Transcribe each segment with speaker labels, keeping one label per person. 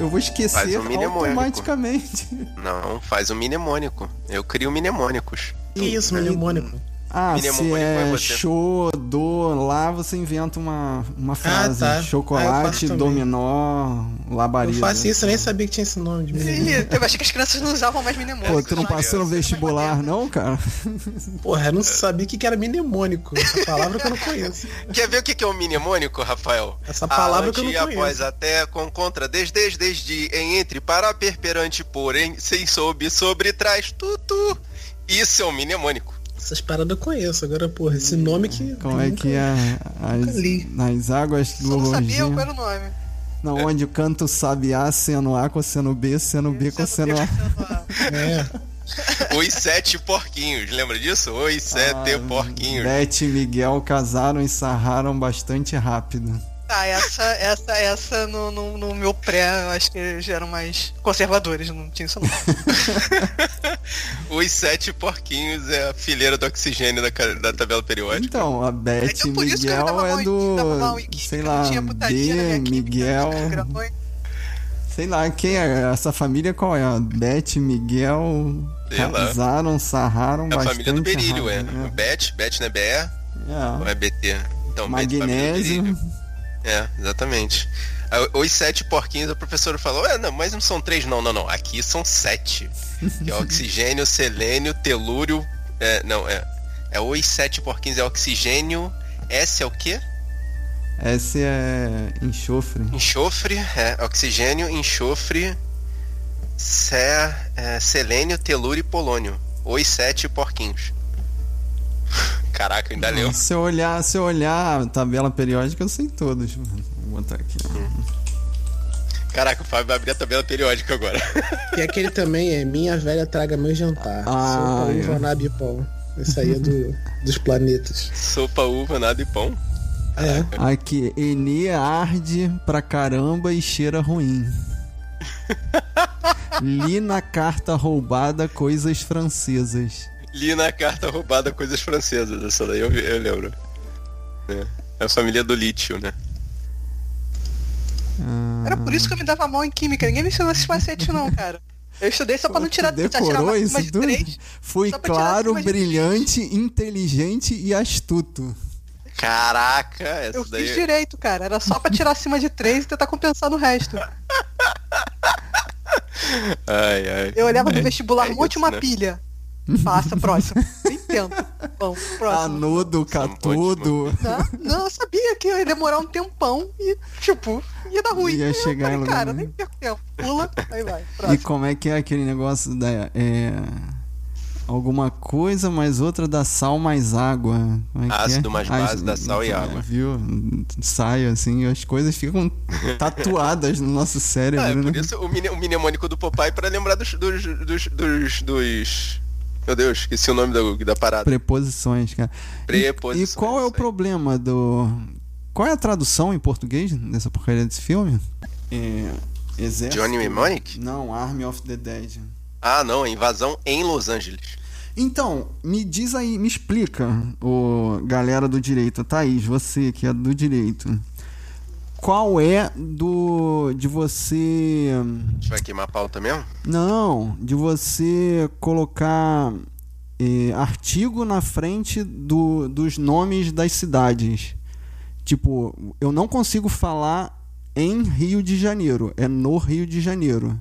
Speaker 1: eu vou esquecer
Speaker 2: Faz um mnemônico.
Speaker 1: automaticamente.
Speaker 2: Não, faz um mnemônico. Eu crio mnemônicos.
Speaker 3: Que
Speaker 1: Hum,
Speaker 3: isso, mnemônico?
Speaker 1: Ah, se
Speaker 2: Mnemônico é
Speaker 1: é
Speaker 2: você.
Speaker 1: show, do, lá você inventa uma, uma frase.
Speaker 3: tá. Ah, eu faço
Speaker 1: Chocolate,
Speaker 3: também.
Speaker 1: dominó,
Speaker 3: Eu
Speaker 1: labareda.
Speaker 3: faço isso, eu nem sabia que tinha esse nome de mnemônico.
Speaker 4: Ih, Eu achei que as crianças não usavam mais mnemônicos.
Speaker 1: Pô, tu não passou no vestibular, não, cara?
Speaker 3: Porra, eu não sabia o que que era mnemônico. Essa palavra que eu não conheço.
Speaker 2: Quer ver o que que é um mnemônico, Rafael?
Speaker 3: Essa palavra que eu não
Speaker 2: Ante,
Speaker 3: conheço.
Speaker 2: após, até, com, contra, desde, desde, desde, em, entre, para, perperante, porém, sem, sob, sobre, trás, tutu. Isso é um mnemônico.
Speaker 3: Essas paradas eu conheço. Agora, porra, esse nome que.
Speaker 1: Como é que é?
Speaker 3: li.
Speaker 1: As, nas águas do
Speaker 4: Só não sabia
Speaker 1: Lourdes.
Speaker 4: qual era o nome.
Speaker 1: Não, onde o canto sabiá, seno A, cosseno B, seno B, cosseno A.
Speaker 3: É.
Speaker 2: Os sete porquinhos, lembra disso? Os sete
Speaker 3: Ah.
Speaker 2: porquinhos.
Speaker 1: Beth e Miguel casaram e sarraram bastante rápido.
Speaker 4: Tá, essa, essa, essa no, no, no meu pré, eu acho que eles eram mais conservadores, não tinha isso não.
Speaker 2: Os sete porquinhos é a fileira do oxigênio da, ca- da tabela periódica.
Speaker 1: Então, a Beth
Speaker 4: Então,
Speaker 1: e
Speaker 4: por isso que eu
Speaker 1: Miguel
Speaker 4: tava mal
Speaker 1: é
Speaker 4: em-
Speaker 1: do.
Speaker 4: tava mal em química,
Speaker 1: Sei
Speaker 4: não
Speaker 1: lá,
Speaker 4: tinha putaria na
Speaker 1: B,
Speaker 4: minha química,
Speaker 1: Miguel.
Speaker 4: não tinha grafões.
Speaker 1: Sei lá, quem é essa família qual é? A Beth e Miguel
Speaker 2: Sei lá.
Speaker 1: casaram, sarraram
Speaker 2: É a
Speaker 1: bastante. né?
Speaker 2: família do berílio, é.
Speaker 3: né?
Speaker 1: rápido,
Speaker 2: Bet, Bet não é BE
Speaker 1: né?
Speaker 2: ou é BT? Então, Bet, família do
Speaker 1: Magnésio.
Speaker 2: berílio. É, exatamente. Ah, Os sete porquinhos, a professora falou, é, não, mas não são três, não, não, não. Aqui são sete. Que é oxigênio, selênio, telúrio. É, não, é. É os sete porquinhos, é oxigênio. S é o quê?
Speaker 1: Esse é enxofre.
Speaker 2: Enxofre, é, oxigênio, enxofre, sé, é, selênio, telúrio e polônio. Os sete porquinhos. Caraca, ainda leu.
Speaker 1: Se eu olhar, se eu olhar a tabela periódica, eu sei todos. Vou botar aqui.
Speaker 2: Caraca, o Fábio vai abrir a tabela periódica agora.
Speaker 3: E aquele também é Minha Velha Traga Meu Jantar.
Speaker 1: Ah,
Speaker 3: Sopa,
Speaker 1: é.
Speaker 3: uva, nabo e pão. um Isso aí é do, dos planetas.
Speaker 2: Sopa, uva, nada e pão.
Speaker 3: É.
Speaker 1: Aqui, Enê arde pra caramba e cheira ruim. Li na carta roubada coisas francesas.
Speaker 2: Li na carta roubada coisas francesas. Essa daí eu, vi- eu lembro. É. É a família do lítio, né?
Speaker 4: Era por isso que eu me dava mal em química, ninguém me ensinou esses macetes não, cara. Eu estudei só pra não tirar pra tirar
Speaker 1: Decorou
Speaker 4: acima
Speaker 1: isso
Speaker 4: de
Speaker 1: tudo?
Speaker 4: três.
Speaker 1: Fui
Speaker 4: Só pra tirar
Speaker 1: claro,
Speaker 4: acima de
Speaker 1: brilhante, inteligente e astuto.
Speaker 2: Caraca, essa
Speaker 4: Eu
Speaker 2: daí. é
Speaker 4: fiz direito, cara. Era só pra tirar acima de três e tentar compensar no resto.
Speaker 2: Ai, ai.
Speaker 4: Eu olhava no vestibular,
Speaker 2: é
Speaker 4: monte
Speaker 2: isso,
Speaker 4: uma
Speaker 2: né?
Speaker 4: pilha. Passa, próximo. Nem tento. Bom,
Speaker 1: Ah,
Speaker 4: próximo.
Speaker 1: Anodo, catudo.
Speaker 4: Tá? Não, eu sabia que ia demorar um tempão e, tipo, ia dar ruim.
Speaker 1: Ia
Speaker 4: Aí eu
Speaker 1: chegar em
Speaker 4: falei,
Speaker 1: lugar
Speaker 4: cara,
Speaker 1: nenhum.
Speaker 4: nem perco tempo. Pula, aí vai.
Speaker 1: E
Speaker 4: Próximo.
Speaker 1: como é que é aquele negócio da. É, alguma coisa mais outra dá sal mais água. Como é que
Speaker 2: Ácido
Speaker 1: é?
Speaker 2: mais base dá sal e
Speaker 1: é,
Speaker 2: água.
Speaker 1: Viu? Sai assim, as coisas ficam tatuadas no nosso
Speaker 2: Ah, é
Speaker 1: cérebro,
Speaker 2: por
Speaker 1: né?
Speaker 2: isso o, mine, o mnemônico do Popeye pra lembrar dos dos, dos, dos, dos- Meu Deus, esqueci o nome da, da parada.
Speaker 1: Preposições, cara. E-
Speaker 2: tá- Preposições,
Speaker 1: E qual é o
Speaker 2: isso aí.
Speaker 1: problema do. Qual é a tradução em português dessa porcaria desse filme? É, Exército.
Speaker 2: Johnny Mnemonic?
Speaker 1: Não, Army of the Dead.
Speaker 2: Ah, não, é invasão em Los Angeles.
Speaker 1: Então, me diz aí, me explica, ô galera do direito, Thaís, você que é do direito. Qual é do de você
Speaker 2: A gente vai queimar a pauta mesmo?
Speaker 1: não, de você colocar eh, artigo na frente do- dos nomes das cidades. Tipo, eu não consigo falar em Rio de Janeiro, é no Rio de Janeiro.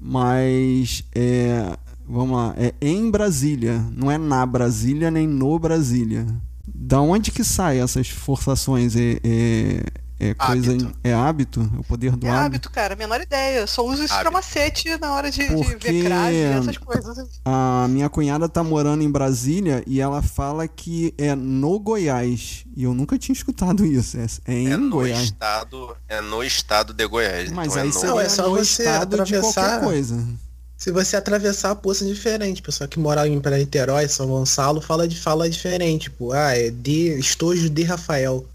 Speaker 1: Mas é, vamos lá, é em Brasília, não é na Brasília nem no Brasília. Da onde que saem essas forçações? É, é, é coisa,
Speaker 2: Hábito.
Speaker 1: é hábito, é o poder do
Speaker 4: É
Speaker 1: hábito.
Speaker 4: hábito, cara, menor ideia. Eu só uso isso pra
Speaker 2: Hábito.
Speaker 4: macete na hora de, de
Speaker 1: Porque-
Speaker 4: ver crase e essas coisas. assim,
Speaker 1: A minha cunhada tá morando em Brasília e ela fala que é no Goiás. E eu nunca tinha escutado isso. É, é em
Speaker 2: é no
Speaker 1: Goiás.
Speaker 2: estado. É no estado de Goiás.
Speaker 1: Mas
Speaker 2: então
Speaker 1: aí
Speaker 2: é no...
Speaker 1: seria
Speaker 3: Não, é só
Speaker 1: no
Speaker 3: você
Speaker 1: estado de qualquer
Speaker 3: atravessar-
Speaker 1: coisa.
Speaker 3: Se você atravessar a poça é diferente, pessoal que mora em pra Niterói, São Gonçalo, fala de fala diferente, tipo, ah, é de estojo de Rafael.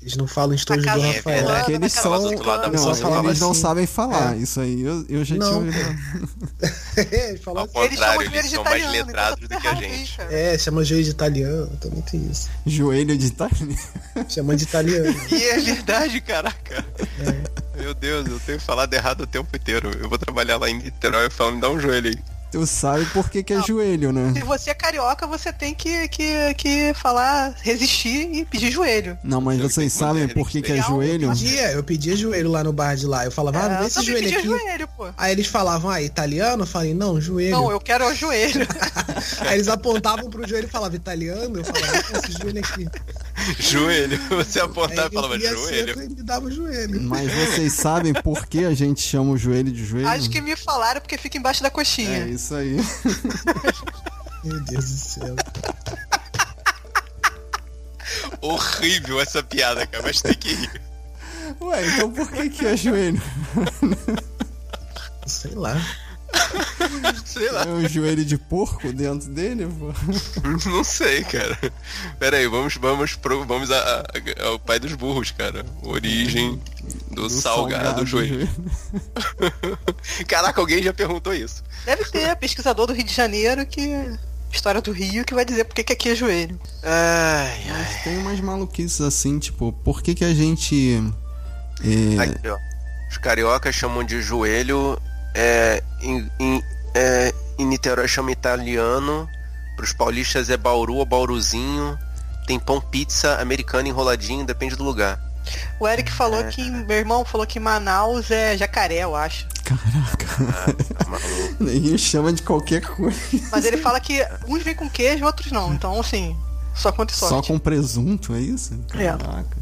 Speaker 3: Eles não falam estojo do
Speaker 4: casa é
Speaker 3: Rafael.
Speaker 2: verdade.
Speaker 1: Porque eles
Speaker 4: Aquela
Speaker 1: são.
Speaker 2: do lado da
Speaker 1: Não,
Speaker 3: pessoa
Speaker 1: eles
Speaker 3: falava
Speaker 1: não
Speaker 3: assim.
Speaker 1: sabem falar.
Speaker 3: É.
Speaker 1: Isso aí eu, eu já tinha um
Speaker 3: Não.
Speaker 1: ouvido.
Speaker 3: Eles falam
Speaker 2: Ao
Speaker 3: assim.
Speaker 2: contrário,
Speaker 4: de
Speaker 2: eles, são mais
Speaker 4: vegetariano, então tá
Speaker 2: letrados
Speaker 4: tudo
Speaker 2: do que a
Speaker 4: errado aí,
Speaker 2: gente.
Speaker 4: cara.
Speaker 3: É, chama juiz de italiano, também tem isso.
Speaker 1: Joelho de Itália.
Speaker 3: Chama de italiano.
Speaker 2: E é verdade, caraca. Meu Deus, eu tenho falado errado o tempo inteiro. Eu vou trabalhar lá em Niterói e falo, me dá um joelho aí.
Speaker 1: Tu sabe por que, que é
Speaker 4: Não.
Speaker 1: joelho, né?
Speaker 4: Se você é carioca, você tem que, que, que falar, resistir e pedir joelho.
Speaker 1: Não, mas
Speaker 2: Eu tenho
Speaker 1: vocês sabem
Speaker 2: mulheres,
Speaker 1: por que, que é
Speaker 4: legal,
Speaker 1: joelho?
Speaker 3: Eu pedia, eu pedia joelho lá no bar de lá. Eu falava, ah,
Speaker 4: É,
Speaker 3: vê
Speaker 4: eu
Speaker 3: esse
Speaker 4: também
Speaker 3: joelho
Speaker 4: pedia
Speaker 3: aqui.
Speaker 4: joelho, pô.
Speaker 3: Aí eles falavam, ah, italiano? Eu falei, não, joelho.
Speaker 4: Não, eu quero o joelho.
Speaker 3: Aí eles apontavam pro joelho e falavam, italiano? Eu falava, "Pô, esse joelho aqui.
Speaker 2: Joelho. Você
Speaker 3: Aí
Speaker 2: apontava e falava,
Speaker 3: eu ia
Speaker 2: joelho. Hum.
Speaker 3: seco e me dava o joelho.
Speaker 1: Mas vocês sabem por que a gente chama o joelho de joelho?
Speaker 4: Acho que me falaram porque fica embaixo da coxinha.
Speaker 1: É isso aí.
Speaker 3: Meu Deus do céu.
Speaker 2: Horrível essa piada, cara, mas tem que rir.
Speaker 1: Ué, então por que, que é joelho?
Speaker 3: Sei lá.
Speaker 2: Sei lá,
Speaker 1: É um joelho de porco dentro dele? pô?
Speaker 2: não sei, cara. Pera aí, vamos, vamos, pro, vamos a- a- ao pai dos burros, cara. Origem do,
Speaker 1: Do
Speaker 2: salgado, joelho. Caraca, alguém já perguntou isso.
Speaker 4: Deve ter pesquisador do Rio de Janeiro que. História do Rio que vai dizer porque que aqui é joelho.
Speaker 2: Ai, ai.
Speaker 1: Mas tem umas maluquices assim, tipo, por que, que a gente. é,
Speaker 2: Aqui, ó. Os cariocas chamam de joelho. É, em, em, é, em Niterói chama italiano. Pros paulistas é bauru ou bauruzinho. Tem pão pizza, americano enroladinho, depende do lugar.
Speaker 4: O Eric falou
Speaker 2: É.
Speaker 4: que. em- Meu irmão falou que Manaus é jacaré, eu acho.
Speaker 1: Caraca,
Speaker 2: Tá maluco.
Speaker 1: ninguém chama de qualquer coisa.
Speaker 4: Mas ele fala que uns vêm com queijo, outros não. Então, assim, só conta e
Speaker 1: Só
Speaker 4: sorte.
Speaker 1: com presunto, é isso?
Speaker 4: É.
Speaker 1: Caraca.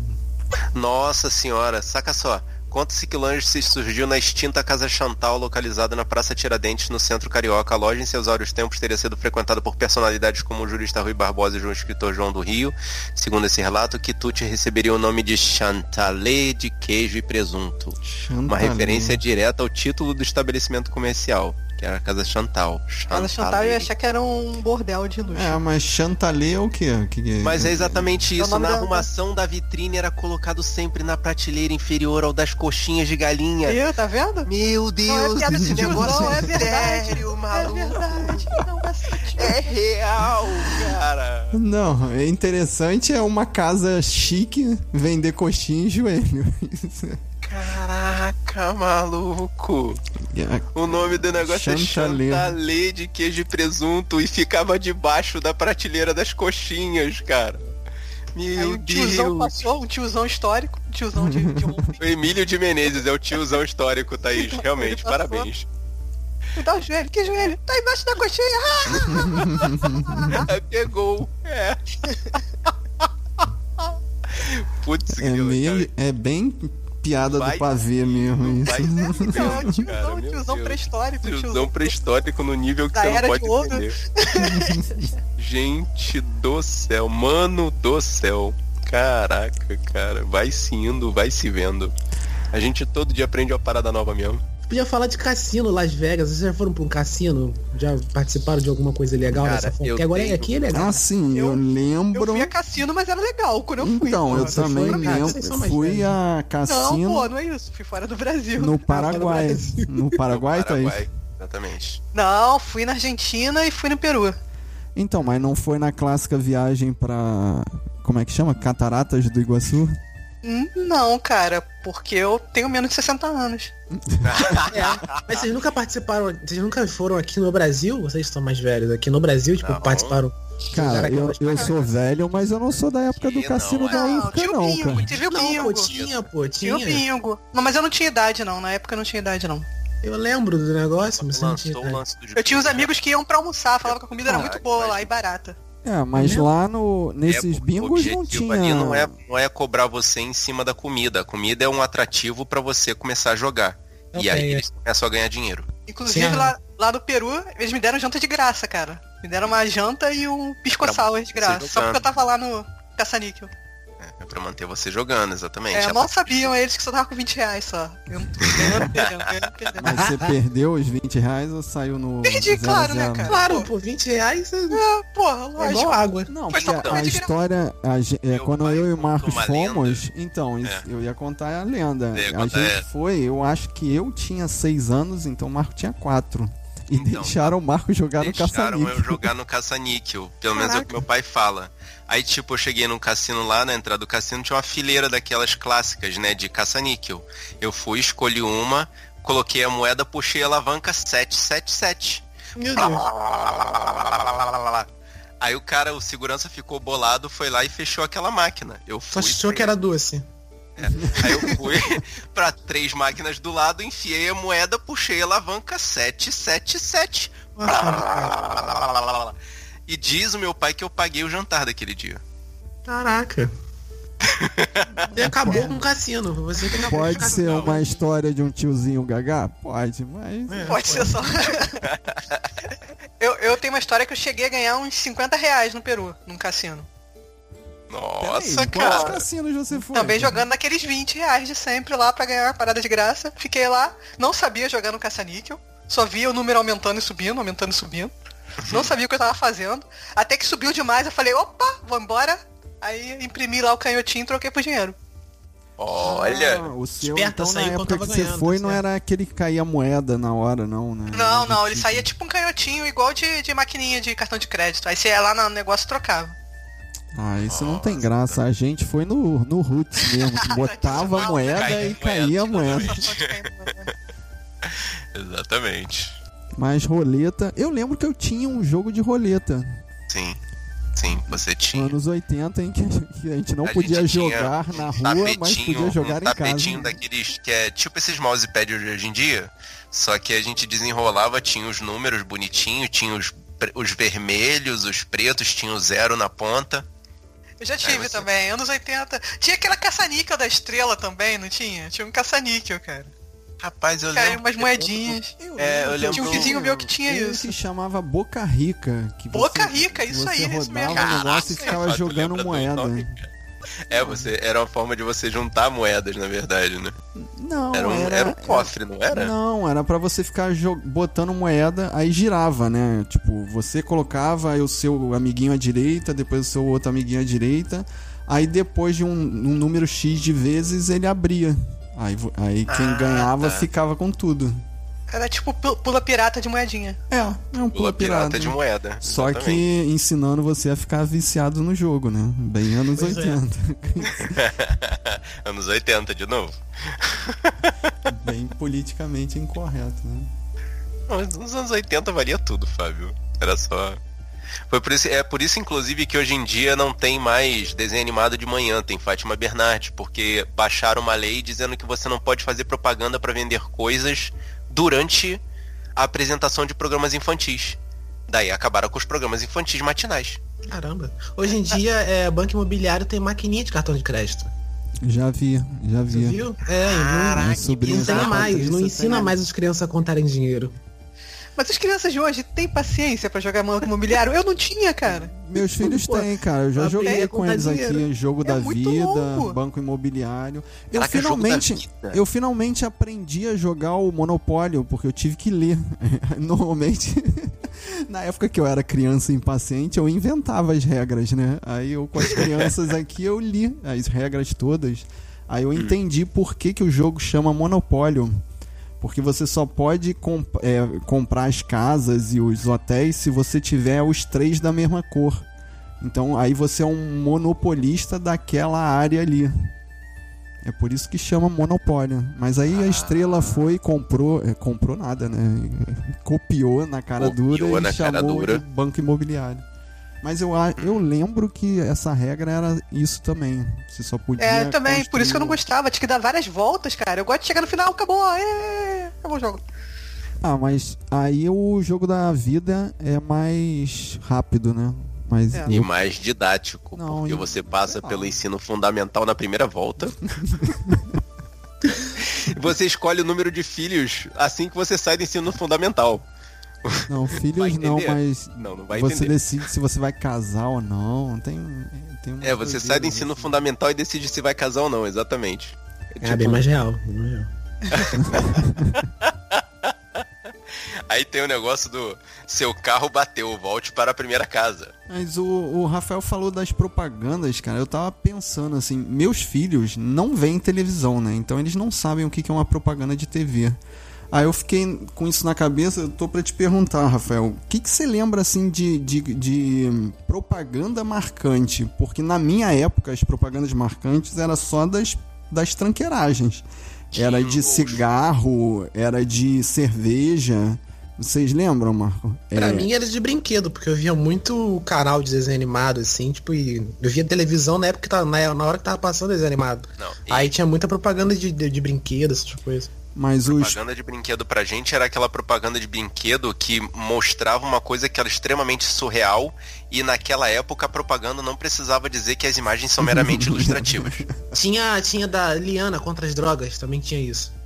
Speaker 2: Nossa senhora, saca só. Quantos quilanges se surgiu na extinta Casa Chantal, localizada na Praça Tiradentes, no centro carioca? A loja, em seus áureos tempos, teria sido frequentada por personalidades como o jurista Rui Barbosa e o escritor João do Rio. Segundo esse relato, Quitute receberia o nome de Chantalé de queijo e presunto. Uma
Speaker 1: Chantalé.
Speaker 2: referência direta ao título do estabelecimento comercial, que era a Casa Chantal.
Speaker 4: Ela Chantal eu ia
Speaker 2: Chantalé.
Speaker 4: achar que era um bordel de luxo.
Speaker 1: É, mas chantalé é o quê? O que que
Speaker 2: Mas é exatamente
Speaker 4: É o
Speaker 2: isso.
Speaker 4: nome
Speaker 2: Na
Speaker 4: da-
Speaker 2: arrumação da vitrine era colocado sempre na prateleira inferior ao das coxinhas de galinha.
Speaker 4: Viu? Tá vendo?
Speaker 2: Meu
Speaker 4: Não é
Speaker 2: Deus,
Speaker 4: piada de
Speaker 2: esse negócio
Speaker 4: tiozão, é
Speaker 2: é
Speaker 4: verdade.
Speaker 2: sério,
Speaker 4: É
Speaker 2: maluco.
Speaker 4: verdade. Não, mas-
Speaker 2: É real, cara.
Speaker 1: Não, é interessante é uma casa chique vender coxinha e joelho. Isso é-
Speaker 2: Caraca, maluco.
Speaker 1: é-
Speaker 2: O nome do negócio
Speaker 1: Chantalé.
Speaker 2: é chantalé de queijo e presunto e ficava debaixo da prateleira das coxinhas, cara.
Speaker 4: Aí
Speaker 2: Meu
Speaker 4: um tiozão
Speaker 2: Deus.
Speaker 4: passou, um tiozão histórico, um tiozão de, de ontem.
Speaker 2: O Emílio de Menezes é o tiozão histórico, Thaís. Realmente,
Speaker 4: Ele passou.
Speaker 2: parabéns.
Speaker 4: Me dá o joelho, que joelho? Tá embaixo da coxinha.
Speaker 2: Pegou. É. Putz,
Speaker 1: é,
Speaker 2: grilo,
Speaker 1: meio,
Speaker 2: cara.
Speaker 1: é bem piada
Speaker 2: Vai
Speaker 1: do pavê mesmo
Speaker 2: Vai
Speaker 1: isso.
Speaker 2: ser
Speaker 4: Não, é um
Speaker 2: mesmo, Uhum. cara,
Speaker 4: tiozão,
Speaker 2: meu
Speaker 4: tiozão
Speaker 2: Deus. um
Speaker 4: pré-histórico.
Speaker 2: Tiozão pré-histórico no nível que
Speaker 4: Da
Speaker 2: você não
Speaker 4: era
Speaker 2: pode
Speaker 4: de ouro.
Speaker 2: entender. Gente do céu, mano do céu. Caraca, cara, vai se indo, vai se vendo. A gente todo dia aprende uma parada nova mesmo.
Speaker 3: Podia falar de cassino, Las Vegas. Vocês já foram pra um cassino? Já participaram de alguma coisa legal
Speaker 2: Cara,
Speaker 3: nessa forma?
Speaker 2: eu
Speaker 3: Porque agora
Speaker 2: tenho-
Speaker 3: aqui é legal.
Speaker 1: Ah, sim, eu,
Speaker 4: Eu-
Speaker 1: lembro.
Speaker 4: Eu fui a cassino, mas era legal quando eu fui.
Speaker 1: Então, eu
Speaker 3: Você foi,
Speaker 1: também
Speaker 3: cara?
Speaker 1: lembro.
Speaker 3: Vocês são mais
Speaker 1: Fui
Speaker 3: velhos.
Speaker 1: a
Speaker 4: Não,
Speaker 1: cassino
Speaker 4: pô, não é isso. Fui fora do Brasil.
Speaker 1: no
Speaker 3: Ah,
Speaker 1: Paraguai.
Speaker 3: foi
Speaker 1: No Paraguai, tá Thaís?
Speaker 2: Paraguai, exatamente.
Speaker 4: Não, fui na Argentina e fui no Peru.
Speaker 1: Então, mas não foi na clássica viagem pra. Como é que chama? Cataratas do Iguaçu?
Speaker 4: Hum, Não, cara, porque eu tenho menos de 60 anos.
Speaker 3: Mas vocês nunca participaram, vocês nunca foram aqui no Brasil? Vocês estão mais velhos aqui no Brasil, tipo,
Speaker 2: Não.
Speaker 3: participaram.
Speaker 1: Cara,
Speaker 3: Caraca,
Speaker 1: eu,
Speaker 3: mas-
Speaker 1: eu sou velho, mas eu não sou da época do
Speaker 2: Que
Speaker 1: cassino
Speaker 2: não,
Speaker 1: da UFCA,
Speaker 4: é. tinha o
Speaker 1: não,
Speaker 4: bingo,
Speaker 1: cara.
Speaker 4: teve o
Speaker 3: Não,
Speaker 4: bingo.
Speaker 3: pô, tinha, pô,
Speaker 4: tinha o
Speaker 3: tinha.
Speaker 4: bingo. Não, mas eu não tinha idade, não. Na época eu não tinha idade, não.
Speaker 3: Eu lembro do negócio, mas você não tinha. né?
Speaker 2: Lançou o lance do
Speaker 4: Eu tinha uns amigos que iam pra almoçar, falavam que a
Speaker 1: Ah,
Speaker 4: comida era muito
Speaker 2: Caralho,
Speaker 4: boa lá
Speaker 2: imagina.
Speaker 4: e barata.
Speaker 1: É, mas
Speaker 3: Não.
Speaker 1: lá no, nesses
Speaker 2: É, porque
Speaker 1: bingos
Speaker 2: o
Speaker 1: não
Speaker 2: objetivo
Speaker 1: tinha.
Speaker 2: ali não é, não é cobrar você em cima da comida. A comida é um atrativo pra você começar a jogar. E
Speaker 3: Ok,
Speaker 2: aí
Speaker 3: é.
Speaker 2: eles começam a ganhar dinheiro.
Speaker 4: Inclusive,
Speaker 3: Sim. é.
Speaker 4: lá, lá no Peru, eles me deram janta de graça, cara. Me deram uma janta e um pisco
Speaker 2: Pra
Speaker 4: sour de graça.
Speaker 2: você
Speaker 4: Só porque
Speaker 2: jogando.
Speaker 4: eu tava lá no caça-níquel.
Speaker 2: É pra manter você jogando, exatamente.
Speaker 4: É,
Speaker 2: É
Speaker 4: mal sabiam eles que só tava com 20 reais só. Eu não eu não perdendo, eu não perdendo.
Speaker 1: Mas você perdeu os 20 reais ou saiu no.
Speaker 4: Perdi, claro, né, cara?
Speaker 3: Claro, pô, 20 reais é
Speaker 4: Ah, Porra,
Speaker 3: é
Speaker 4: lógico.
Speaker 3: igual água.
Speaker 1: Não,
Speaker 2: Mas
Speaker 1: porque
Speaker 2: tá bom.
Speaker 1: a história. a ge- é,
Speaker 2: Meu
Speaker 1: quando
Speaker 2: pai
Speaker 1: eu e o
Speaker 2: contou
Speaker 1: Marcos
Speaker 2: uma
Speaker 1: fomos. Então, isso-
Speaker 2: É.
Speaker 1: eu ia contar a lenda.
Speaker 2: Você ia
Speaker 1: A
Speaker 2: contar,
Speaker 1: gente
Speaker 2: é.
Speaker 1: foi, eu acho que eu tinha 6 anos, então o Marco tinha 4. E
Speaker 2: Então.
Speaker 1: deixaram o Marco jogar no
Speaker 2: Deixaram
Speaker 1: caçanico.
Speaker 2: eu jogar no caça-níquel. Pelo menos é o
Speaker 4: Caraca.
Speaker 2: que meu pai fala. Aí, tipo, eu cheguei num cassino lá, na entrada do cassino, tinha uma fileira daquelas clássicas, né, de caça-níquel. Eu fui, escolhi uma, coloquei a moeda, puxei a alavanca 777.
Speaker 4: Meu
Speaker 2: Blá,
Speaker 4: Deus.
Speaker 2: blá, blá, blá, blá, blá, blá, blá, blá, blá. Aí o cara, o segurança ficou bolado, foi lá e fechou aquela máquina. Eu
Speaker 3: Só
Speaker 2: fui,
Speaker 3: achou que era doce.
Speaker 2: Aí eu fui pra três máquinas do lado, enfiei a moeda, puxei a alavanca 777. E diz o meu pai que eu paguei o jantar daquele dia.
Speaker 3: Caraca. Você acabou com o cassino. Você que acabou com
Speaker 1: Pode
Speaker 3: o
Speaker 1: ser
Speaker 3: cassino.
Speaker 1: uma história de um tiozinho gaga? Pode, mas.
Speaker 3: É,
Speaker 4: Pode ser só. eu, eu tenho uma história que eu cheguei a ganhar uns 50 reais no Peru, num cassino.
Speaker 2: Nossa,
Speaker 1: Peraí, Quantos
Speaker 2: cara.
Speaker 1: cassinos você foi?
Speaker 4: Também jogando naqueles 20 reais de sempre lá pra ganhar a parada de graça. Fiquei lá, não sabia jogar no caça-níquel. Só via o número aumentando e subindo, aumentando e subindo. Não sabia o que eu tava fazendo. Até que subiu demais, eu falei, opa, vou embora. Aí imprimi lá o canhotinho e troquei por dinheiro.
Speaker 2: Olha.
Speaker 1: Ah, o seu,
Speaker 3: Esperta,
Speaker 1: então, na
Speaker 3: saiu quando
Speaker 1: época que
Speaker 3: tava
Speaker 1: você
Speaker 3: ganhando,
Speaker 1: foi,
Speaker 3: tá
Speaker 1: não
Speaker 3: certo.
Speaker 1: era aquele que caía moeda na hora, não, né?
Speaker 4: Não, não, ele saía tipo um canhotinho, igual de, de maquininha de cartão de crédito. Aí você ia lá no negócio e trocava.
Speaker 1: Ah, isso não tem graça. A gente foi no, no Roots mesmo, que botava a moeda e caía a
Speaker 2: tipo,
Speaker 1: moeda.
Speaker 4: né?
Speaker 2: Exatamente.
Speaker 1: Mas roleta. Eu lembro que eu tinha um jogo de roleta
Speaker 2: Sim. Sim, você tinha. um
Speaker 1: anos 80 em que que a gente não
Speaker 2: A
Speaker 1: podia
Speaker 2: gente tinha
Speaker 1: jogar na rua,
Speaker 2: tapetinho,
Speaker 1: mas podia jogar
Speaker 2: um
Speaker 1: em
Speaker 2: tapetinho
Speaker 1: casa.
Speaker 2: daqueles que é tipo esses mousepads de hoje em dia, só que a gente desenrolava, tinha os números bonitinhos, tinha os, pre- os vermelhos, os pretos, tinha o zero na ponta.
Speaker 4: Eu já tive
Speaker 2: você-
Speaker 4: também, anos 80. Tinha aquela caça-níquel da estrela também, não tinha? Tinha um caça-níquel, cara.
Speaker 2: Rapaz, eu
Speaker 4: Caiu
Speaker 2: lembro.
Speaker 4: umas moedinhas.
Speaker 2: É, eu lembro-
Speaker 4: Tinha um vizinho meu que tinha
Speaker 1: um
Speaker 4: isso.
Speaker 1: que chamava Boca Rica. Que
Speaker 4: Boca
Speaker 1: você-
Speaker 4: Rica, isso
Speaker 1: você
Speaker 4: aí,
Speaker 1: rodava
Speaker 4: isso mesmo.
Speaker 1: o negócio e
Speaker 4: Caraca,
Speaker 1: ficava
Speaker 2: Fato,
Speaker 1: jogando
Speaker 2: lembra do
Speaker 1: moeda.
Speaker 2: nome, cara? É, você, era uma forma de você juntar moedas, na verdade, né?
Speaker 1: Não,
Speaker 2: Era um, era um cofre, não era?
Speaker 1: Não, era pra você ficar jo- botando moeda, aí girava, né? Tipo, você colocava aí o seu amiguinho à direita, depois o seu outro amiguinho à direita, aí depois de um, um número X de vezes ele abria. Aí, vo- aí quem
Speaker 2: Ah,
Speaker 1: ganhava
Speaker 2: tá.
Speaker 1: ficava com tudo.
Speaker 4: Era tipo pu- pula pirata de moedinha.
Speaker 1: É, é um
Speaker 2: Pula
Speaker 1: pula
Speaker 2: pirata
Speaker 1: pirata.
Speaker 2: de moeda.
Speaker 1: Só que
Speaker 2: exatamente.
Speaker 1: ensinando você a ficar viciado no jogo, né? Bem anos
Speaker 3: Pois é.
Speaker 1: 80.
Speaker 2: Anos 80, de novo.
Speaker 1: Bem politicamente incorreto, né?
Speaker 2: Mas nos anos 80 valia tudo, Fábio. Era só. Foi por isso, é por isso, inclusive, que hoje em dia não tem mais desenho animado de manhã, tem Fátima Bernardes, porque baixaram uma lei dizendo que você não pode fazer propaganda pra vender coisas durante a apresentação de programas infantis. Daí acabaram com os programas infantis matinais.
Speaker 3: Caramba. Hoje em dia, é, banco imobiliário tem maquininha de cartão de crédito.
Speaker 1: Já vi, já
Speaker 3: Você
Speaker 1: vi.
Speaker 3: viu? É, não-
Speaker 1: Minha
Speaker 3: não,
Speaker 1: sobrinha
Speaker 3: tem
Speaker 1: da
Speaker 3: mais.
Speaker 1: Patrícia
Speaker 3: Não
Speaker 1: tem
Speaker 3: ensina mais as crianças a contarem dinheiro.
Speaker 4: Mas as crianças de hoje têm paciência pra jogar banco imobiliário? Eu não tinha, cara.
Speaker 1: Meus filhos
Speaker 3: Pô,
Speaker 1: têm, cara. Eu já
Speaker 3: aprender
Speaker 1: joguei
Speaker 3: a
Speaker 1: com
Speaker 3: contar
Speaker 1: eles aqui,
Speaker 3: dinheiro.
Speaker 1: jogo
Speaker 4: É
Speaker 1: da
Speaker 4: muito
Speaker 1: vida,
Speaker 4: louco.
Speaker 1: banco imobiliário. Eu
Speaker 2: Caraca, jogo da
Speaker 1: finalmente,
Speaker 2: vida.
Speaker 1: eu finalmente aprendi a jogar o Monopólio porque eu tive que ler. Normalmente, na época que eu era criança impaciente, eu inventava as regras, né? Aí eu com as crianças aqui eu li as regras todas. Aí eu entendi por que, que o jogo chama Monopólio. Porque você só pode comp- é, comprar as casas e os hotéis se você tiver os três da mesma cor. Então aí você é um monopolista daquela área ali. É por isso que chama monopólio. Mas aí
Speaker 2: Ah.
Speaker 1: a estrela foi e comprou. é, comprou nada, né? Copiou na cara
Speaker 2: Copiou
Speaker 1: dura e
Speaker 2: na cara
Speaker 1: chamou
Speaker 2: dura.
Speaker 1: de banco imobiliário. Mas eu, a- eu lembro que essa regra era isso também. Você só podia.
Speaker 4: É, eu também, por isso que eu não
Speaker 1: construir-
Speaker 4: gostava. Tinha que dar várias voltas, cara. Eu gosto de chegar no final, acabou. É, acabou o jogo.
Speaker 1: Ah, mas aí o jogo da vida é mais rápido, né? Mas
Speaker 4: É.
Speaker 2: E
Speaker 1: eu-
Speaker 2: mais didático,
Speaker 1: Não,
Speaker 2: porque
Speaker 1: e-
Speaker 2: você passa
Speaker 1: sei lá.
Speaker 2: pelo ensino fundamental na primeira volta. você escolhe o número de filhos assim que você sai do ensino fundamental.
Speaker 1: não,
Speaker 2: Vai
Speaker 1: filhos
Speaker 2: entender.
Speaker 1: não, mas
Speaker 2: Não, não vai
Speaker 1: você
Speaker 2: entender.
Speaker 1: decide se você vai casar ou não. Tem, tem assim. uma
Speaker 2: É, você sai do ensino fundamental e decide se vai casar ou não, exatamente.
Speaker 3: É bem mais real. bem mais real.
Speaker 2: Aí tem o negócio do seu carro bateu, volte para a primeira casa.
Speaker 1: Mas o, o Rafael falou das propagandas, cara. Eu tava pensando assim, meus filhos não veem televisão, né? Então eles não sabem o que que é uma propaganda de TV. Aí eu fiquei com isso na cabeça, eu tô pra te perguntar, Rafael, o que, que você lembra assim de, de, de propaganda marcante? Porque na minha época as propagandas marcantes era só das, das tranqueiragens. Era de cigarro, era de cerveja. Vocês lembram, Marco?
Speaker 3: Pra
Speaker 1: É,
Speaker 3: mim era de brinquedo, porque eu via muito canal de desenho animado, assim, tipo, e eu via televisão na época que tava, na, na hora que tava passando desenho animado.
Speaker 2: Não, e-
Speaker 3: Aí tinha muita propaganda de, de, de brinquedo, essas tipo coisas.
Speaker 1: Mas os.
Speaker 2: Propaganda de brinquedo pra gente era aquela propaganda de brinquedo que mostrava uma coisa que era extremamente surreal e naquela época a propaganda não precisava dizer que as imagens são meramente ilustrativas.
Speaker 3: Tinha, tinha da Liana contra as drogas, também tinha isso.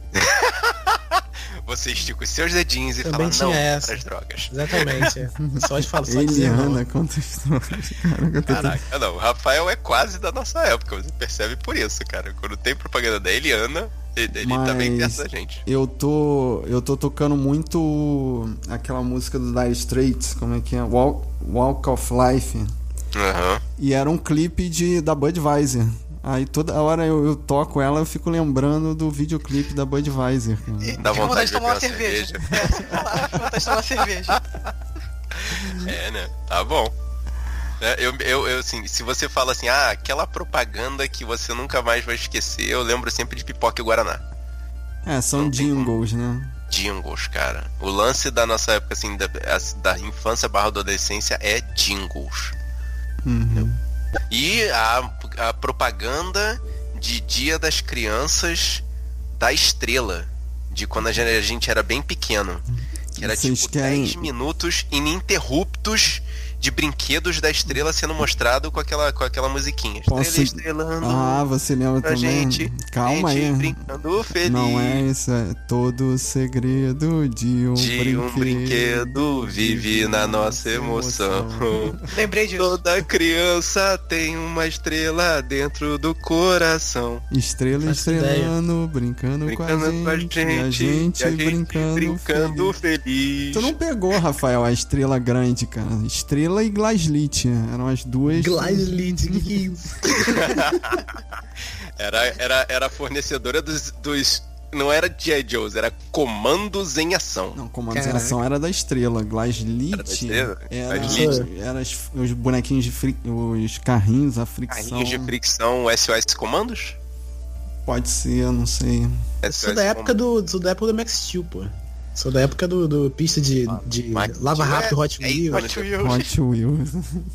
Speaker 2: Você estica os seus dedinhos e fala
Speaker 3: Também tinha
Speaker 2: não
Speaker 3: essa.
Speaker 2: para as drogas.
Speaker 3: Exatamente. é. Só de falar, só de dizer não.
Speaker 1: Eliana, conta histórias. Caraca, eu tô tentando-
Speaker 2: Caraca, não, o Rafael é quase da nossa época, você percebe por isso, cara. Quando tem propaganda da Eliana, ele, ele
Speaker 1: Mas-
Speaker 2: também pensa a gente.
Speaker 1: Eu tô. Eu tô tocando muito aquela música do Dire Straits, como é que é? Walk, Walk of Life.
Speaker 2: Aham.
Speaker 1: E era um clipe de, da Budweiser. Aí toda hora eu, eu toco ela, eu fico lembrando do videoclipe da Budweiser. cara.
Speaker 2: Dá
Speaker 4: Fico com
Speaker 2: vontade
Speaker 4: vontade
Speaker 2: de
Speaker 4: de
Speaker 2: beber
Speaker 4: tomar uma
Speaker 2: uma
Speaker 4: cerveja. É, fico com vontade de tomar uma cerveja.
Speaker 2: É, né? Tá bom. É, Eu, eu, eu, assim, se você fala assim, ah, aquela propaganda que você nunca mais vai esquecer, eu lembro sempre de pipoca e Guaraná.
Speaker 1: É, são
Speaker 2: Não tem
Speaker 1: jingles, né?
Speaker 2: Jingles, cara. O lance da nossa época, assim, da, as- da infância barra adolescência é jingles.
Speaker 1: Uhum.
Speaker 2: E a, a propaganda de Dia das Crianças da Estrela, de quando a gente, a gente era bem pequeno. Que era
Speaker 1: Vocês
Speaker 2: tipo
Speaker 1: querem-
Speaker 2: 10 minutos ininterruptos de brinquedos da estrela sendo mostrado com aquela, com aquela musiquinha.
Speaker 1: Posso-
Speaker 2: Estrela estrelando.
Speaker 1: Ah, você lembra
Speaker 2: pra
Speaker 1: também?
Speaker 2: gente.
Speaker 1: Calma
Speaker 2: gente
Speaker 1: aí.
Speaker 2: Brincando feliz.
Speaker 1: Não é isso, é todo o segredo de um
Speaker 2: De
Speaker 1: brinquedo.
Speaker 2: um brinquedo vive na nossa emoção.
Speaker 4: Lembrei disso.
Speaker 2: Toda criança tem uma estrela dentro do coração.
Speaker 1: Estrela
Speaker 3: Faço ideia.
Speaker 1: estrelando, brincando,
Speaker 2: Brincando
Speaker 1: com
Speaker 2: com
Speaker 1: a
Speaker 2: a
Speaker 1: gente.
Speaker 2: gente,
Speaker 1: e a gente,
Speaker 2: e a gente
Speaker 1: brincando,
Speaker 2: brincando
Speaker 1: feliz.
Speaker 2: feliz.
Speaker 1: Tu não pegou, Rafael, a estrela grande, cara. Estrela e Glaslit, né? eram as duas.
Speaker 3: Glaslit, que que é isso?
Speaker 2: Era, era, era a fornecedora dos, dos. Não era G.I. Joe's, era comandos em ação.
Speaker 1: Não, comandos em
Speaker 3: Caraca.
Speaker 1: ação era da estrela.
Speaker 2: Era da
Speaker 1: Glaslit
Speaker 2: estrela?
Speaker 1: era,
Speaker 2: Glaslit.
Speaker 1: era as- os bonequinhos de fri... os carrinhos, a fricção.
Speaker 2: Carrinhos de fricção, SOS comandos?
Speaker 1: Pode ser, eu não sei.
Speaker 3: Isso
Speaker 2: é
Speaker 3: da época do, isso da época do Max Steel, pô. Isso da época do, do pista de, de
Speaker 2: Ah, Max
Speaker 3: lava
Speaker 2: Steel é-
Speaker 3: rápido, Hot
Speaker 2: é
Speaker 3: Wheel.
Speaker 2: Hot
Speaker 4: Wheels.
Speaker 1: Hot Wheels.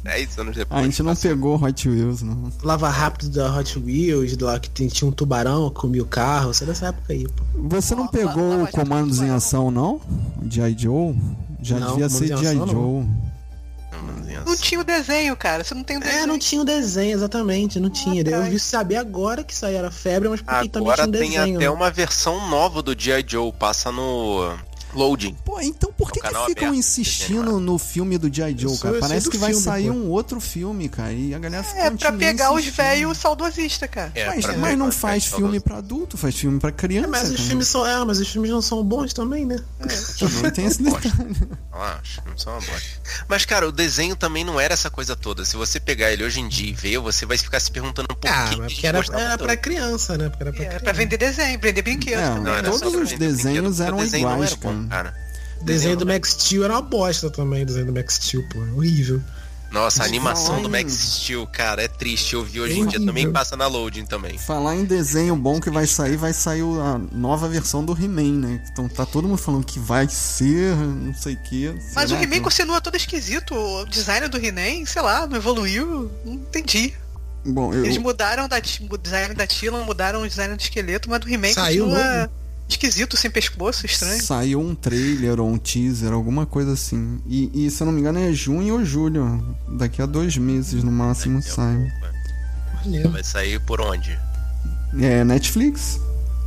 Speaker 2: 10 anos depois.
Speaker 1: A gente não pegou Hot Wheels, não.
Speaker 3: Lava rápido da Hot Wheels, lá que tem- tinha um tubarão que comia o carro, isso é dessa época aí, pô.
Speaker 1: Você não
Speaker 4: Ó, lá-
Speaker 1: pegou
Speaker 4: lá
Speaker 1: o
Speaker 4: vai
Speaker 1: Comandos em
Speaker 4: Tubarão.
Speaker 1: Ação, não? G.I. Joe? Já
Speaker 3: Não,
Speaker 1: devia ser
Speaker 3: Comandos em
Speaker 1: G.I.
Speaker 3: Ação, não.
Speaker 1: Joe.
Speaker 2: Comandos em
Speaker 4: Não
Speaker 2: ação.
Speaker 4: tinha o desenho, cara. Você não tem o desenho.
Speaker 3: É, não tinha o desenho, exatamente, não tinha. Eu
Speaker 4: cara.
Speaker 3: vi saber agora que isso aí era febre, mas porque também tinha
Speaker 2: Agora
Speaker 3: um
Speaker 2: tem
Speaker 3: desenho.
Speaker 2: até
Speaker 3: né?
Speaker 2: uma versão nova do G.I. Joe, passa no Loading.
Speaker 1: Pô, então por que,
Speaker 2: É um
Speaker 1: que
Speaker 2: canal
Speaker 1: ficam
Speaker 2: aberto,
Speaker 1: insistindo
Speaker 2: desenho
Speaker 1: no filme do G.I. Joe,
Speaker 3: sou-
Speaker 1: cara?
Speaker 3: eu sei
Speaker 1: Parece
Speaker 3: do
Speaker 1: que vai
Speaker 3: filme,
Speaker 1: sair
Speaker 3: pô.
Speaker 1: um outro filme, cara. E a galera fica
Speaker 4: É pra
Speaker 1: continua
Speaker 4: pegar os
Speaker 1: insistindo.
Speaker 4: velhos saudosistas, cara.
Speaker 2: É,
Speaker 1: Mas,
Speaker 2: pra
Speaker 1: mas
Speaker 2: ver
Speaker 1: não
Speaker 2: quanto é
Speaker 1: faz
Speaker 2: que
Speaker 1: filme pra adulto, faz filme pra criança.
Speaker 3: É, mas os
Speaker 1: cara.
Speaker 3: filmes são. É, mas os filmes não são bons também, né?
Speaker 1: Também tem esse detalhe.
Speaker 2: Eu acho, não são uma bosta. Mas, cara, o desenho também não era essa coisa toda. Se você pegar ele hoje em dia e ver, você vai ficar se perguntando por
Speaker 3: Ah,
Speaker 2: que
Speaker 3: mas
Speaker 2: eles
Speaker 3: porque era,
Speaker 2: gostavam
Speaker 3: era
Speaker 2: tanto.
Speaker 3: pra criança, né? Porque era pra,
Speaker 4: É,
Speaker 3: criança.
Speaker 4: pra vender desenho, vender brinquedo.
Speaker 1: É,
Speaker 4: também. né?
Speaker 2: Não, era
Speaker 1: Todos
Speaker 2: só pra
Speaker 1: os
Speaker 2: vender brinquedo,
Speaker 1: desenhos
Speaker 2: porque o
Speaker 1: eram
Speaker 2: desenho não
Speaker 1: iguais,
Speaker 2: era bom, cara.
Speaker 3: Desenho
Speaker 2: Desenho
Speaker 3: do Max Steel era uma bosta também, o desenho do Max Steel, pô. Horrível.
Speaker 2: Nossa, a
Speaker 1: Eles
Speaker 2: animação do
Speaker 1: falam
Speaker 2: Max
Speaker 1: em-
Speaker 2: Steel, cara, é triste. Eu vi hoje
Speaker 3: É
Speaker 2: em dia também
Speaker 3: horrível.
Speaker 2: passa na loading também.
Speaker 1: Falar em desenho bom que vai sair, vai sair a nova versão do He-Man, né? Então tá todo mundo falando que vai ser, não sei o quê.
Speaker 4: Mas
Speaker 1: Será
Speaker 4: o
Speaker 1: que-
Speaker 4: remake continua todo esquisito. O design do He-Man, sei lá, não evoluiu. Não entendi.
Speaker 1: Bom, eu,
Speaker 4: Eles mudaram da ti- o design da Tila, mudaram o design do esqueleto, mas do He-Man
Speaker 3: Saiu
Speaker 4: continua esquisito, sem pescoço, estranho.
Speaker 1: Saiu um trailer ou um teaser, alguma coisa assim. E, e, se eu não me engano é junho ou julho. Daqui a dois meses no
Speaker 5: É,
Speaker 1: máximo sai.
Speaker 3: Maneiro.
Speaker 2: Vai sair por onde?
Speaker 1: É Netflix.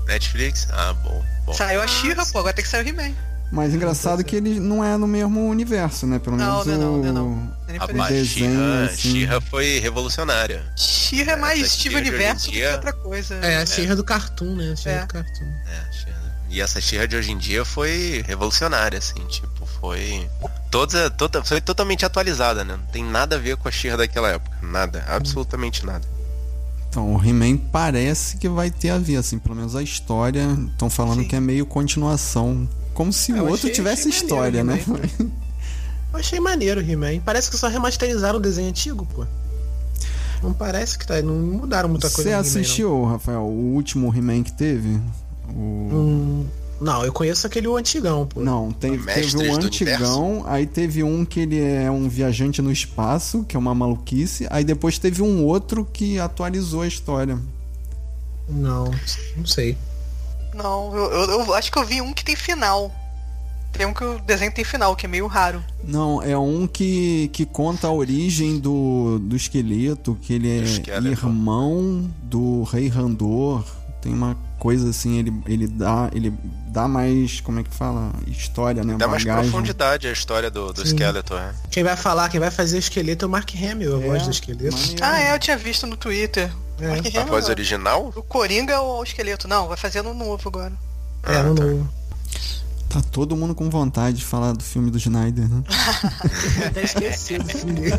Speaker 2: Netflix? Ah, bom. bom.
Speaker 4: Saiu a She-Ra, pô, agora tem que sair o He-Man.
Speaker 5: É,
Speaker 1: Mas engraçado que ele não é no mesmo universo, né? Pelo
Speaker 4: Não,
Speaker 1: menos
Speaker 4: não é não,
Speaker 1: o...
Speaker 4: não é não. Ele
Speaker 2: Ah,
Speaker 4: foi-
Speaker 1: ba-
Speaker 2: mas
Speaker 1: desenho,
Speaker 2: She-Ra-
Speaker 1: assim.
Speaker 2: She-Ra foi revolucionária.
Speaker 4: She-Ra é
Speaker 2: Essa
Speaker 4: mais Steven
Speaker 2: She-Ra de
Speaker 4: Universo
Speaker 2: hoje
Speaker 4: do
Speaker 2: em
Speaker 4: que
Speaker 2: dia-
Speaker 4: outra coisa.
Speaker 3: É, a Xirra do Cartoon, né? A Xirra
Speaker 4: É.
Speaker 3: do Cartoon.
Speaker 2: É, She-Ra. E essa Xirra de hoje em dia foi revolucionária, assim, tipo, foi. Toda, toda, foi totalmente atualizada, né? Não tem nada a ver com a Xirra daquela época. Nada, absolutamente nada.
Speaker 1: Então, o He-Man parece que vai ter a ver, assim, pelo menos a história. Estão falando
Speaker 4: Sim.
Speaker 1: que é meio continuação. Como se
Speaker 5: Eu
Speaker 1: o outro
Speaker 5: achei-
Speaker 1: tivesse
Speaker 5: achei
Speaker 1: história, né?
Speaker 5: maneiro o
Speaker 3: Eu achei maneiro o He-Man. Parece que só remasterizaram o desenho antigo, pô. Não parece que tá. Não mudaram muita coisa
Speaker 1: Você
Speaker 3: no He-Man, não.
Speaker 1: assistiu, Rafael, o último He-Man que teve? O...
Speaker 3: Hum, não, eu conheço aquele antigão, pô.
Speaker 1: Não, tem,
Speaker 2: Mestres
Speaker 1: teve o
Speaker 2: do
Speaker 1: antigão, aí teve um que ele é um viajante no espaço, que é uma maluquice, aí depois teve um outro que atualizou a história.
Speaker 3: Não, não sei.
Speaker 4: Não, eu, eu- eu acho que eu vi um que tem final. Tem um que o desenho tem final, que é meio raro.
Speaker 1: Não, é um que, que conta a origem do, do esqueleto, que ele é
Speaker 2: Do esqueleto.
Speaker 1: irmão do rei Randor. Tem uma coisa assim, ele, ele dá ele dá mais, como é que fala? História, né?
Speaker 2: Dá mais
Speaker 1: Bagagem.
Speaker 2: profundidade à história do, do
Speaker 3: Sim.
Speaker 2: Skeletor. né?
Speaker 3: Quem vai falar, quem vai fazer o esqueleto é o Mark Hamill, eu
Speaker 1: É,
Speaker 3: gosto do esqueleto.
Speaker 1: maneiro.
Speaker 4: Ah, é, eu tinha visto no Twitter.
Speaker 3: É,
Speaker 4: Porque
Speaker 2: A voz original?
Speaker 4: O Coringa ou o esqueleto? Não, vai fazer no novo agora.
Speaker 3: é no novo.
Speaker 1: Tá todo mundo com vontade de falar do filme do Schneider, né?
Speaker 3: Até esqueci do filme dele.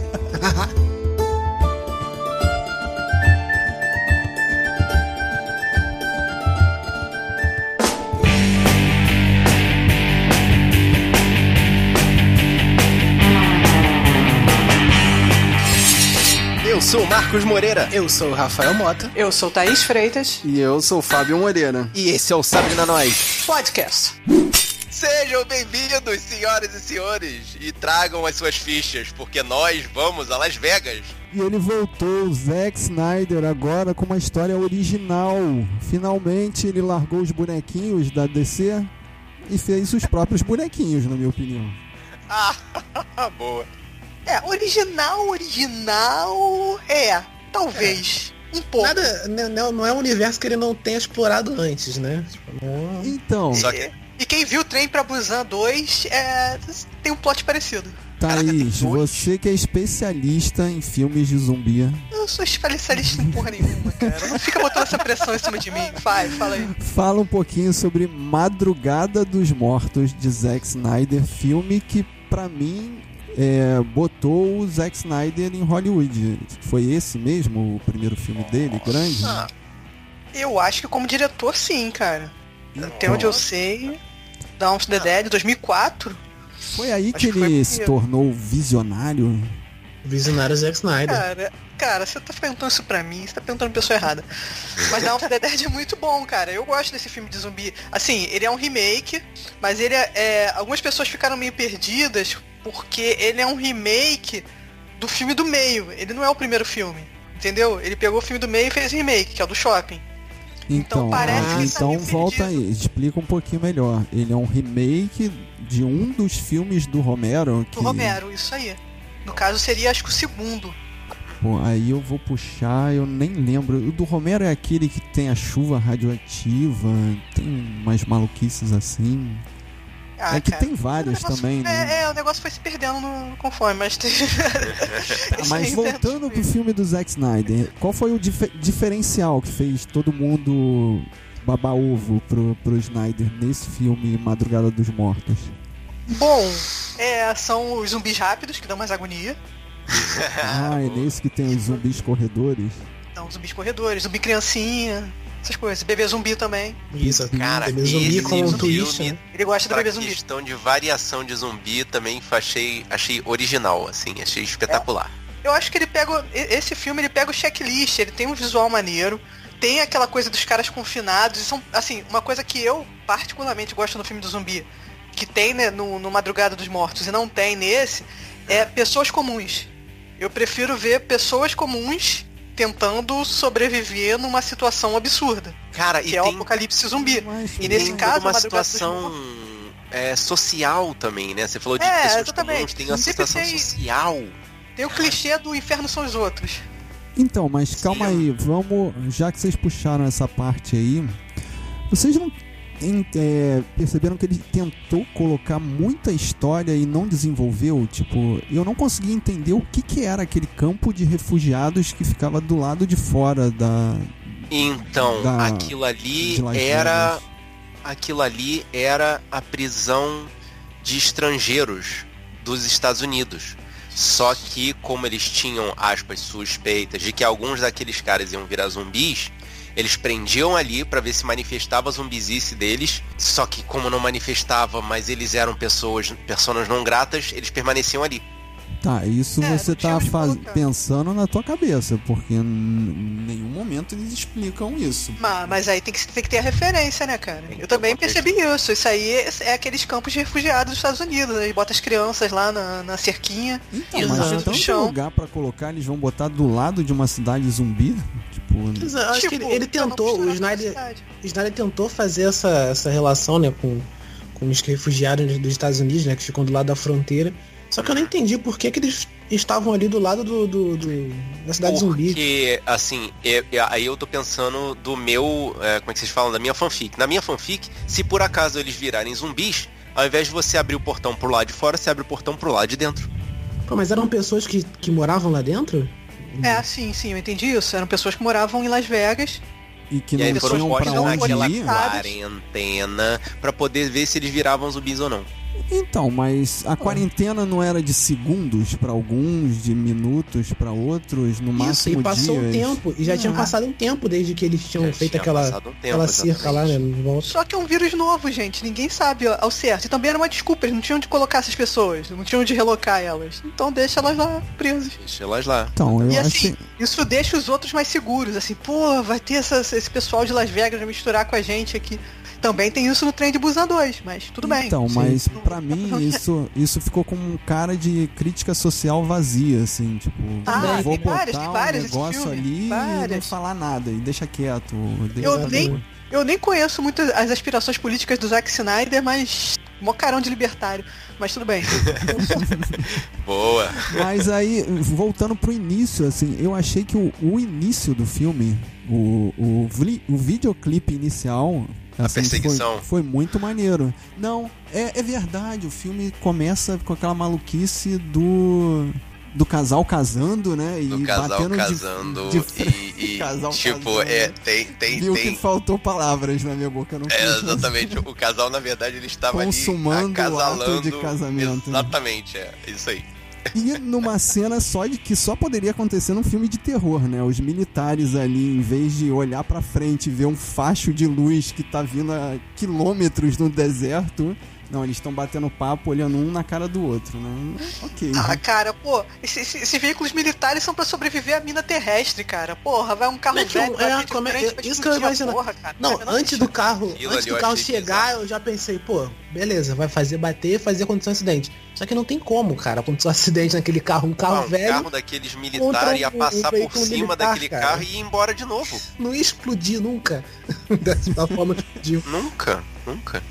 Speaker 2: Eu sou o Marcos Moreira.
Speaker 5: Eu sou o Rafael Mota
Speaker 4: Eu sou Thaís Freitas,
Speaker 1: E eu sou o Fábio Moreira.
Speaker 5: e esse é o Sabre na Nós.
Speaker 4: podcast.
Speaker 2: Sejam bem-vindos, senhoras e senhores, e tragam as suas fichas, porque nós vamos a Las Vegas.
Speaker 1: E ele voltou, o Zack Snyder, agora com uma história original. Finalmente ele largou os bonequinhos da DC e fez os próprios bonequinhos, na minha opinião.
Speaker 2: Ah,
Speaker 1: Hum,
Speaker 2: boa.
Speaker 4: É, original, original. É, talvez. Um pouco.
Speaker 3: Nada, né, não, não é um universo que ele não tenha explorado antes, né? Tipo, não-
Speaker 1: Então,
Speaker 2: Só que
Speaker 4: E quem viu o trem pra Busan 2 é, tem um plot parecido.
Speaker 1: Thaís, você que é especialista em filmes de zumbi,
Speaker 4: Eu sou especialista em porra nenhuma, cara. Não fica botando essa pressão em cima de mim. Vai, fala aí.
Speaker 1: fala um pouquinho sobre Madrugada dos Mortos de Zack Snyder, filme que pra mim é, botou o Zack Snyder em Hollywood. Foi esse mesmo o primeiro filme dele, grande?
Speaker 4: Eu acho que como diretor, sim, cara. Até onde eu sei, Down to the Dead, 2004.
Speaker 1: Foi aí que
Speaker 4: Acho que foi
Speaker 1: ele
Speaker 4: primeiro.
Speaker 1: se tornou visionário.
Speaker 3: Visionário Zack Snyder.
Speaker 4: Cara, cara, você tá perguntando isso pra mim, você tá perguntando pra pessoa errada. Mas Down to the Dead é muito bom, cara. Eu gosto desse filme de zumbi. Assim, ele é um remake, mas ele é. é, algumas pessoas ficaram meio perdidas porque ele é um remake do filme do meio. Ele não é o primeiro filme. Entendeu? Ele pegou o filme do meio e fez remake, que é o do shopping.
Speaker 1: Então,
Speaker 4: Então parece
Speaker 1: ah,
Speaker 3: que ele
Speaker 4: tá
Speaker 1: então
Speaker 4: meio
Speaker 1: volta aí, explica um pouquinho melhor. Ele é um remake de um dos filmes do Romero. Que,
Speaker 4: Do Romero, isso aí. No caso seria acho que o segundo.
Speaker 1: Pô, aí eu vou puxar, eu nem lembro. O do Romero é aquele que tem a chuva radioativa, tem umas maluquices assim.
Speaker 4: Ah,
Speaker 1: é que
Speaker 4: cara.
Speaker 1: tem
Speaker 4: O
Speaker 1: várias
Speaker 4: negócio-
Speaker 1: também, né?
Speaker 4: é, é, o negócio foi se perdendo no, conforme, mas tem.
Speaker 1: Tá,
Speaker 4: é
Speaker 1: mas voltando pro filme do Zack Snyder, qual foi o dife- diferencial que fez todo mundo babar ovo pro, pro Snyder nesse filme Madrugada dos Mortos?
Speaker 4: Bom, é, são os zumbis rápidos que dão mais agonia.
Speaker 1: Ah, é nesse que tem os zumbis corredores?
Speaker 4: Então, zumbis corredores, zumbi criancinha, essas coisas. Bebê zumbi também.
Speaker 3: Isso,
Speaker 2: Cara,
Speaker 3: tem zumbi
Speaker 2: esse
Speaker 3: como um
Speaker 2: filme-
Speaker 3: twist, né?
Speaker 4: Ele gosta do
Speaker 2: pra
Speaker 4: bebê zumbi.
Speaker 2: questão de variação de zumbi também achei, achei original, assim, achei espetacular.
Speaker 4: Eu acho que ele pega. e- Esse filme ele pega o checklist, ele tem um visual maneiro, tem aquela coisa dos caras confinados. e são, assim, uma coisa que eu particularmente gosto no filme do zumbi, que tem né, no, no Madrugada dos Mortos e não tem nesse, é pessoas comuns. Eu prefiro ver pessoas comuns tentando sobreviver numa situação absurda,
Speaker 2: Cara,
Speaker 4: que é o apocalipse zumbi.
Speaker 1: Mas,
Speaker 4: E nesse
Speaker 2: tem
Speaker 4: caso,
Speaker 2: uma
Speaker 4: a madrugada dos
Speaker 2: situação é, social também, né? Você falou de
Speaker 4: É,
Speaker 2: pessoas
Speaker 4: exatamente.
Speaker 2: comuns, tem uma
Speaker 4: Sempre
Speaker 2: situação
Speaker 4: tem-
Speaker 2: social.
Speaker 4: Tem o clichê do inferno são os outros.
Speaker 1: Então, mas calma aí, vamos. Já que vocês puxaram essa parte aí, vocês não em- é, perceberam que ele tentou colocar muita história e não desenvolveu? Tipo, eu não consegui entender o que, que era aquele campo de refugiados que ficava do lado de fora da.
Speaker 2: Então,
Speaker 1: Da-
Speaker 2: aquilo ali
Speaker 1: de Las
Speaker 2: era.
Speaker 1: Vegas.
Speaker 2: Aquilo ali era a prisão de estrangeiros dos Estados Unidos. Só que, como eles tinham, aspas, suspeitas de que alguns daqueles caras iam virar zumbis, eles prendiam ali pra ver se manifestava a zumbizice deles. Só que, como não manifestava, mas eles eram pessoas, personas não gratas, eles permaneciam ali.
Speaker 1: Tá, isso
Speaker 4: É,
Speaker 1: você
Speaker 4: não tinha
Speaker 1: tá
Speaker 4: onde
Speaker 1: faz-
Speaker 4: colocar.
Speaker 1: pensando na tua cabeça, porque em nenhum momento eles explicam isso.
Speaker 4: Ma- Mas aí tem que, tem que ter a referência, né, cara? Eu também percebi isso. Isso aí é, é aqueles campos de refugiados dos Estados Unidos. né? Eles botam as crianças lá na, na cerquinha.
Speaker 1: Então,
Speaker 4: Exato.
Speaker 1: mas tanto
Speaker 4: Chão.
Speaker 1: lugar pra colocar, eles vão botar do lado de uma cidade zumbi? Tipo,
Speaker 3: Exato, acho que ele, ele tentou, o Snyder, o Snyder tentou fazer essa, essa relação, né, com, com os refugiados dos Estados Unidos, né, que ficam do lado da fronteira. Só que eu não entendi por que, que eles estavam ali do lado do, do- do- da cidade zumbi.
Speaker 2: Porque, assim, é- é- aí eu tô pensando do meu. é, como é que vocês falam? Da minha fanfic. Na minha fanfic, se por acaso eles virarem zumbis, ao invés de você abrir o portão pro lado de fora, você abre o portão pro lado de dentro.
Speaker 3: Pô, mas eram pessoas que, que moravam lá dentro?
Speaker 4: É, sim, sim, eu entendi isso. Eram pessoas que moravam em Las Vegas.
Speaker 1: e que
Speaker 2: E
Speaker 1: não
Speaker 2: aí eles foram
Speaker 1: tinham
Speaker 2: postos
Speaker 1: pra onde
Speaker 2: naquela
Speaker 1: ir.
Speaker 2: quarentena pra poder ver se eles viravam zumbis ou não.
Speaker 1: Então, mas a quarentena não era de segundos pra alguns, de minutos pra outros, no
Speaker 3: Isso,
Speaker 1: máximo
Speaker 3: e passou
Speaker 1: dias.
Speaker 3: um tempo, e já tinha
Speaker 4: Ah.
Speaker 3: passado um tempo desde que eles tinham
Speaker 2: Já
Speaker 3: feito
Speaker 2: tinha
Speaker 3: aquela,
Speaker 2: passado um tempo,
Speaker 3: aquela cerca lá, né,
Speaker 2: exatamente.
Speaker 3: em volta.
Speaker 4: Só que é um vírus novo, gente. Ninguém sabe ó, ao certo. E também era uma desculpa. Eles não tinham onde colocar essas pessoas. Não tinham onde relocar elas. Então deixa elas lá presas.
Speaker 1: né?
Speaker 2: Deixa elas lá.
Speaker 1: Então, eu
Speaker 4: E
Speaker 1: acho
Speaker 4: assim,
Speaker 1: que
Speaker 4: isso deixa os outros mais seguros, assim, pô, vai ter essa- esse pessoal de Las Vegas misturar com a gente aqui. Também tem isso no trem de Busan 2, mas tudo bem.
Speaker 1: Então,
Speaker 3: sim.
Speaker 1: mas pra mim isso, isso ficou com um cara de crítica social vazia, assim, tipo,
Speaker 4: Ah,
Speaker 1: eu vou
Speaker 4: tem várias, tem
Speaker 1: botar
Speaker 4: várias
Speaker 1: um
Speaker 4: esse
Speaker 1: negócio
Speaker 4: filme,
Speaker 1: ali e não
Speaker 4: várias.
Speaker 1: falar nada, e deixa quieto. deixa-
Speaker 4: Eu nem, eu nem conheço muito as aspirações políticas do Zack Snyder, mas mocarão de libertário. Mas tudo bem.
Speaker 2: Boa.
Speaker 1: Mas aí, voltando pro início, assim, eu achei que o, o início do filme, o, o, vli- o videoclipe inicial. assim,
Speaker 2: perseguição.
Speaker 1: Foi, foi muito maneiro. Não, é, é verdade, o filme começa com aquela maluquice do. Do casal casando, né? E
Speaker 2: Do casal
Speaker 1: batendo de-
Speaker 2: casando
Speaker 1: de frente.
Speaker 2: e. e,
Speaker 1: Casal
Speaker 2: tipo,
Speaker 1: casando. né?
Speaker 2: é. Tem, tem,
Speaker 1: Viu
Speaker 2: tem.
Speaker 1: que faltou palavras na minha boca, eu não
Speaker 2: É,
Speaker 1: quis-
Speaker 2: exatamente. O casal, na verdade, ele estava
Speaker 1: Consumando
Speaker 2: ali
Speaker 1: o ato
Speaker 2: acasalando.
Speaker 1: de casamento, né?
Speaker 2: Exatamente, é. Isso aí.
Speaker 1: E numa cena só de que só poderia acontecer num filme de terror, né? Os militares ali, em vez de olhar pra frente e ver um facho de luz que tá vindo a quilômetros no deserto, não, eles estão batendo papo, olhando um na cara do outro, né? Ok.
Speaker 4: Ah, cara, pô, esse- esse- esses, veículos militares são pra sobreviver à mina terrestre, cara. Porra, vai um carro
Speaker 3: Como é que
Speaker 4: velho,
Speaker 3: eu-
Speaker 4: vai
Speaker 3: é,
Speaker 4: vir de
Speaker 3: como é-
Speaker 4: frente
Speaker 3: é-
Speaker 4: pra
Speaker 3: isso que eu
Speaker 4: explodir a
Speaker 3: imagino.
Speaker 4: porra, cara. Não
Speaker 3: Não,
Speaker 4: tem a menor
Speaker 3: antes do carro,
Speaker 2: Aquilo
Speaker 3: antes
Speaker 2: ali
Speaker 3: do
Speaker 2: eu
Speaker 3: carro
Speaker 2: achei
Speaker 3: chegar, eu já pensei, pô, beleza, vai fazer bater, fazer acontecer um acidente. Só que não tem como, cara, acontecer um acidente naquele carro, um carro
Speaker 2: Ah, um
Speaker 3: velho
Speaker 2: carro daqueles
Speaker 3: contra um-
Speaker 2: militares ia
Speaker 3: um
Speaker 2: passar por
Speaker 3: veículo
Speaker 2: cima
Speaker 3: militar,
Speaker 2: daquele
Speaker 3: cara.
Speaker 2: carro e ir embora de novo.
Speaker 3: não ia explodir nunca. da forma um- que explodiu.
Speaker 2: Nunca, nunca.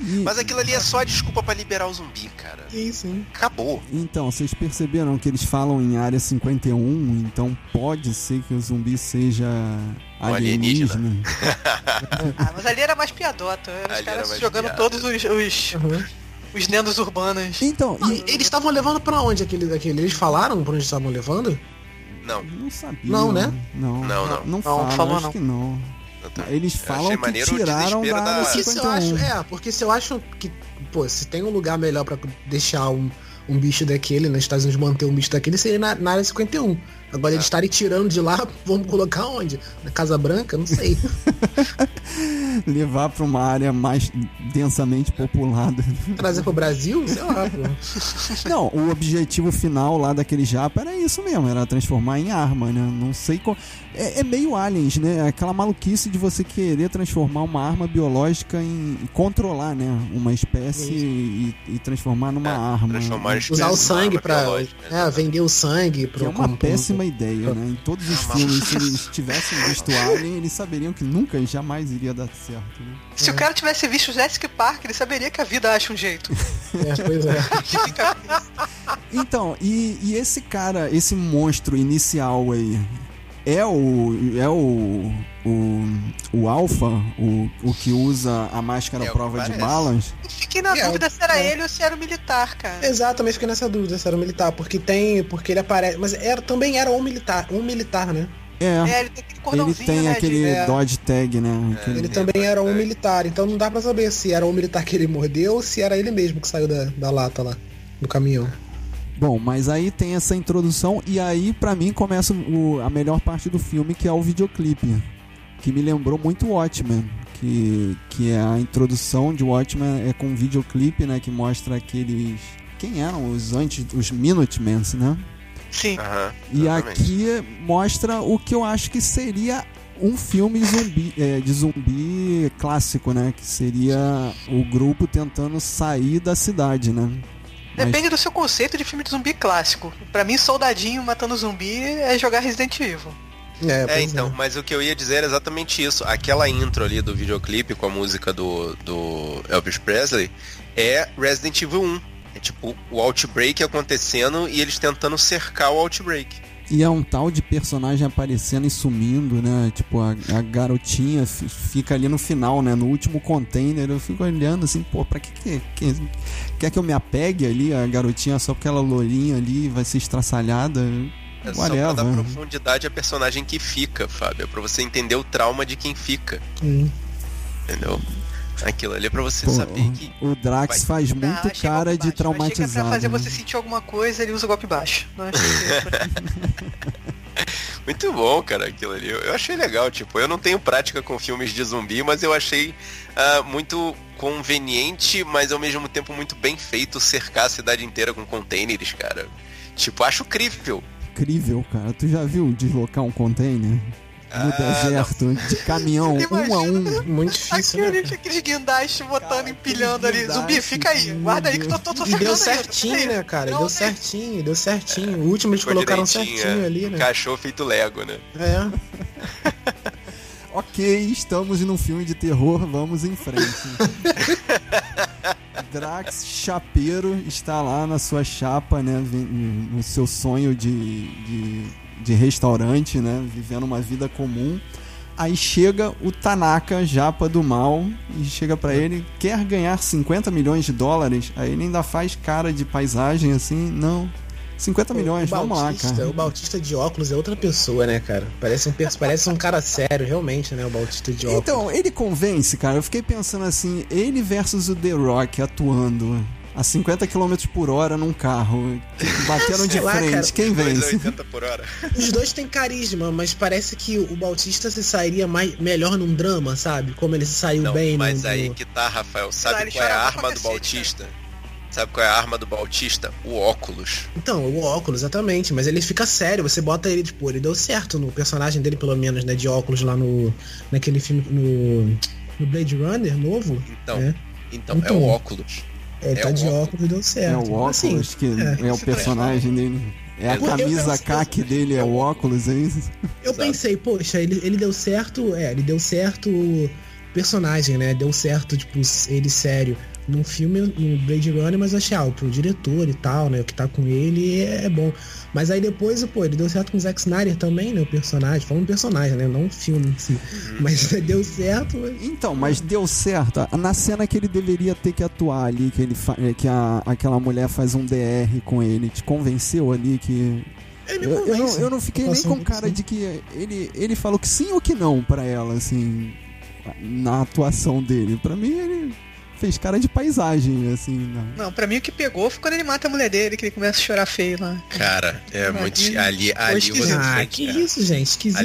Speaker 1: E-
Speaker 2: Mas aquilo ali é só a desculpa pra liberar o zumbi, cara.
Speaker 3: Sim, sim.
Speaker 2: Acabou.
Speaker 1: Então, vocês perceberam que eles falam em área 51, então pode ser que o zumbi seja
Speaker 2: alienígena.
Speaker 1: alienígena.
Speaker 4: Ah, mas ali era mais piadota. Era os
Speaker 2: Ali era
Speaker 4: caras
Speaker 2: mais
Speaker 4: jogando
Speaker 2: piada.
Speaker 4: todos os, os,
Speaker 3: Uhum.
Speaker 4: os lendas urbanas.
Speaker 1: Então,
Speaker 3: E
Speaker 1: e-
Speaker 3: eles estavam levando pra onde aquele, aquele? Eles falaram pra onde estavam levando?
Speaker 2: Não,
Speaker 1: não sabia.
Speaker 3: Não, né?
Speaker 1: Não,
Speaker 2: Não, não.
Speaker 1: Não,
Speaker 4: Não,
Speaker 1: fala,
Speaker 4: falou
Speaker 1: acho
Speaker 4: não.
Speaker 1: que não.
Speaker 2: Exatamente.
Speaker 1: Eles
Speaker 2: achei
Speaker 1: falam que
Speaker 2: maneiro o
Speaker 1: tiraram da
Speaker 2: desespero da-
Speaker 1: área
Speaker 2: Ah,
Speaker 3: Porque se eu
Speaker 1: 51.
Speaker 3: acho, é, porque se eu acho que, pô, se tem um lugar melhor pra deixar um, um bicho daquele, nos Estados Unidos manter um bicho daquele, seria na, na área 51. Agora eles estarem tirando de lá, vamos colocar onde? Na Casa Branca? Não sei.
Speaker 1: levar pra uma área mais densamente populada.
Speaker 3: Trazer pro Brasil? Sei lá, pô.
Speaker 1: Não, o objetivo final lá daquele japa era isso mesmo, era transformar em arma, né? Não sei qual. É, é meio aliens, né? Aquela maluquice de você querer transformar uma arma biológica em. controlar, né? Uma espécie e, e transformar numa
Speaker 2: É,
Speaker 1: arma.
Speaker 2: transformar as
Speaker 3: Usar o
Speaker 2: espécies numa
Speaker 3: sangue
Speaker 2: arma
Speaker 3: pra.
Speaker 2: biológica,
Speaker 3: É, vender o sangue pro.
Speaker 1: é né? Que é uma
Speaker 3: como-
Speaker 1: péssima ideia, né? Em todos os
Speaker 2: É uma-
Speaker 1: filmes, se eles tivessem visto Alien, eles saberiam que nunca, jamais iria dar certo. Né?
Speaker 4: Se o cara tivesse visto Jessica Park, ele saberia que a vida acha um jeito.
Speaker 3: É, pois é.
Speaker 1: Então, e, e esse cara, esse monstro inicial aí, é o. é o. o, o Alpha, o, o que usa a máscara
Speaker 2: É o que
Speaker 1: prova de
Speaker 2: parece.
Speaker 1: balas?
Speaker 4: Eu Fiquei na
Speaker 3: É,
Speaker 4: dúvida se era
Speaker 3: é.
Speaker 4: ele ou se era o militar,
Speaker 1: É.
Speaker 4: cara.
Speaker 3: Exato, também fiquei nessa dúvida se era um militar, porque tem. Porque ele aparece. Mas era, também era um militar, um militar, né?
Speaker 1: É.
Speaker 4: É, ele tem aquele
Speaker 1: Ele
Speaker 4: cordãozinho,
Speaker 1: tem
Speaker 4: né?
Speaker 1: aquele
Speaker 4: de-
Speaker 3: É.
Speaker 1: Dodge Tag, né? Aquele-
Speaker 3: Ele
Speaker 2: É,
Speaker 3: também era um
Speaker 2: verdade.
Speaker 3: militar, então não dá pra um saber se era o militar que ele mordeu ou se era ele mesmo que saiu da, da lata lá, do caminhão.
Speaker 1: Bom, mas aí tem essa introdução e aí pra mim começa o- a melhor parte do filme, que é o videoclipe, que me lembrou muito Watchmen, que que é a introdução de Watchmen é com um videoclipe, né, que mostra aqueles quem eram os antes os Minutemen, né?
Speaker 4: Sim.
Speaker 2: Aham,
Speaker 1: E
Speaker 2: exatamente.
Speaker 1: aqui mostra o que eu acho que seria um filme zumbi, é, de zumbi clássico, né? Que seria o grupo tentando sair da cidade, né? Mas-
Speaker 4: Depende do seu conceito de filme de zumbi clássico. Pra mim, soldadinho matando zumbi é jogar Resident Evil.
Speaker 2: É,
Speaker 3: pois
Speaker 2: então, mas o que eu ia dizer era exatamente isso. Aquela intro ali do videoclipe com a música do, do Elvis Presley é Resident Evil 1. É tipo o Outbreak acontecendo e eles tentando cercar o Outbreak.
Speaker 1: E é um tal de personagem aparecendo e sumindo, né? Tipo, a, a garotinha fi- fica ali no final, né? No último container. Eu fico olhando assim, pô, pra que, que, que- Quer que eu me apegue ali, a garotinha, só porque ela é lourinha ali vai ser estraçalhada?
Speaker 2: É só pra dar
Speaker 1: Whatever.
Speaker 2: profundidade à personagem que fica, Fábio. É pra você entender o trauma de quem fica,
Speaker 3: Hum.
Speaker 2: entendeu? Aquilo ali é pra você
Speaker 1: Pô,
Speaker 2: saber que.
Speaker 1: O Drax faz muito
Speaker 4: Ah, chega
Speaker 1: cara
Speaker 4: golpe
Speaker 1: de
Speaker 4: baixo, mas chega
Speaker 1: traumatizado.
Speaker 4: Pra fazer
Speaker 1: né?
Speaker 4: você sentir alguma coisa, ele usa o golpe baixo. Não é possível.
Speaker 2: Muito bom, cara, aquilo ali. Eu eu achei legal, tipo, eu não tenho prática com filmes de zumbi, mas eu achei ah, muito conveniente, mas ao mesmo tempo muito bem feito cercar a cidade inteira com containers, cara. Tipo, acho crível.
Speaker 1: Incrível, cara. Tu já viu deslocar um container? No
Speaker 2: Ah,
Speaker 1: deserto, de caminhão,
Speaker 4: Você
Speaker 1: um a um.
Speaker 3: Muito difícil, né?
Speaker 4: Aquele, aqueles guindastes botando,
Speaker 1: Cara,
Speaker 4: empilhando
Speaker 1: aqueles
Speaker 4: ali. Zumbi,
Speaker 1: guindastes,
Speaker 4: fica aí.
Speaker 1: meu
Speaker 4: Guarda aí que eu
Speaker 1: Deus.
Speaker 4: tô, tô, tô
Speaker 3: E deu
Speaker 4: cercando ainda, tô
Speaker 3: certinho,
Speaker 4: cercando.
Speaker 3: né, cara?
Speaker 4: Não,
Speaker 3: Deu
Speaker 4: tem-
Speaker 3: certinho, deu certinho. O último eles
Speaker 2: Foi
Speaker 3: colocaram
Speaker 2: direitinho,
Speaker 3: certinho
Speaker 2: é.
Speaker 3: ali, né?
Speaker 2: Cachorro feito Lego, né?
Speaker 3: É.
Speaker 1: Ok, estamos num filme de terror, vamos em frente. Drax Chapeiro está lá na sua chapa, né? vi- No seu sonho de, de, de restaurante, né? Vivendo uma vida comum. Aí chega o Tanaka, japa do mal, e chega pra ele, quer ganhar 50 milhões de dólares? Aí ele ainda faz cara de paisagem assim, não. 50 milhões,
Speaker 3: o
Speaker 1: vamos lá,
Speaker 3: Bautista,
Speaker 1: cara.
Speaker 3: O Bautista de óculos é outra pessoa, né, cara? Parece um, pers- parece um cara sério, realmente, né? O Bautista de óculos.
Speaker 1: Então, ele convence, cara. Eu fiquei pensando assim, ele versus o The Rock atuando a 50 km por hora num carro, que bateram de
Speaker 3: Sei lá,
Speaker 1: frente,
Speaker 3: cara.
Speaker 1: quem vence?
Speaker 2: 280 por hora.
Speaker 3: Os dois têm carisma, mas parece que o Bautista se sairia mais, melhor num drama, sabe? Como ele se saiu
Speaker 2: Não,
Speaker 3: bem né,
Speaker 2: mas
Speaker 3: no,
Speaker 2: aí
Speaker 3: no-
Speaker 2: que tá, Rafael. Sabe
Speaker 4: Ah, ele
Speaker 2: qual é a
Speaker 4: chorava pra
Speaker 2: arma do
Speaker 4: cacete,
Speaker 2: Bautista? Sabe qual é a arma do Bautista? O óculos.
Speaker 3: Então, o óculos, exatamente. Mas ele fica sério, você bota ele, tipo, ele deu certo no personagem dele, pelo menos, né? De óculos lá no. Naquele filme. No, no Blade Runner novo.
Speaker 2: Então,
Speaker 3: né?
Speaker 2: então, é
Speaker 3: Então.
Speaker 2: o óculos.
Speaker 3: Ele
Speaker 2: É
Speaker 3: tá
Speaker 2: o
Speaker 3: de
Speaker 2: óculos.
Speaker 3: óculos e deu certo.
Speaker 1: É o óculos
Speaker 3: Assim,
Speaker 1: que é, o
Speaker 4: se
Speaker 1: personagem dele. É a
Speaker 2: Eu- eu
Speaker 1: camisa
Speaker 3: penso- assim.
Speaker 1: caque dele, é o óculos, é isso?
Speaker 3: Eu
Speaker 2: Exato.
Speaker 3: pensei, poxa, ele, ele deu certo, é, ele deu certo o personagem, né? Deu certo, tipo, ele sério num filme, no Blade Runner, mas eu achei, ah, pro diretor e tal, né? O que tá com ele é bom. Mas aí depois, pô, ele deu certo com o Zack Snyder também, né? O personagem, falando personagem, né? Não o filme em si.
Speaker 2: Uhum.
Speaker 3: Mas deu certo.
Speaker 1: Então, mas deu certo. Na cena que ele deveria ter que atuar ali, que, ele fa- é, que a- aquela mulher faz um DR com ele, te convenceu ali que
Speaker 3: Ele me
Speaker 1: Eu, eu, não,
Speaker 3: convence.
Speaker 1: eu não fiquei nem
Speaker 3: Passou
Speaker 1: com
Speaker 3: muito
Speaker 1: cara
Speaker 3: sim.
Speaker 1: de que ele, ele falou que sim ou que não pra ela, assim, na atuação dele. Pra mim, ele fez cara de paisagem, assim. né?
Speaker 4: Não, pra mim o que pegou foi quando ele mata a mulher dele, que ele começa a chorar feio lá.
Speaker 2: Cara, é muito.
Speaker 4: Imagina.
Speaker 2: Ali, ali você.
Speaker 4: esquisito.
Speaker 3: Ah,
Speaker 2: sente, é.
Speaker 3: que
Speaker 2: cara.
Speaker 3: isso, gente?
Speaker 2: Ali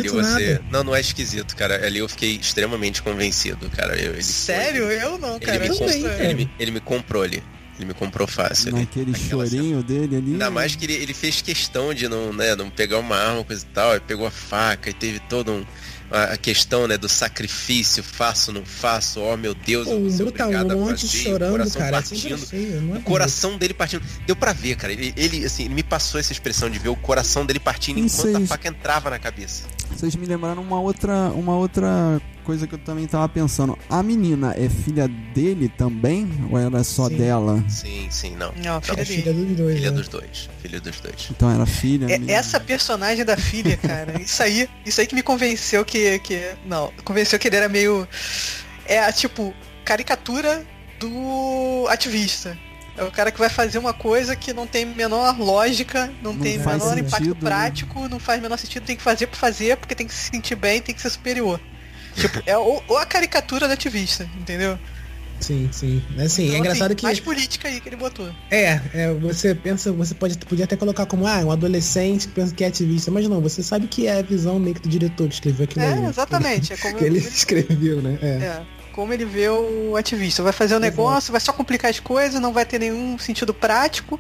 Speaker 3: Esquisito
Speaker 2: você.
Speaker 3: nada.
Speaker 2: Não, não é esquisito, cara. Ali eu fiquei extremamente convencido, cara. Eu- ele foi-
Speaker 4: Sério? Eu não,
Speaker 2: Ele,
Speaker 4: cara.
Speaker 2: me
Speaker 4: Eu
Speaker 2: comprou,
Speaker 3: também,
Speaker 4: sei.
Speaker 3: cara.
Speaker 2: ele, me, ele me comprou ali. Ele me comprou fácil. ali.
Speaker 1: Naquele
Speaker 2: Aquela cena.
Speaker 1: chorinho dele ali.
Speaker 2: Ainda mais que ele, ele fez questão de não, né, não pegar uma arma, coisa e tal. Ele pegou a faca e teve todo um. A a questão, né, do sacrifício, faço, não faço, oh meu Deus,
Speaker 3: Pô,
Speaker 2: eu vou
Speaker 3: um
Speaker 2: ser
Speaker 3: brutal,
Speaker 2: obrigado
Speaker 3: um
Speaker 2: a
Speaker 3: monte
Speaker 2: fazer, o
Speaker 3: chorando,
Speaker 2: coração
Speaker 3: cara. É sempre
Speaker 2: partindo.
Speaker 3: feio, não é
Speaker 2: O coração dele partindo. Deu pra ver, cara. Ele, ele, assim, ele me passou essa expressão de ver o coração dele partindo
Speaker 1: Isso
Speaker 2: enquanto
Speaker 1: aí.
Speaker 2: a faca entrava na cabeça.
Speaker 1: Vocês me lembraram uma outra, uma outra coisa que eu também tava pensando. A menina é filha dele também? Ou era só
Speaker 3: Sim.
Speaker 1: dela?
Speaker 2: Sim, sim, não.
Speaker 4: Não, a filha
Speaker 3: É
Speaker 4: dele.
Speaker 3: filha dos dois,
Speaker 2: Filha
Speaker 3: né?
Speaker 2: dos dois. Filha dos dois.
Speaker 1: Então era filha.
Speaker 4: É,
Speaker 1: menina.
Speaker 4: essa personagem da filha, cara, isso aí, isso aí que me convenceu que, que não, convenceu que ele era meio é a tipo caricatura do ativista. É o cara que vai fazer uma coisa que não tem menor lógica, não,
Speaker 1: Não
Speaker 4: tem
Speaker 1: faz
Speaker 4: menor impacto
Speaker 1: sentido, né?
Speaker 4: prático, não faz menor sentido, tem que fazer por fazer, porque tem que se sentir bem, tem que ser superior. Tipo, é ou, ou a caricatura do ativista, entendeu?
Speaker 3: Sim, sim. Assim, é
Speaker 4: Então,
Speaker 3: engraçado
Speaker 4: assim,
Speaker 3: que.
Speaker 4: Mais política aí que ele botou.
Speaker 3: É, é, você pensa, você pode, podia até colocar como, ah, um adolescente que pensa que é ativista, mas não, você sabe que é a visão meio que do diretor que escreveu aquilo ali.
Speaker 4: É, exatamente. É como
Speaker 3: Que ele
Speaker 4: ele-
Speaker 3: escreveu, né? É.
Speaker 4: É, como ele vê o ativista. Vai fazer o negócio, vai só complicar as coisas, não vai ter nenhum sentido prático,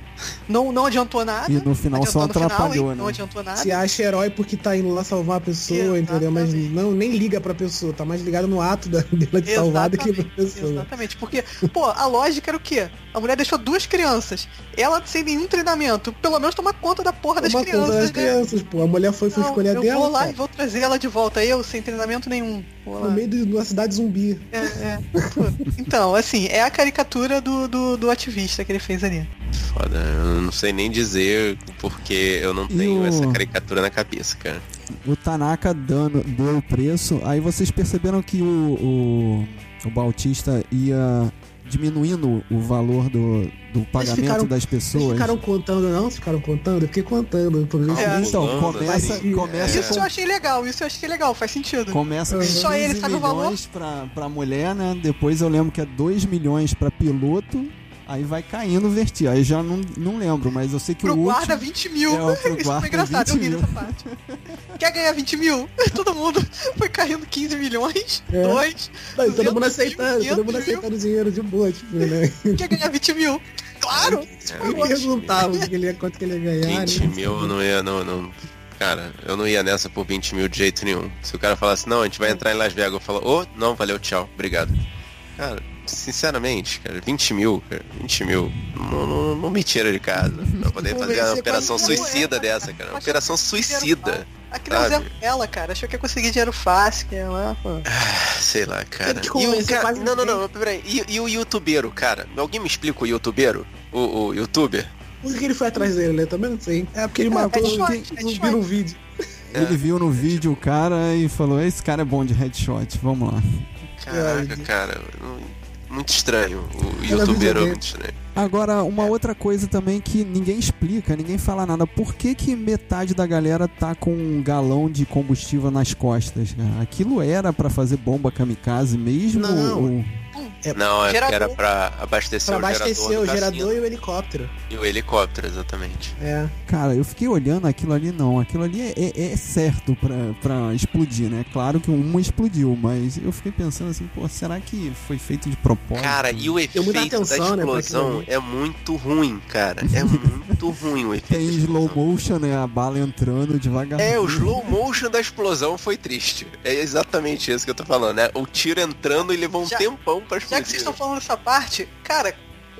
Speaker 4: não, não adiantou nada.
Speaker 1: E no final só
Speaker 4: Adiantou no final,
Speaker 1: atrapalhou,
Speaker 4: hein? Não
Speaker 1: né?
Speaker 4: adiantou nada.
Speaker 3: Se acha herói porque tá indo lá salvar a pessoa, entendeu? Mas
Speaker 4: Exatamente.
Speaker 3: não, nem liga pra pessoa, tá mais ligado no ato da, dela de salvar do que pra pessoa.
Speaker 4: Exatamente, porque, pô, a lógica era o quê? A mulher deixou duas crianças. Ela sem nenhum treinamento. Pelo menos tomar conta da porra das
Speaker 3: Toma
Speaker 4: crianças.
Speaker 3: É conta das
Speaker 4: né?
Speaker 3: crianças, pô. A mulher foi, foi
Speaker 4: Não,
Speaker 3: escolher
Speaker 4: eu
Speaker 3: dela.
Speaker 4: vou lá
Speaker 3: cara.
Speaker 4: e vou trazer ela de volta, eu sem treinamento nenhum. Vou lá.
Speaker 3: No meio de uma cidade zumbi.
Speaker 4: É, é. Pô, Então, assim, é a caricatura do, do, do ativista que ele fez ali.
Speaker 2: Foda, eu não sei nem dizer porque eu não
Speaker 1: E
Speaker 2: tenho
Speaker 1: o-
Speaker 2: essa caricatura na cabeça, cara.
Speaker 1: O Tanaka dando, deu o preço. Aí vocês perceberam que o, o, o Bautista ia diminuindo o valor do, do pagamento
Speaker 3: ficaram-
Speaker 1: das
Speaker 3: Vocês
Speaker 1: pessoas.
Speaker 3: ficaram contando, não? Vocês ficaram contando? Eu fiquei contando. Por isso,
Speaker 4: É.
Speaker 1: Então,
Speaker 2: Rolando,
Speaker 1: começa,
Speaker 3: assim,
Speaker 1: começa
Speaker 4: né? Isso
Speaker 1: com
Speaker 4: eu achei legal, isso eu achei legal, faz sentido.
Speaker 1: Começa com
Speaker 4: Só
Speaker 1: 15
Speaker 4: ele sabe o valor?
Speaker 1: milhões pra, pra mulher, né? Depois eu lembro que é 2 milhões pra piloto. Aí vai caindo vertigo. Aí já não, não lembro, mas eu sei que
Speaker 4: Pro
Speaker 1: o último...
Speaker 4: guarda 20 mil.
Speaker 1: É, pro
Speaker 4: Isso
Speaker 1: guarda,
Speaker 4: foi engraçado, eu
Speaker 1: 20
Speaker 4: ri
Speaker 1: mil.
Speaker 4: nessa parte. Quer ganhar 20 mil? Todo mundo foi caindo 15 milhões,
Speaker 3: É.
Speaker 4: dois.
Speaker 3: Não, e todo
Speaker 4: 200
Speaker 3: mundo
Speaker 4: mil,
Speaker 3: aceitando, todo mundo
Speaker 4: 500 mil.
Speaker 3: aceitando o dinheiro de boa, tipo, né?
Speaker 4: Quer ganhar 20 mil?
Speaker 2: Então,
Speaker 4: Claro!
Speaker 2: um
Speaker 3: Eu perguntava o que ele ia- quanto que ele ia ganhar.
Speaker 2: 20
Speaker 3: né?
Speaker 2: É, mil eu não ia, não, não. Cara, eu não ia nessa por 20 mil de jeito nenhum. Se o cara falasse, não, a gente vai entrar em Las Vegas, eu falo, ô, não, valeu, tchau, obrigado. Cara, sinceramente, cara, 20 mil, cara, 20 mil, não, não, não me tira de casa pra poder
Speaker 3: Pô,
Speaker 2: fazer
Speaker 3: vai
Speaker 2: uma
Speaker 3: ser
Speaker 2: operação
Speaker 4: quase um
Speaker 2: suicida
Speaker 4: ano,
Speaker 2: dessa, cara. Uma
Speaker 4: Acho
Speaker 2: operação suicida.
Speaker 4: Aquilo é
Speaker 2: Sabe?
Speaker 4: zero ela, cara. Achou que ia conseguir dinheiro fácil, que ia lá, pô.
Speaker 2: Sei lá, cara.
Speaker 3: Tem que
Speaker 2: E o
Speaker 3: convencer
Speaker 2: cara...
Speaker 3: quase
Speaker 2: Não, não, não, peraí. E, e o youtubeiro, cara? Alguém me explica o youtubeiro? O, o youtuber?
Speaker 3: Por que ele foi atrás dele, né? Também não sei. É porque ele
Speaker 4: É,
Speaker 3: matou
Speaker 4: é
Speaker 3: o
Speaker 4: Detroit, é
Speaker 3: zumbi
Speaker 4: Detroit.
Speaker 3: no vídeo.
Speaker 1: Ele viu no vídeo o cara e falou: Esse cara é bom de headshot, vamos lá.
Speaker 2: Caraca,
Speaker 3: Ai.
Speaker 2: cara. não- Muito estranho. O
Speaker 3: Era
Speaker 2: youtubeiro é
Speaker 3: videogame.
Speaker 2: muito estranho.
Speaker 1: Agora, uma outra coisa também que ninguém explica, ninguém fala nada. Por que, que metade da galera tá com um galão de combustível nas costas? cara? Aquilo era pra fazer bomba kamikaze mesmo?
Speaker 3: Não.
Speaker 1: ou-
Speaker 3: É,
Speaker 2: Não, é porque era
Speaker 4: gerador.
Speaker 2: pra abastecer
Speaker 3: Pra
Speaker 2: é o
Speaker 3: abastecer
Speaker 2: gerador.
Speaker 3: o
Speaker 2: do cassino
Speaker 3: gerador e o helicóptero.
Speaker 2: E o helicóptero, exatamente.
Speaker 3: É.
Speaker 1: Cara, eu fiquei olhando aquilo ali, não. Aquilo ali é, é- é certo pra, pra explodir, né? Claro que uma explodiu, mas eu fiquei pensando assim, pô, será que foi feito de propósito?
Speaker 2: Cara, e o efeito
Speaker 3: muita
Speaker 2: da
Speaker 3: atenção, né, pra
Speaker 2: explosão
Speaker 3: aquilo ali.
Speaker 2: é muito ruim, cara. É muito ruim o efeito.
Speaker 1: Tem
Speaker 2: da
Speaker 1: slow
Speaker 2: explosão.
Speaker 1: motion, né? A bala entrando devagar.
Speaker 2: É, o slow motion da explosão foi triste. É exatamente isso que eu tô falando, né? O tiro entrando e levou um
Speaker 4: Já-
Speaker 2: tempão pra explodir.
Speaker 4: Já que vocês estão falando dessa parte, cara,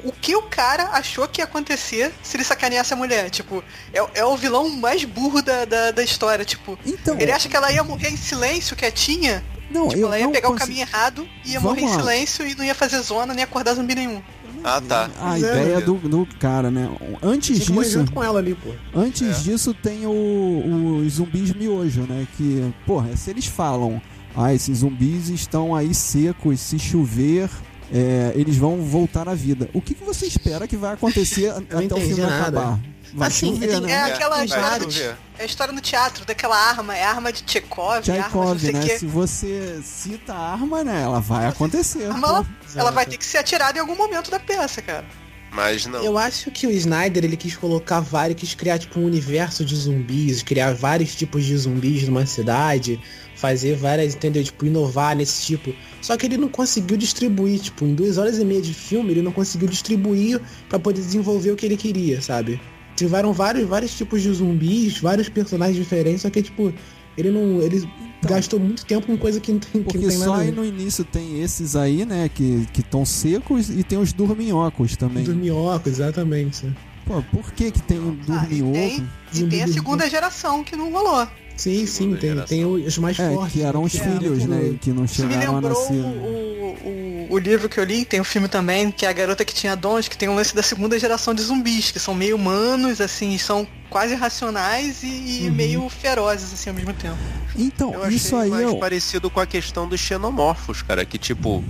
Speaker 4: o que o cara achou que ia acontecer se ele sacaneasse a mulher? Tipo, é, é o vilão mais burro da, da, da história, tipo.
Speaker 1: Então,
Speaker 4: Ele acha que ela ia morrer em silêncio, quietinha.
Speaker 1: não,
Speaker 4: Tipo,
Speaker 1: eu
Speaker 4: ela ia
Speaker 1: não
Speaker 4: pegar o
Speaker 1: consigo-
Speaker 4: caminho errado, ia
Speaker 1: Vamos
Speaker 4: morrer em
Speaker 1: lá.
Speaker 4: silêncio e não ia fazer zona, nem acordar zumbi nenhum.
Speaker 2: Ah, tá.
Speaker 1: A
Speaker 3: Pois é,
Speaker 1: ideia do, do cara, né? Antes
Speaker 3: Tinha que morrer
Speaker 1: disso,
Speaker 3: junto com ela ali, pô.
Speaker 1: antes
Speaker 2: É.
Speaker 1: disso tem o- os zumbis miojo, né? Que, porra, se eles falam, ah, esses zumbis estão aí secos, se chover, é, eles vão voltar à vida. O que, que você espera que vai acontecer a-
Speaker 3: não
Speaker 1: até o
Speaker 3: entendi
Speaker 1: filme
Speaker 3: nada.
Speaker 1: acabar? Vai
Speaker 3: Assim,
Speaker 1: chover,
Speaker 3: tem-
Speaker 1: né?
Speaker 4: É, aquela
Speaker 2: vai
Speaker 4: história
Speaker 2: chover.
Speaker 4: de- É a história no teatro, daquela arma, é arma de Tchekov, é arma
Speaker 1: Tchaikov,
Speaker 4: de não sei o
Speaker 1: né?
Speaker 4: quê.
Speaker 1: Se você cita a arma, né? Ela vai acontecer.
Speaker 4: A arma, ela,
Speaker 2: é.
Speaker 4: ela vai
Speaker 1: é.
Speaker 3: Exato.
Speaker 4: ter que ser atirada em algum momento da peça, cara.
Speaker 2: Mas não.
Speaker 3: Eu acho que o Snyder ele quis colocar vários, quis criar tipo um universo de zumbis, criar vários tipos de zumbis numa cidade, fazer várias, entendeu? Tipo, inovar nesse tipo. Só que ele não conseguiu distribuir, tipo, em duas horas e meia de filme, ele não conseguiu distribuir pra poder desenvolver o que ele queria, sabe? Tiveram vários, vários tipos de zumbis, vários personagens diferentes, só que tipo, ele não. ele gastou muito tempo com coisa que não tem, que não
Speaker 1: Então, Porque
Speaker 3: tem
Speaker 1: só
Speaker 3: nada a
Speaker 1: aí
Speaker 3: ver.
Speaker 1: no início tem esses aí, né? Que estão secos e tem os dorminhocos também.
Speaker 3: Dos minhocos, exatamente.
Speaker 1: Pô, por que que tem um
Speaker 4: Ah, e
Speaker 1: dorminhoco?
Speaker 4: tem, e tem a segunda geração que não rolou.
Speaker 3: Sim, sim,
Speaker 2: Segunda
Speaker 3: tem, tem os mais
Speaker 1: É,
Speaker 3: fortes.
Speaker 1: que eram os
Speaker 3: né?
Speaker 1: filhos, né? Que não
Speaker 4: Isso me
Speaker 1: chegaram a
Speaker 4: lembrou
Speaker 1: nascer.
Speaker 4: o, o, o livro que eu li, tem um filme também, que é a garota que tinha dons, que tem um lance da segunda geração de zumbis, que são meio humanos, assim, são quase racionais e, e
Speaker 1: Uhum.
Speaker 4: meio ferozes, assim, ao mesmo tempo.
Speaker 1: Então,
Speaker 2: Eu achei
Speaker 1: isso aí
Speaker 2: mais
Speaker 1: é o-
Speaker 2: parecido com a questão dos xenomorfos, cara, que tipo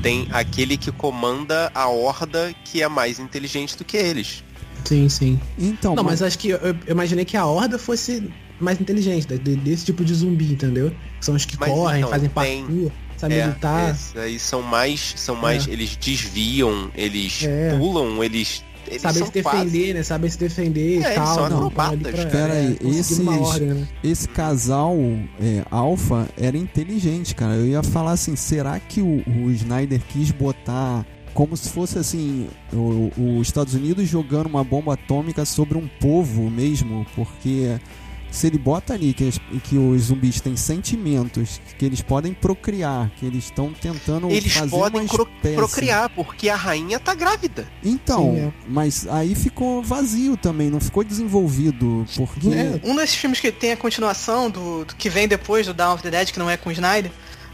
Speaker 2: tem aquele que comanda a horda que é mais inteligente do que eles.
Speaker 3: Sim, sim.
Speaker 1: Então,
Speaker 3: Não,
Speaker 1: mas,
Speaker 3: mas acho que eu, eu imaginei que a horda fosse mais inteligente, de- de- desse tipo de zumbi, entendeu? Que São os que
Speaker 2: Mas
Speaker 3: correm,
Speaker 2: então, é,
Speaker 3: fazem
Speaker 2: tem-
Speaker 3: parkour, pra É militar.
Speaker 2: esses aí são mais. São mais. Eles desviam, eles
Speaker 3: É.
Speaker 2: pulam, eles. Eles
Speaker 3: Sabem
Speaker 2: são
Speaker 3: se defender,
Speaker 2: quase.
Speaker 3: né? Sabem se defender
Speaker 2: É,
Speaker 3: e
Speaker 2: eles
Speaker 3: tal.
Speaker 2: são
Speaker 3: não, tão ali
Speaker 2: acrobatas,
Speaker 3: pra-
Speaker 1: cara. Pera aí,
Speaker 3: conseguir
Speaker 1: esses-
Speaker 3: uma ordem, né?
Speaker 1: Esse casal é, alfa era inteligente, cara. Eu ia falar assim, será que o, o Snyder quis botar como se fosse assim o- o- os Estados Unidos jogando uma bomba atômica sobre um povo mesmo, porque se ele bota ali que, as- que os zumbis têm sentimentos, que eles podem procriar, que eles estão tentando
Speaker 2: Eles
Speaker 1: fazer
Speaker 2: podem
Speaker 1: uma
Speaker 2: cro-
Speaker 1: espécie.
Speaker 2: procriar, porque a rainha tá grávida.
Speaker 1: Então,
Speaker 3: Sim, é.
Speaker 1: mas aí ficou vazio também, não ficou desenvolvido, porque
Speaker 3: É,
Speaker 4: Um desses filmes que tem a continuação do, do que vem depois do Dawn of the Dead, que não é com o Snyder,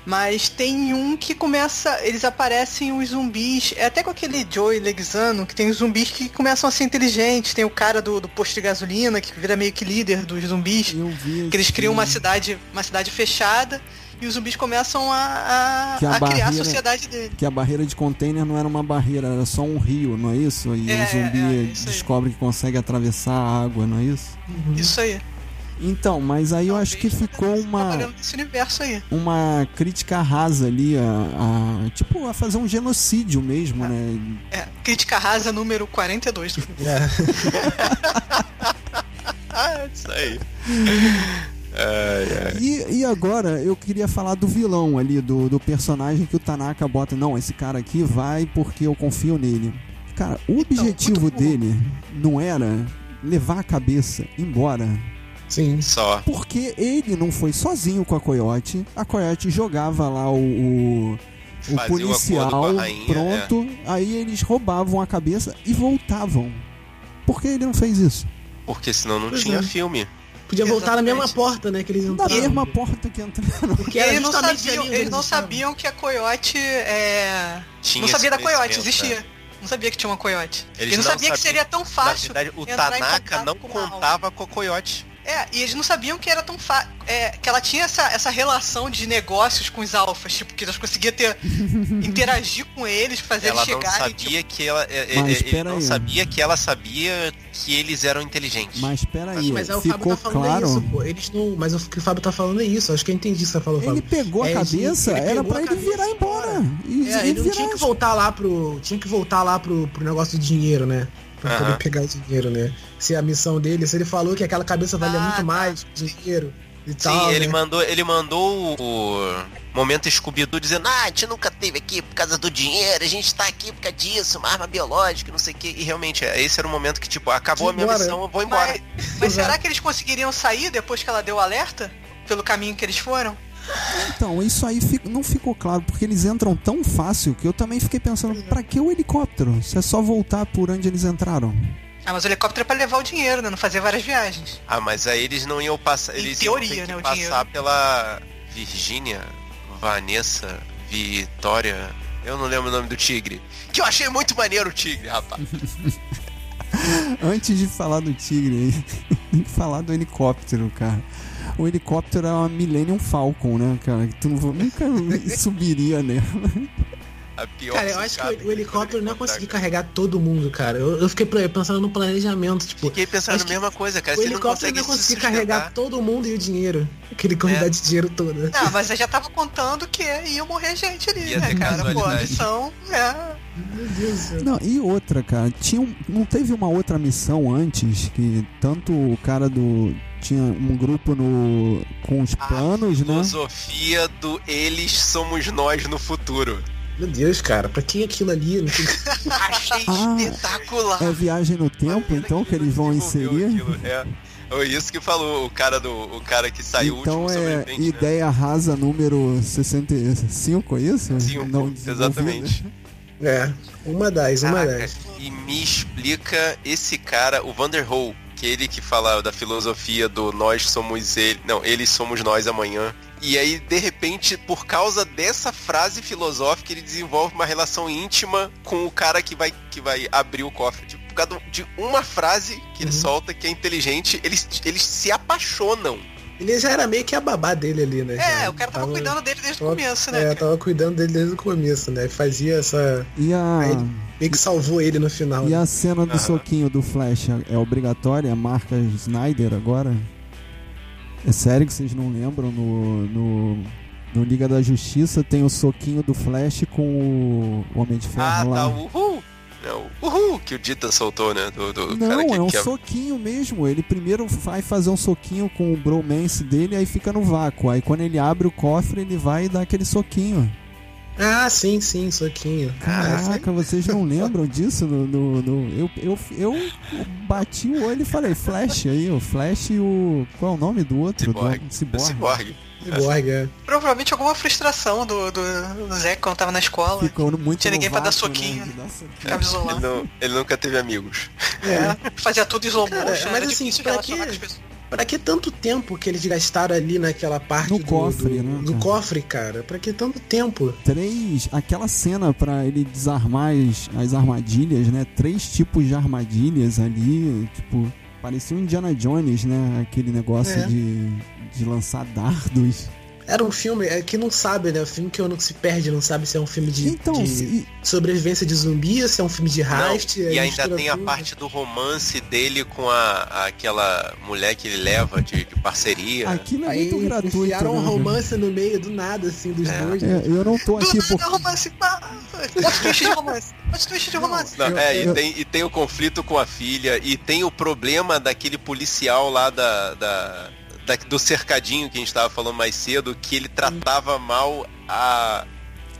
Speaker 4: mas tem um que começa, eles aparecem os zumbis, é até com aquele Joey Leguizano, que tem os zumbis que começam a ser inteligentes, tem o cara do, do posto de gasolina, que vira meio que líder dos zumbis,
Speaker 1: eu vi
Speaker 4: que eles
Speaker 1: esse
Speaker 4: criam uma
Speaker 1: filme.
Speaker 4: cidade, uma cidade fechada, e os zumbis começam a, a-
Speaker 1: Que a
Speaker 4: a criar a
Speaker 1: barreira-
Speaker 4: sociedade dele.
Speaker 1: que a barreira de container não era uma barreira, era só um rio, não é isso? E
Speaker 4: É,
Speaker 1: o zumbi
Speaker 4: é, é isso aí.
Speaker 1: descobre que consegue atravessar a água, não é isso?
Speaker 4: Isso aí.
Speaker 1: Então, mas aí eu acho que
Speaker 4: Talvez
Speaker 1: ficou
Speaker 4: esteja
Speaker 1: uma,
Speaker 4: trabalhando Nesse universo aí.
Speaker 1: uma crítica rasa ali, a, a- tipo, a fazer um genocídio mesmo, né?
Speaker 4: É, crítica rasa número 42 do filme.
Speaker 3: É.
Speaker 2: Ah, isso aí. É,
Speaker 1: E, e agora eu queria falar do vilão ali, do, do personagem que o Tanaka bota. Não, esse cara aqui vai porque eu confio nele. Cara, o
Speaker 2: Então,
Speaker 1: objetivo
Speaker 4: muito burro.
Speaker 1: dele não era levar a cabeça embora.
Speaker 3: Sim.
Speaker 2: Só.
Speaker 1: Porque ele não foi sozinho com a Coyote. A Coyote jogava lá o, o, o
Speaker 2: Fazia um o
Speaker 1: policial
Speaker 2: acordo com a rainha, é.
Speaker 1: pronto. Aí eles roubavam a cabeça e voltavam. Por que ele não fez isso?
Speaker 2: Porque senão não
Speaker 3: Pois
Speaker 2: tinha
Speaker 3: é.
Speaker 2: filme.
Speaker 3: Podia voltar na mesma
Speaker 4: Exatamente.
Speaker 3: porta, né? Que eles
Speaker 1: Da
Speaker 3: entraram.
Speaker 1: mesma porta que entraram.
Speaker 3: Porque era
Speaker 4: Eles não,
Speaker 3: justamente
Speaker 4: sabiam,
Speaker 3: ali onde
Speaker 4: eles não
Speaker 3: estavam.
Speaker 4: sabiam que a Coyote é.
Speaker 2: Tinha
Speaker 4: não sabia da
Speaker 2: esse
Speaker 4: Coyote,
Speaker 2: conhecimento,
Speaker 4: existia.
Speaker 2: né?
Speaker 4: Não sabia que tinha uma Coyote. Eles,
Speaker 2: Eles
Speaker 4: não,
Speaker 2: não
Speaker 4: sabiam que
Speaker 2: sabiam.
Speaker 4: seria tão
Speaker 2: Na
Speaker 4: fácil.
Speaker 2: verdade, o
Speaker 4: entrar em
Speaker 2: Tanaka
Speaker 4: contato
Speaker 2: não
Speaker 4: com uma alma.
Speaker 2: contava com a Coyote.
Speaker 4: É, e eles não sabiam que era tão fácil. que ela tinha essa, essa relação de negócios com os alfas, tipo, que elas conseguiam ter. interagir com eles, fazer
Speaker 2: Ela
Speaker 4: eles
Speaker 2: não
Speaker 4: chegarem. tipo,
Speaker 2: sabia que ela. é, é,
Speaker 1: Mas
Speaker 2: é, ele
Speaker 1: pera
Speaker 2: não
Speaker 1: aí.
Speaker 2: sabia que ela sabia que eles eram inteligentes.
Speaker 1: Mas peraí,
Speaker 3: Mas é o Fábio
Speaker 1: ficou
Speaker 3: tá falando é
Speaker 1: claro.
Speaker 3: isso, pô. Eles não. Mas o que o Fábio tá falando é isso. Acho que eu entendi o que você falou,
Speaker 1: Ele
Speaker 3: Fábio.
Speaker 1: pegou a
Speaker 3: É, gente,
Speaker 1: cabeça,
Speaker 3: ele
Speaker 1: era
Speaker 3: pegou
Speaker 1: pra
Speaker 3: a
Speaker 1: ele
Speaker 3: cabeça
Speaker 1: virar
Speaker 3: e
Speaker 1: embora.
Speaker 3: fora.
Speaker 1: E,
Speaker 3: É,
Speaker 1: e
Speaker 3: ele não
Speaker 1: virar
Speaker 3: tinha que
Speaker 1: as-
Speaker 3: voltar lá pro. Tinha que voltar lá pro, pro negócio do dinheiro, né? Pra
Speaker 2: Aham.
Speaker 3: poder pegar o dinheiro, né? Se a missão dele, se ele falou que aquela cabeça valia
Speaker 4: Ah, tá.
Speaker 3: muito mais dinheiro e
Speaker 2: Sim,
Speaker 1: tá,
Speaker 3: tal.
Speaker 2: ele
Speaker 3: né?
Speaker 2: mandou, ele mandou o, o momento scooby doo dizendo, ah, a gente nunca teve aqui por causa do dinheiro, a gente tá aqui por causa disso, uma arma biológica, não sei o que. E realmente, é, esse era o momento que, tipo, acabou a minha
Speaker 3: Embora.
Speaker 2: missão, eu vou embora.
Speaker 4: mas mas
Speaker 3: Exato.
Speaker 4: será que eles conseguiriam sair depois que ela deu o alerta? Pelo caminho que eles foram?
Speaker 1: Então, isso aí fi- não ficou claro, porque eles entram tão fácil que eu também fiquei pensando, pra que o helicóptero? Se é só voltar por onde eles entraram.
Speaker 4: Ah, mas o helicóptero é pra levar o dinheiro, né? Não fazer várias viagens.
Speaker 2: Ah, mas aí eles não iam passar.
Speaker 4: Em
Speaker 2: Eles
Speaker 4: teoria,
Speaker 2: iam ter
Speaker 4: né,
Speaker 2: que
Speaker 4: o
Speaker 2: passar
Speaker 4: dinheiro.
Speaker 2: pela Virgínia, Vanessa, Vitória. Eu não lembro o nome do tigre. Que eu achei muito maneiro o tigre, rapaz.
Speaker 1: Antes de falar do tigre, tem que falar do helicóptero, cara. O helicóptero é uma Millennium Falcon, né, cara? Que tu não- nunca subiria nela.
Speaker 2: A pior
Speaker 3: Cara, eu acho
Speaker 2: sucada
Speaker 3: que o, o helicóptero não ia conseguir
Speaker 2: tá cara.
Speaker 3: carregar todo mundo, cara. Eu, eu fiquei pra- pensando no planejamento, tipo.
Speaker 2: Fiquei pensando
Speaker 3: Acho
Speaker 2: a
Speaker 3: que
Speaker 2: mesma coisa, cara.
Speaker 3: O
Speaker 2: Se ele não
Speaker 3: helicóptero
Speaker 2: consegue
Speaker 3: não ia
Speaker 2: se
Speaker 3: conseguir
Speaker 2: sustentar- É.
Speaker 3: carregar todo mundo e o dinheiro. Aquele quantidade de dinheiro toda.
Speaker 4: Não, mas eu já tava contando que ia morrer gente ali,
Speaker 2: Ia
Speaker 4: né,
Speaker 2: ter
Speaker 4: cara? Pô, a
Speaker 2: casualidade.
Speaker 4: missão é.
Speaker 3: Meu Deus do céu.
Speaker 1: Não, e outra, cara, tinha um- não teve uma outra missão antes que tanto o cara do tinha um grupo no com
Speaker 2: Ah,
Speaker 1: os planos, né?
Speaker 2: Filosofia do eles somos nós no futuro.
Speaker 3: Meu Deus, cara, pra que aquilo ali? Não tem-
Speaker 2: Achei
Speaker 1: Ah,
Speaker 2: espetacular.
Speaker 1: É viagem no tempo,
Speaker 2: Maneiro
Speaker 1: então que eles vão
Speaker 2: desenvolveu
Speaker 1: inserir.
Speaker 2: aquilo, É. É Isso que falou o cara do o cara que saiu o
Speaker 1: Então
Speaker 2: último
Speaker 1: é
Speaker 2: sobrevivente, né?
Speaker 1: ideia rasa número 65, é isso?
Speaker 2: Cinco,
Speaker 1: desenvolvida.
Speaker 2: exatamente.
Speaker 3: É, uma das, uma
Speaker 2: Caraca,
Speaker 3: das.
Speaker 2: e me explica esse cara, o Vanderhoo, que ele que fala da filosofia do nós somos ele, não, eles somos nós amanhã. E aí, de repente, por causa dessa frase filosófica, ele desenvolve uma relação íntima com o cara que vai, que vai abrir o cofre. Tipo, por causa de uma frase que ele
Speaker 3: Uhum.
Speaker 2: solta, que é inteligente, eles, eles se apaixonam.
Speaker 3: Ele já era meio que a babá dele ali, né?
Speaker 4: É,
Speaker 3: já.
Speaker 4: o cara tava cuidando dele desde o
Speaker 3: tava-
Speaker 4: começo,
Speaker 3: É,
Speaker 4: né? cara?
Speaker 3: tava cuidando dele desde o começo, né? Fazia essa.
Speaker 1: E a
Speaker 3: Aí ele- Meio que salvou ele no final.
Speaker 1: E
Speaker 3: né?
Speaker 1: a cena do
Speaker 2: Aham.
Speaker 1: soquinho do Flash é obrigatória? Marca Snyder agora? É sério que vocês não lembram no, no No Liga da Justiça tem o soquinho do Flash com o Homem de
Speaker 2: Ah,
Speaker 1: Ferro lá.
Speaker 2: tá, o uhul. É o uhul que o Dita soltou, né? Do, do cara
Speaker 1: Não,
Speaker 2: que,
Speaker 1: é um
Speaker 2: que
Speaker 1: soquinho mesmo. Ele primeiro vai fazer um soquinho com o bromance dele, aí fica no vácuo. Aí quando ele abre o cofre, ele vai dar aquele soquinho.
Speaker 3: Ah, sim, sim, soquinho.
Speaker 1: Caraca, vocês não lembram disso? No, no- no- Eu, eu, eu bati o olho e falei, Flash aí, o Flash e o. Qual é o nome do outro?
Speaker 2: Ciborgue.
Speaker 1: Do
Speaker 2: o
Speaker 1: Ciborgue.
Speaker 2: Ciborgue.
Speaker 3: Borga.
Speaker 4: Provavelmente alguma frustração do, do, do Zé quando tava na escola.
Speaker 1: Ficou muito
Speaker 4: Tinha
Speaker 1: no
Speaker 4: ninguém pra dar
Speaker 1: vácuo,
Speaker 4: soquinho.
Speaker 1: Né? de dar soquinho.
Speaker 4: Ficava
Speaker 2: Ele,
Speaker 4: isolado.
Speaker 2: não- ele nunca teve amigos.
Speaker 4: É. Fazia tudo em slow
Speaker 3: Cara,
Speaker 4: motion.
Speaker 3: mas
Speaker 4: era
Speaker 3: assim,
Speaker 4: difícil
Speaker 3: pra
Speaker 4: relacionar
Speaker 3: quê?
Speaker 4: com as pessoas.
Speaker 3: Pra que tanto tempo que eles gastaram ali naquela parte
Speaker 1: No
Speaker 3: do,
Speaker 1: cofre,
Speaker 3: do,
Speaker 1: né,
Speaker 3: do
Speaker 1: cara?
Speaker 3: cofre, cara? Pra que tanto tempo?
Speaker 1: Três. Aquela cena pra ele desarmar as, as armadilhas, né? Três tipos de armadilhas ali. Tipo, parecia um Indiana Jones, né? Aquele negócio
Speaker 3: É.
Speaker 1: de, de lançar dardos.
Speaker 3: Era um filme é, que não sabe, né? O filme que eu não se perde, não sabe se é um filme de,
Speaker 1: então,
Speaker 3: de
Speaker 1: se-
Speaker 3: sobrevivência de zumbi, se é um filme de heist.
Speaker 2: não,
Speaker 3: aí
Speaker 2: e
Speaker 3: mistura né?
Speaker 2: ainda tem a
Speaker 3: tudo.
Speaker 2: parte do romance dele com a, a- aquela mulher que ele leva de, de parceria.
Speaker 1: aquilo é
Speaker 3: Aí
Speaker 1: muito gratuito.
Speaker 3: enfiaram um
Speaker 1: né, cara?
Speaker 3: romance no meio do nada, assim, dos dois.
Speaker 1: É, eu não tô
Speaker 4: Do
Speaker 1: aqui
Speaker 4: nada,
Speaker 1: porque.
Speaker 4: romance. pá! Outro twist de romance. Outro twist de romance.
Speaker 2: Não,
Speaker 1: Eu-
Speaker 2: é,
Speaker 1: eu-
Speaker 2: E, tem, e tem o conflito com a filha, e tem o problema daquele policial lá da, da- da- do cercadinho que a gente tava falando mais cedo, que ele tratava mal a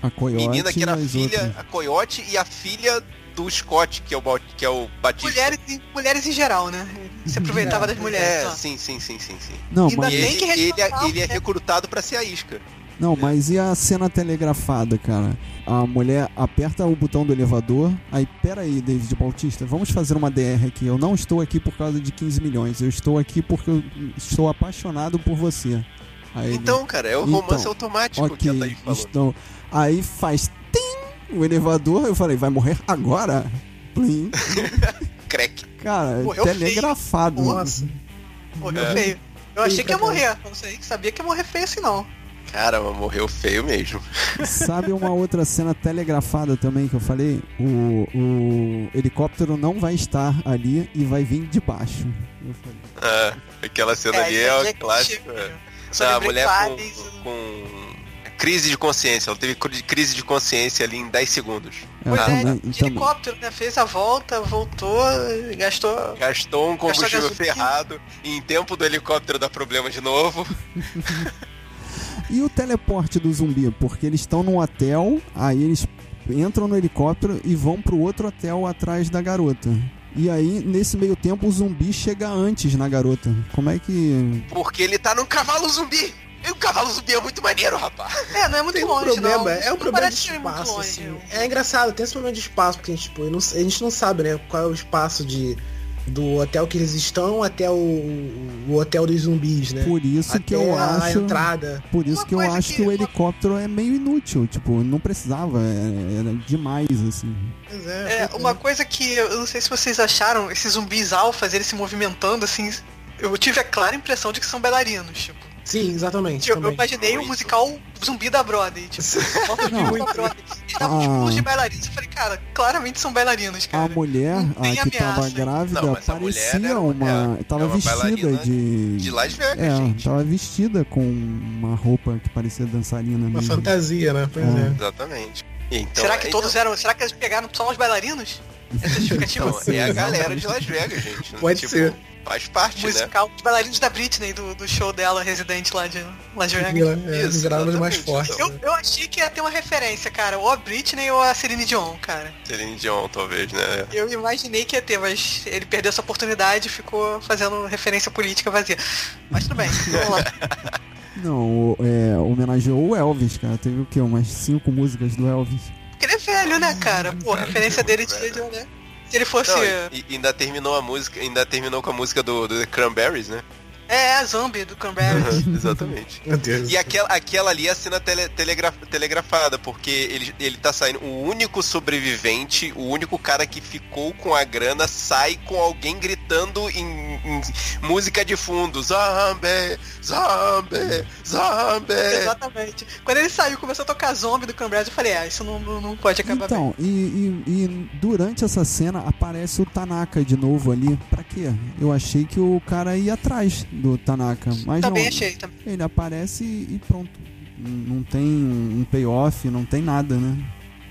Speaker 1: A coiote
Speaker 2: menina que era
Speaker 1: e as
Speaker 2: filha,
Speaker 1: outras.
Speaker 2: a Coyote, e a filha do Scott, que é o, Bal- que é o Batista.
Speaker 4: Mulheres, em- mulheres em geral, né? Ele Se aproveitava das mulheres.
Speaker 2: É,
Speaker 4: ó.
Speaker 2: sim, sim, sim, sim, sim.
Speaker 1: Não,
Speaker 4: Ainda
Speaker 1: mas,
Speaker 2: E
Speaker 4: bem
Speaker 2: ele,
Speaker 4: que tá
Speaker 2: ele, é-
Speaker 4: resgatar o
Speaker 2: ele é
Speaker 4: tempo.
Speaker 2: recrutado pra ser a isca.
Speaker 1: não, mas e a cena telegrafada, cara? A mulher aperta o botão do elevador. Aí, pera aí, David Bautista, vamos fazer uma DR aqui. Eu não estou aqui por causa de 15 milhões. Eu estou aqui porque eu estou apaixonado por você. Aí ele,
Speaker 2: Então, cara, é o
Speaker 1: Então,
Speaker 2: romance automático
Speaker 1: ok,
Speaker 2: que ela tá falando.
Speaker 1: então. Aí faz tim o elevador. Eu falei, vai morrer agora? Plim.
Speaker 2: Crack.
Speaker 1: Cara,
Speaker 4: Morreu
Speaker 1: telegrafado.
Speaker 3: Nossa.
Speaker 4: Morreu
Speaker 2: É.
Speaker 4: feio. Eu achei que ia
Speaker 3: pra
Speaker 4: morrer. Não sei, sabia que ia morrer feio assim não.
Speaker 2: Caramba, morreu feio mesmo.
Speaker 1: Sabe uma outra cena telegrafada também que eu falei? O, o helicóptero não vai estar ali e vai vir de baixo. Eu falei,
Speaker 2: Ah, aquela cena ali
Speaker 4: isso
Speaker 2: é
Speaker 4: aí
Speaker 2: o clássico.
Speaker 4: clichê.
Speaker 2: é.
Speaker 4: Só
Speaker 2: Ah, a
Speaker 4: lembrei
Speaker 2: mulher
Speaker 4: várias-
Speaker 2: com, com crise de consciência. Ela teve cri- crise de consciência ali em 10 segundos.
Speaker 1: é,
Speaker 4: Pois é,
Speaker 1: também-
Speaker 3: então,
Speaker 4: de
Speaker 1: também.
Speaker 4: helicóptero, né? Fez a volta, voltou, gastou.
Speaker 2: Gastou um combustível
Speaker 4: gasolina.
Speaker 2: ferrado. E em tempo do helicóptero dá problema de novo.
Speaker 1: E o teleporte do zumbi? Porque eles estão num hotel, aí eles entram no helicóptero e vão pro outro hotel atrás da garota. E aí, nesse meio tempo, o zumbi chega antes na garota. Como é que.
Speaker 2: Porque ele tá num cavalo zumbi. E o cavalo zumbi é muito maneiro, rapaz.
Speaker 4: É, não é muito
Speaker 3: Tem um
Speaker 4: longe,
Speaker 3: problema,
Speaker 4: não.
Speaker 3: é um
Speaker 4: Não
Speaker 3: problema de
Speaker 4: parece ser muito
Speaker 3: espaço,
Speaker 4: longe.
Speaker 3: assim. É engraçado, tem esse problema de espaço, porque tipo, eu não- a gente não sabe, né, qual é o espaço de do hotel que eles estão até o, o hotel dos zumbis, né?
Speaker 1: Por isso
Speaker 3: até
Speaker 1: que eu
Speaker 3: a, a
Speaker 1: acho.
Speaker 3: entrada.
Speaker 1: Por isso
Speaker 4: Uma
Speaker 1: que eu
Speaker 4: coisa
Speaker 1: acho
Speaker 4: que-
Speaker 1: que o helicóptero é meio inútil. Tipo, não precisava. é- Era demais, assim.
Speaker 3: Pois é,
Speaker 4: É,
Speaker 3: pois
Speaker 4: uma coisa que eu eu não sei se vocês acharam, esses zumbis alfas, eles se movimentando, assim, eu tive a clara impressão de que são bailarinos, tipo.
Speaker 3: Sim, exatamente.
Speaker 4: Tipo, eu
Speaker 3: também.
Speaker 4: imaginei o
Speaker 2: Muito.
Speaker 4: musical Zumbi da Broadway, tipo, volta de
Speaker 1: Não.
Speaker 4: zumbi da Broadway. Eles davam uns
Speaker 1: Ah.
Speaker 4: pulos de bailarinos, eu falei, cara, claramente são
Speaker 3: Ah,
Speaker 4: bailarinos,
Speaker 1: A
Speaker 4: cara.
Speaker 1: mulher
Speaker 4: não
Speaker 1: a
Speaker 4: tem
Speaker 1: que tava
Speaker 4: ameaça.
Speaker 1: grávida
Speaker 2: Não, mas a mulher
Speaker 1: parecia
Speaker 2: era-
Speaker 1: uma.
Speaker 2: é,
Speaker 1: tava
Speaker 2: é uma
Speaker 1: vestida
Speaker 2: bailarina
Speaker 1: de.
Speaker 2: De Las Vegas,
Speaker 1: é,
Speaker 2: gente.
Speaker 1: tava vestida com uma roupa que parecia dançarina
Speaker 3: Uma
Speaker 1: mesmo.
Speaker 3: fantasia, né? Pois
Speaker 1: É.
Speaker 3: é.
Speaker 2: Exatamente. Então,
Speaker 4: será que
Speaker 2: é-
Speaker 4: todos eram, será que eles pegaram só os bailarinos? tipo, assim. Essa justificativa?
Speaker 2: Então, é a galera de Las Vegas, gente. Tipo,
Speaker 3: Pode ser.
Speaker 2: Faz parte, né?
Speaker 4: musical, os bailarinos da Britney, do, do show dela, residente lá de Las Vegas.
Speaker 3: É,
Speaker 2: Isso,
Speaker 3: geral os mais
Speaker 2: exatamente.
Speaker 3: fortes.
Speaker 4: Eu, eu achei que ia ter uma referência, cara. Ou a Britney ou a Celine Dion, cara.
Speaker 2: Celine Dion, talvez, né?
Speaker 4: Eu imaginei que ia ter, mas ele perdeu essa oportunidade e ficou fazendo referência política vazia. Mas tudo bem, vamos lá.
Speaker 1: Não, o- é, homenageou o Elvis, cara. Teve o quê? Umas cinco músicas do Elvis.
Speaker 4: Porque ele é velho, né, cara? Pô, a referência dele de, de, né? Se ele fosse.
Speaker 2: é Não, e, e ainda terminou a música, ainda terminou com a música do, do The Cranberries, né?
Speaker 4: É, é, zombie do Cranberry.
Speaker 2: Uhum. Exatamente.
Speaker 3: Meu Deus.
Speaker 2: E aquela, aquela ali é a cena tele- telegra- telegrafada, porque ele, ele tá saindo. O único sobrevivente, o único cara que ficou com a grana, sai com alguém gritando em, em música de fundo: Zombie, Zombie, Zombie.
Speaker 4: Exatamente. Quando ele saiu e começou a tocar zombie do Cranberry, eu falei, ah, isso não, não não pode acabar bem.
Speaker 1: Então, e, e- e durante essa cena aparece o Tanaka de novo ali. Pra quê? Eu achei que o cara ia atrás do Tanaka, mas
Speaker 4: Também
Speaker 1: não.
Speaker 4: achei, também.
Speaker 1: Ele aparece e e pronto. não tem um payoff, não tem nada, né?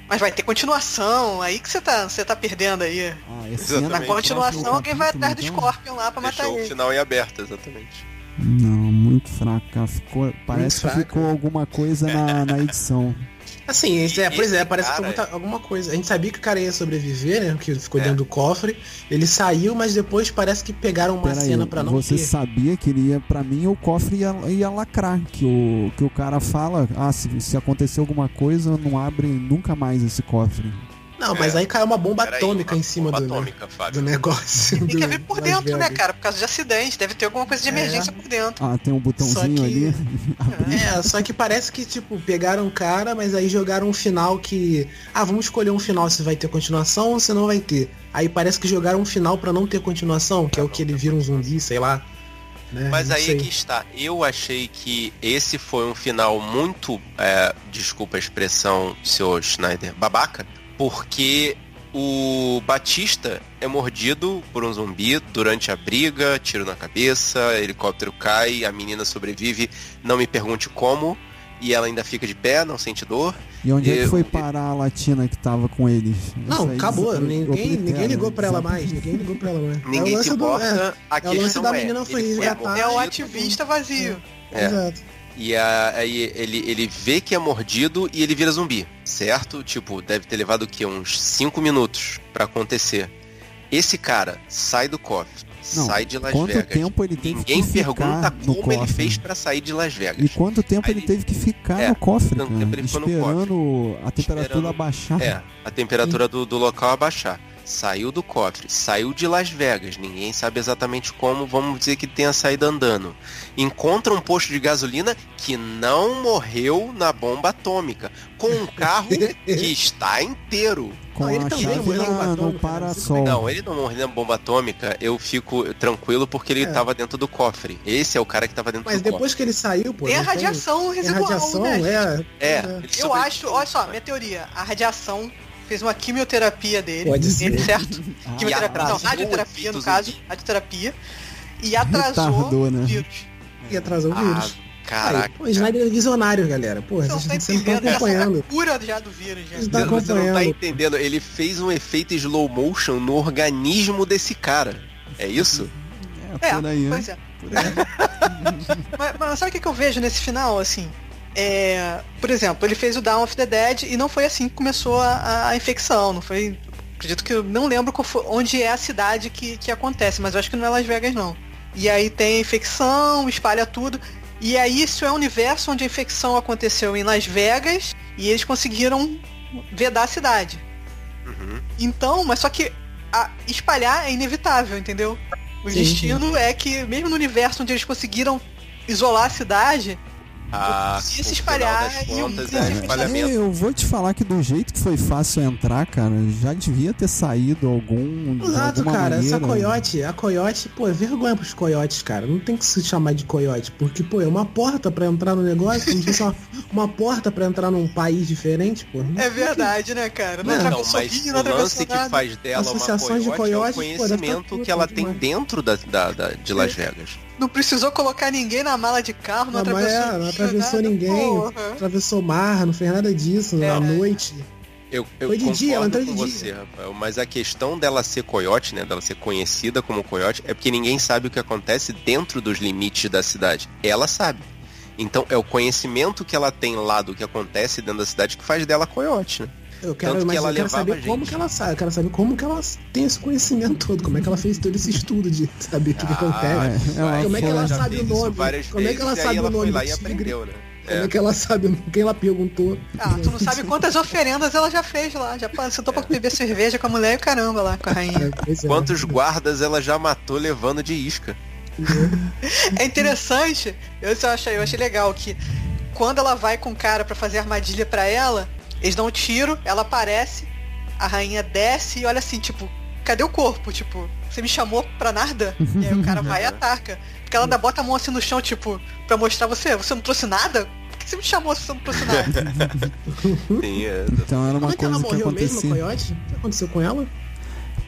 Speaker 4: Mas vai ter continuação, aí que você tá, você tá perdendo aí.
Speaker 1: Ah,
Speaker 3: assim,
Speaker 2: Exatamente.
Speaker 4: Na continuação, alguém vai atrás do
Speaker 1: Scorpion.
Speaker 4: Scorpion lá pra matar
Speaker 2: Deixou o
Speaker 4: ele.
Speaker 2: final em aberto, exatamente.
Speaker 1: Não, muito fraca. Ficou, parece
Speaker 3: fraca.
Speaker 1: que ficou alguma coisa na, na edição.
Speaker 3: Assim, é,
Speaker 2: E
Speaker 3: pois é,
Speaker 2: esse
Speaker 3: parece que
Speaker 2: cara-
Speaker 3: tem muita- alguma coisa. A gente sabia que o cara ia sobreviver, né? Que ficou
Speaker 2: É.
Speaker 3: dentro do cofre. Ele saiu, mas depois parece que pegaram uma
Speaker 1: Peraí,
Speaker 3: cena pra não
Speaker 1: você
Speaker 3: ter.
Speaker 1: sabia que ele ia, pra mim, o cofre ia, ia lacrar. Que o, que o cara fala, ah, se, se acontecer alguma coisa, não abre nunca mais esse cofre.
Speaker 3: Não, mas
Speaker 2: É.
Speaker 3: aí caiu uma bomba
Speaker 2: Peraí,
Speaker 3: atômica
Speaker 2: uma
Speaker 3: em cima
Speaker 2: bomba
Speaker 3: do, né,
Speaker 2: atômica,
Speaker 3: do
Speaker 2: Fábio.
Speaker 3: negócio.
Speaker 4: Tem que
Speaker 3: do-
Speaker 4: abrir por
Speaker 3: Las
Speaker 4: dentro, né,
Speaker 3: Vegas. É.
Speaker 4: cara? Por causa de acidente. Deve ter alguma coisa de emergência por dentro.
Speaker 1: Ah, tem um botãozinho
Speaker 3: que-
Speaker 1: ali.
Speaker 3: É, só que parece que, tipo, pegaram o cara, mas aí jogaram um final que. Ah, vamos escolher um final se vai ter continuação ou se não vai ter. Aí parece que jogaram um final pra não ter continuação, que é o que ele vira um zumbi, sei lá. né,
Speaker 2: Mas
Speaker 3: não
Speaker 2: aí é
Speaker 3: sei.
Speaker 2: que está. Eu achei que esse foi um final muito, é, desculpa a expressão, senhor Schneider, babaca, porque o Batista é mordido por um zumbi durante a briga, tiro na cabeça, helicóptero cai, a menina sobrevive, não me pergunte como, e ela ainda fica de pé, não sente dor.
Speaker 1: E onde é que
Speaker 2: Eu-
Speaker 1: foi parar a latina que tava com eles? Isso
Speaker 3: Não,
Speaker 1: aí
Speaker 3: acabou.
Speaker 1: des-
Speaker 3: Ninguém,
Speaker 1: oblitera,
Speaker 3: ninguém ligou pra ela
Speaker 1: sabe?
Speaker 3: mais. Ninguém ligou pra ela mais.
Speaker 2: Ninguém
Speaker 3: é o lance
Speaker 2: se importa. né? a
Speaker 3: Do, é o lance
Speaker 2: questão
Speaker 3: da
Speaker 2: é,
Speaker 3: menina foi
Speaker 2: ele foi
Speaker 3: resgatar.
Speaker 4: É
Speaker 2: mordido
Speaker 4: o ativista vazio.
Speaker 3: é,
Speaker 2: É.
Speaker 3: Exato.
Speaker 2: E a- aí ele, ele vê que é mordido e ele vira zumbi, certo? Tipo, deve ter levado o quê? Uns 5 minutos pra acontecer. Esse cara sai do cofre,
Speaker 1: Não,
Speaker 2: sai de Las
Speaker 1: Quanto
Speaker 2: Vegas.
Speaker 1: tempo ele teve
Speaker 2: Ninguém
Speaker 1: que ficar
Speaker 2: pergunta
Speaker 1: no
Speaker 2: como
Speaker 1: cofre?
Speaker 2: ele
Speaker 1: né?
Speaker 2: fez pra sair de Las
Speaker 1: E
Speaker 2: Vegas.
Speaker 1: quanto tempo
Speaker 2: Aí
Speaker 1: ele
Speaker 2: ele-
Speaker 1: teve que ficar
Speaker 2: É,
Speaker 1: no cofre,
Speaker 2: tanto
Speaker 1: cara?
Speaker 2: tempo ele ficou no
Speaker 1: Esperando a temperatura
Speaker 2: Esperando-
Speaker 1: abaixar.
Speaker 2: É, a temperatura do, do local abaixar. Saiu do cofre, saiu de Las Vegas, ninguém sabe exatamente como, vamos dizer que tenha saído andando. Encontra um posto de gasolina que não morreu na bomba atômica, com um carro que está inteiro.
Speaker 1: Com
Speaker 3: Não, ele
Speaker 1: a
Speaker 3: também
Speaker 1: chave
Speaker 3: morreu
Speaker 1: na,
Speaker 3: no batom,
Speaker 1: no
Speaker 3: cara,
Speaker 1: para-sol.
Speaker 2: Não, ele não morreu na bomba atômica, eu fico tranquilo porque ele
Speaker 3: É.
Speaker 2: estava dentro do cofre. Esse é o cara que É estava dentro
Speaker 3: Mas
Speaker 2: do cofre.
Speaker 3: depois que ele saiu, pô.
Speaker 4: Tem a
Speaker 3: não
Speaker 4: radiação
Speaker 3: Tem é
Speaker 4: residual,
Speaker 3: radiação,
Speaker 4: né?
Speaker 3: é.
Speaker 2: É,
Speaker 3: pois
Speaker 2: ele
Speaker 4: Eu
Speaker 2: sobreviveu.
Speaker 4: acho, olha só, minha teoria. A radiação fez uma quimioterapia dele.
Speaker 3: Pode ser.
Speaker 4: Ele, certo?
Speaker 1: Ah,
Speaker 4: Quimioterapia. Não,
Speaker 2: atrasou
Speaker 4: radioterapia,
Speaker 2: o
Speaker 4: no
Speaker 2: efeito
Speaker 4: caso. Radioterapia. E atrasou
Speaker 1: Retardou,
Speaker 4: o
Speaker 1: né?
Speaker 4: vírus.
Speaker 3: E atrasou é o vírus.
Speaker 2: Ah,
Speaker 3: Aí,
Speaker 2: caraca.
Speaker 3: pô, o Snyder é visionário, galera. Porra,
Speaker 4: Vocês não
Speaker 3: vocês
Speaker 4: estão
Speaker 3: não estão
Speaker 4: entendendo. Essa
Speaker 3: acompanhando.
Speaker 4: é a cura já do vírus, já.
Speaker 3: Vocês
Speaker 2: Você
Speaker 3: não estão
Speaker 2: você não tá
Speaker 3: acompanhando.
Speaker 2: entendendo, ele fez um efeito slow motion no organismo desse cara. É isso?
Speaker 3: Uhum.
Speaker 1: É, por aí, né?
Speaker 4: pois é. mas, mas sabe o que que eu vejo nesse final, assim? É, por exemplo, ele fez o Down of the Dead e não foi assim que começou a, a infecção, não foi. Acredito que eu não lembro qual foi- onde é a cidade que, que acontece, mas eu acho que não é Las Vegas não. E aí tem a infecção, espalha tudo. E aí isso é o universo onde a infecção aconteceu em Las Vegas e eles conseguiram vedar a cidade.
Speaker 2: Uhum.
Speaker 4: Então, mas só que a- espalhar é inevitável, entendeu? O
Speaker 3: Sim.
Speaker 4: destino é que, mesmo no universo onde eles conseguiram isolar a cidade,
Speaker 2: Ah,
Speaker 4: Se
Speaker 2: no
Speaker 4: se
Speaker 2: final
Speaker 4: espalhar,
Speaker 2: das
Speaker 4: e o
Speaker 2: contas,
Speaker 4: mundo
Speaker 2: é
Speaker 4: se
Speaker 2: espalhamento.
Speaker 1: Eu vou te falar que do jeito que foi fácil entrar, cara, já devia ter saído algum. de
Speaker 3: Exato,
Speaker 1: alguma
Speaker 3: cara.
Speaker 1: maneira. né?
Speaker 3: Essa coiote, a coiote, pô, é vergonha pros coiotes, cara. Não tem que se chamar de coiote, porque, pô, é uma porta pra entrar no negócio, como se fosse uma, uma porta pra entrar num país diferente, pô. Não
Speaker 4: é
Speaker 3: tem que-
Speaker 4: verdade, né, cara? Não,
Speaker 2: Não,
Speaker 3: um
Speaker 4: atravessou
Speaker 2: mas
Speaker 4: rio,
Speaker 2: o
Speaker 4: não
Speaker 2: lance
Speaker 4: atravessou
Speaker 2: que
Speaker 4: nada.
Speaker 2: faz dela uma
Speaker 3: tá Associações de
Speaker 2: coiote, é o
Speaker 3: coiotes, pô, deve tá
Speaker 2: conhecimento
Speaker 3: puta
Speaker 2: que ela tem
Speaker 3: demais.
Speaker 2: dentro da, da- da- de Las Vegas.
Speaker 4: Não precisou colocar ninguém na mala de carro, não
Speaker 3: Não, mas é,
Speaker 4: atravessou
Speaker 3: não
Speaker 4: rio,
Speaker 3: atravessou
Speaker 4: nada.
Speaker 3: ninguém.
Speaker 4: Porra.
Speaker 3: Atravessou mar, não fez nada disso,
Speaker 4: É.
Speaker 3: à noite.
Speaker 2: Eu, eu
Speaker 3: Foi de
Speaker 2: concordo
Speaker 3: dia, ela entrou
Speaker 2: com
Speaker 3: de
Speaker 2: você,
Speaker 3: dia.
Speaker 2: Rafael, mas a questão dela ser coiote, né, dela ser conhecida como coiote, é porque ninguém sabe o que acontece dentro dos limites da cidade. Ela sabe. Então é o conhecimento que ela tem lá do que acontece dentro da cidade que faz dela coiote, né?
Speaker 3: Eu quero,
Speaker 2: Tanto que
Speaker 3: mas
Speaker 2: ela
Speaker 3: eu quero
Speaker 2: levava
Speaker 3: saber
Speaker 2: a
Speaker 3: como
Speaker 2: gente.
Speaker 3: que ela sabe. Eu quero saber como que ela tem esse conhecimento todo. Como é que ela fez todo esse estudo de saber o que, que
Speaker 2: Ah,
Speaker 3: acontece.
Speaker 1: é, ela
Speaker 3: Como é que
Speaker 1: foi-
Speaker 3: ela
Speaker 2: já
Speaker 3: sabe
Speaker 2: fez
Speaker 3: o
Speaker 2: isso
Speaker 3: nome?
Speaker 2: várias
Speaker 3: Como é que ela
Speaker 2: vezes, e aí
Speaker 3: sabe o
Speaker 2: ela
Speaker 3: nome
Speaker 2: Foi lá
Speaker 3: do
Speaker 2: e
Speaker 3: tigre?
Speaker 2: aprendeu, né?
Speaker 3: Como é que ela sabe quem ela perguntou?
Speaker 4: Ah, tu não sabe quantas oferendas ela já fez lá. Já sentou pra
Speaker 2: É.
Speaker 4: beber cerveja com a mulher e o caramba lá, com a rainha.
Speaker 3: É, pois é.
Speaker 2: Quantos guardas ela já matou levando de isca?
Speaker 4: É interessante, eu só achei, eu achei legal que quando ela vai com o cara pra fazer armadilha pra ela, eles dão um tiro, ela aparece, a rainha desce e olha assim, tipo, cadê o corpo? Tipo, você me chamou pra nada? E aí o cara vai e ataca. Porque ela ainda bota a mão assim no chão, tipo, pra mostrar você, você não trouxe nada? Por que você me chamou se você não trouxe nada?
Speaker 3: Hum?
Speaker 2: Sim, é.
Speaker 1: Então era
Speaker 3: Como
Speaker 1: uma
Speaker 3: é que ela
Speaker 1: coisa que
Speaker 3: morreu mesmo, a
Speaker 1: acontecia.
Speaker 3: coiote? O que aconteceu com ela?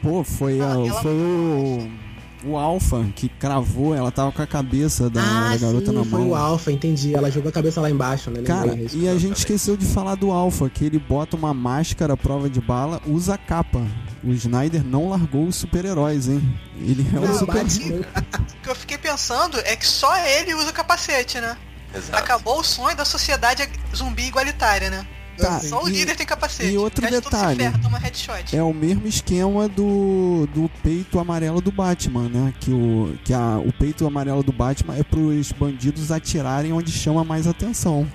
Speaker 1: Pô, foi, a-
Speaker 4: Ah, ela-
Speaker 1: foi o. o Alpha que cravou, ela tava com a cabeça da,
Speaker 3: Ah,
Speaker 1: da garota na
Speaker 3: foi o
Speaker 1: mão.
Speaker 3: Alpha, entendi. Ela jogou a cabeça lá embaixo, né? Lembrei,
Speaker 1: Cara,
Speaker 3: isso.
Speaker 1: e a gente esqueceu de falar do Alpha, que ele bota uma máscara à prova de bala, usa a capa. O Snyder não largou os super-heróis, hein? Ele é um
Speaker 3: Não,
Speaker 1: super
Speaker 3: Batman.
Speaker 4: O que eu fiquei pensando é que só ele usa capacete, né?
Speaker 2: Exato.
Speaker 4: Acabou o sonho da sociedade zumbi igualitária, né?
Speaker 1: Tá,
Speaker 4: Só o
Speaker 1: e-
Speaker 4: líder tem capacete.
Speaker 1: e outro
Speaker 4: O resto todo se
Speaker 1: detalhe.
Speaker 4: ferra, toma headshot.
Speaker 1: É o mesmo esquema do, do peito amarelo do Batman, né? Que, o, que a, o peito amarelo do Batman é pros bandidos atirarem onde chama mais atenção.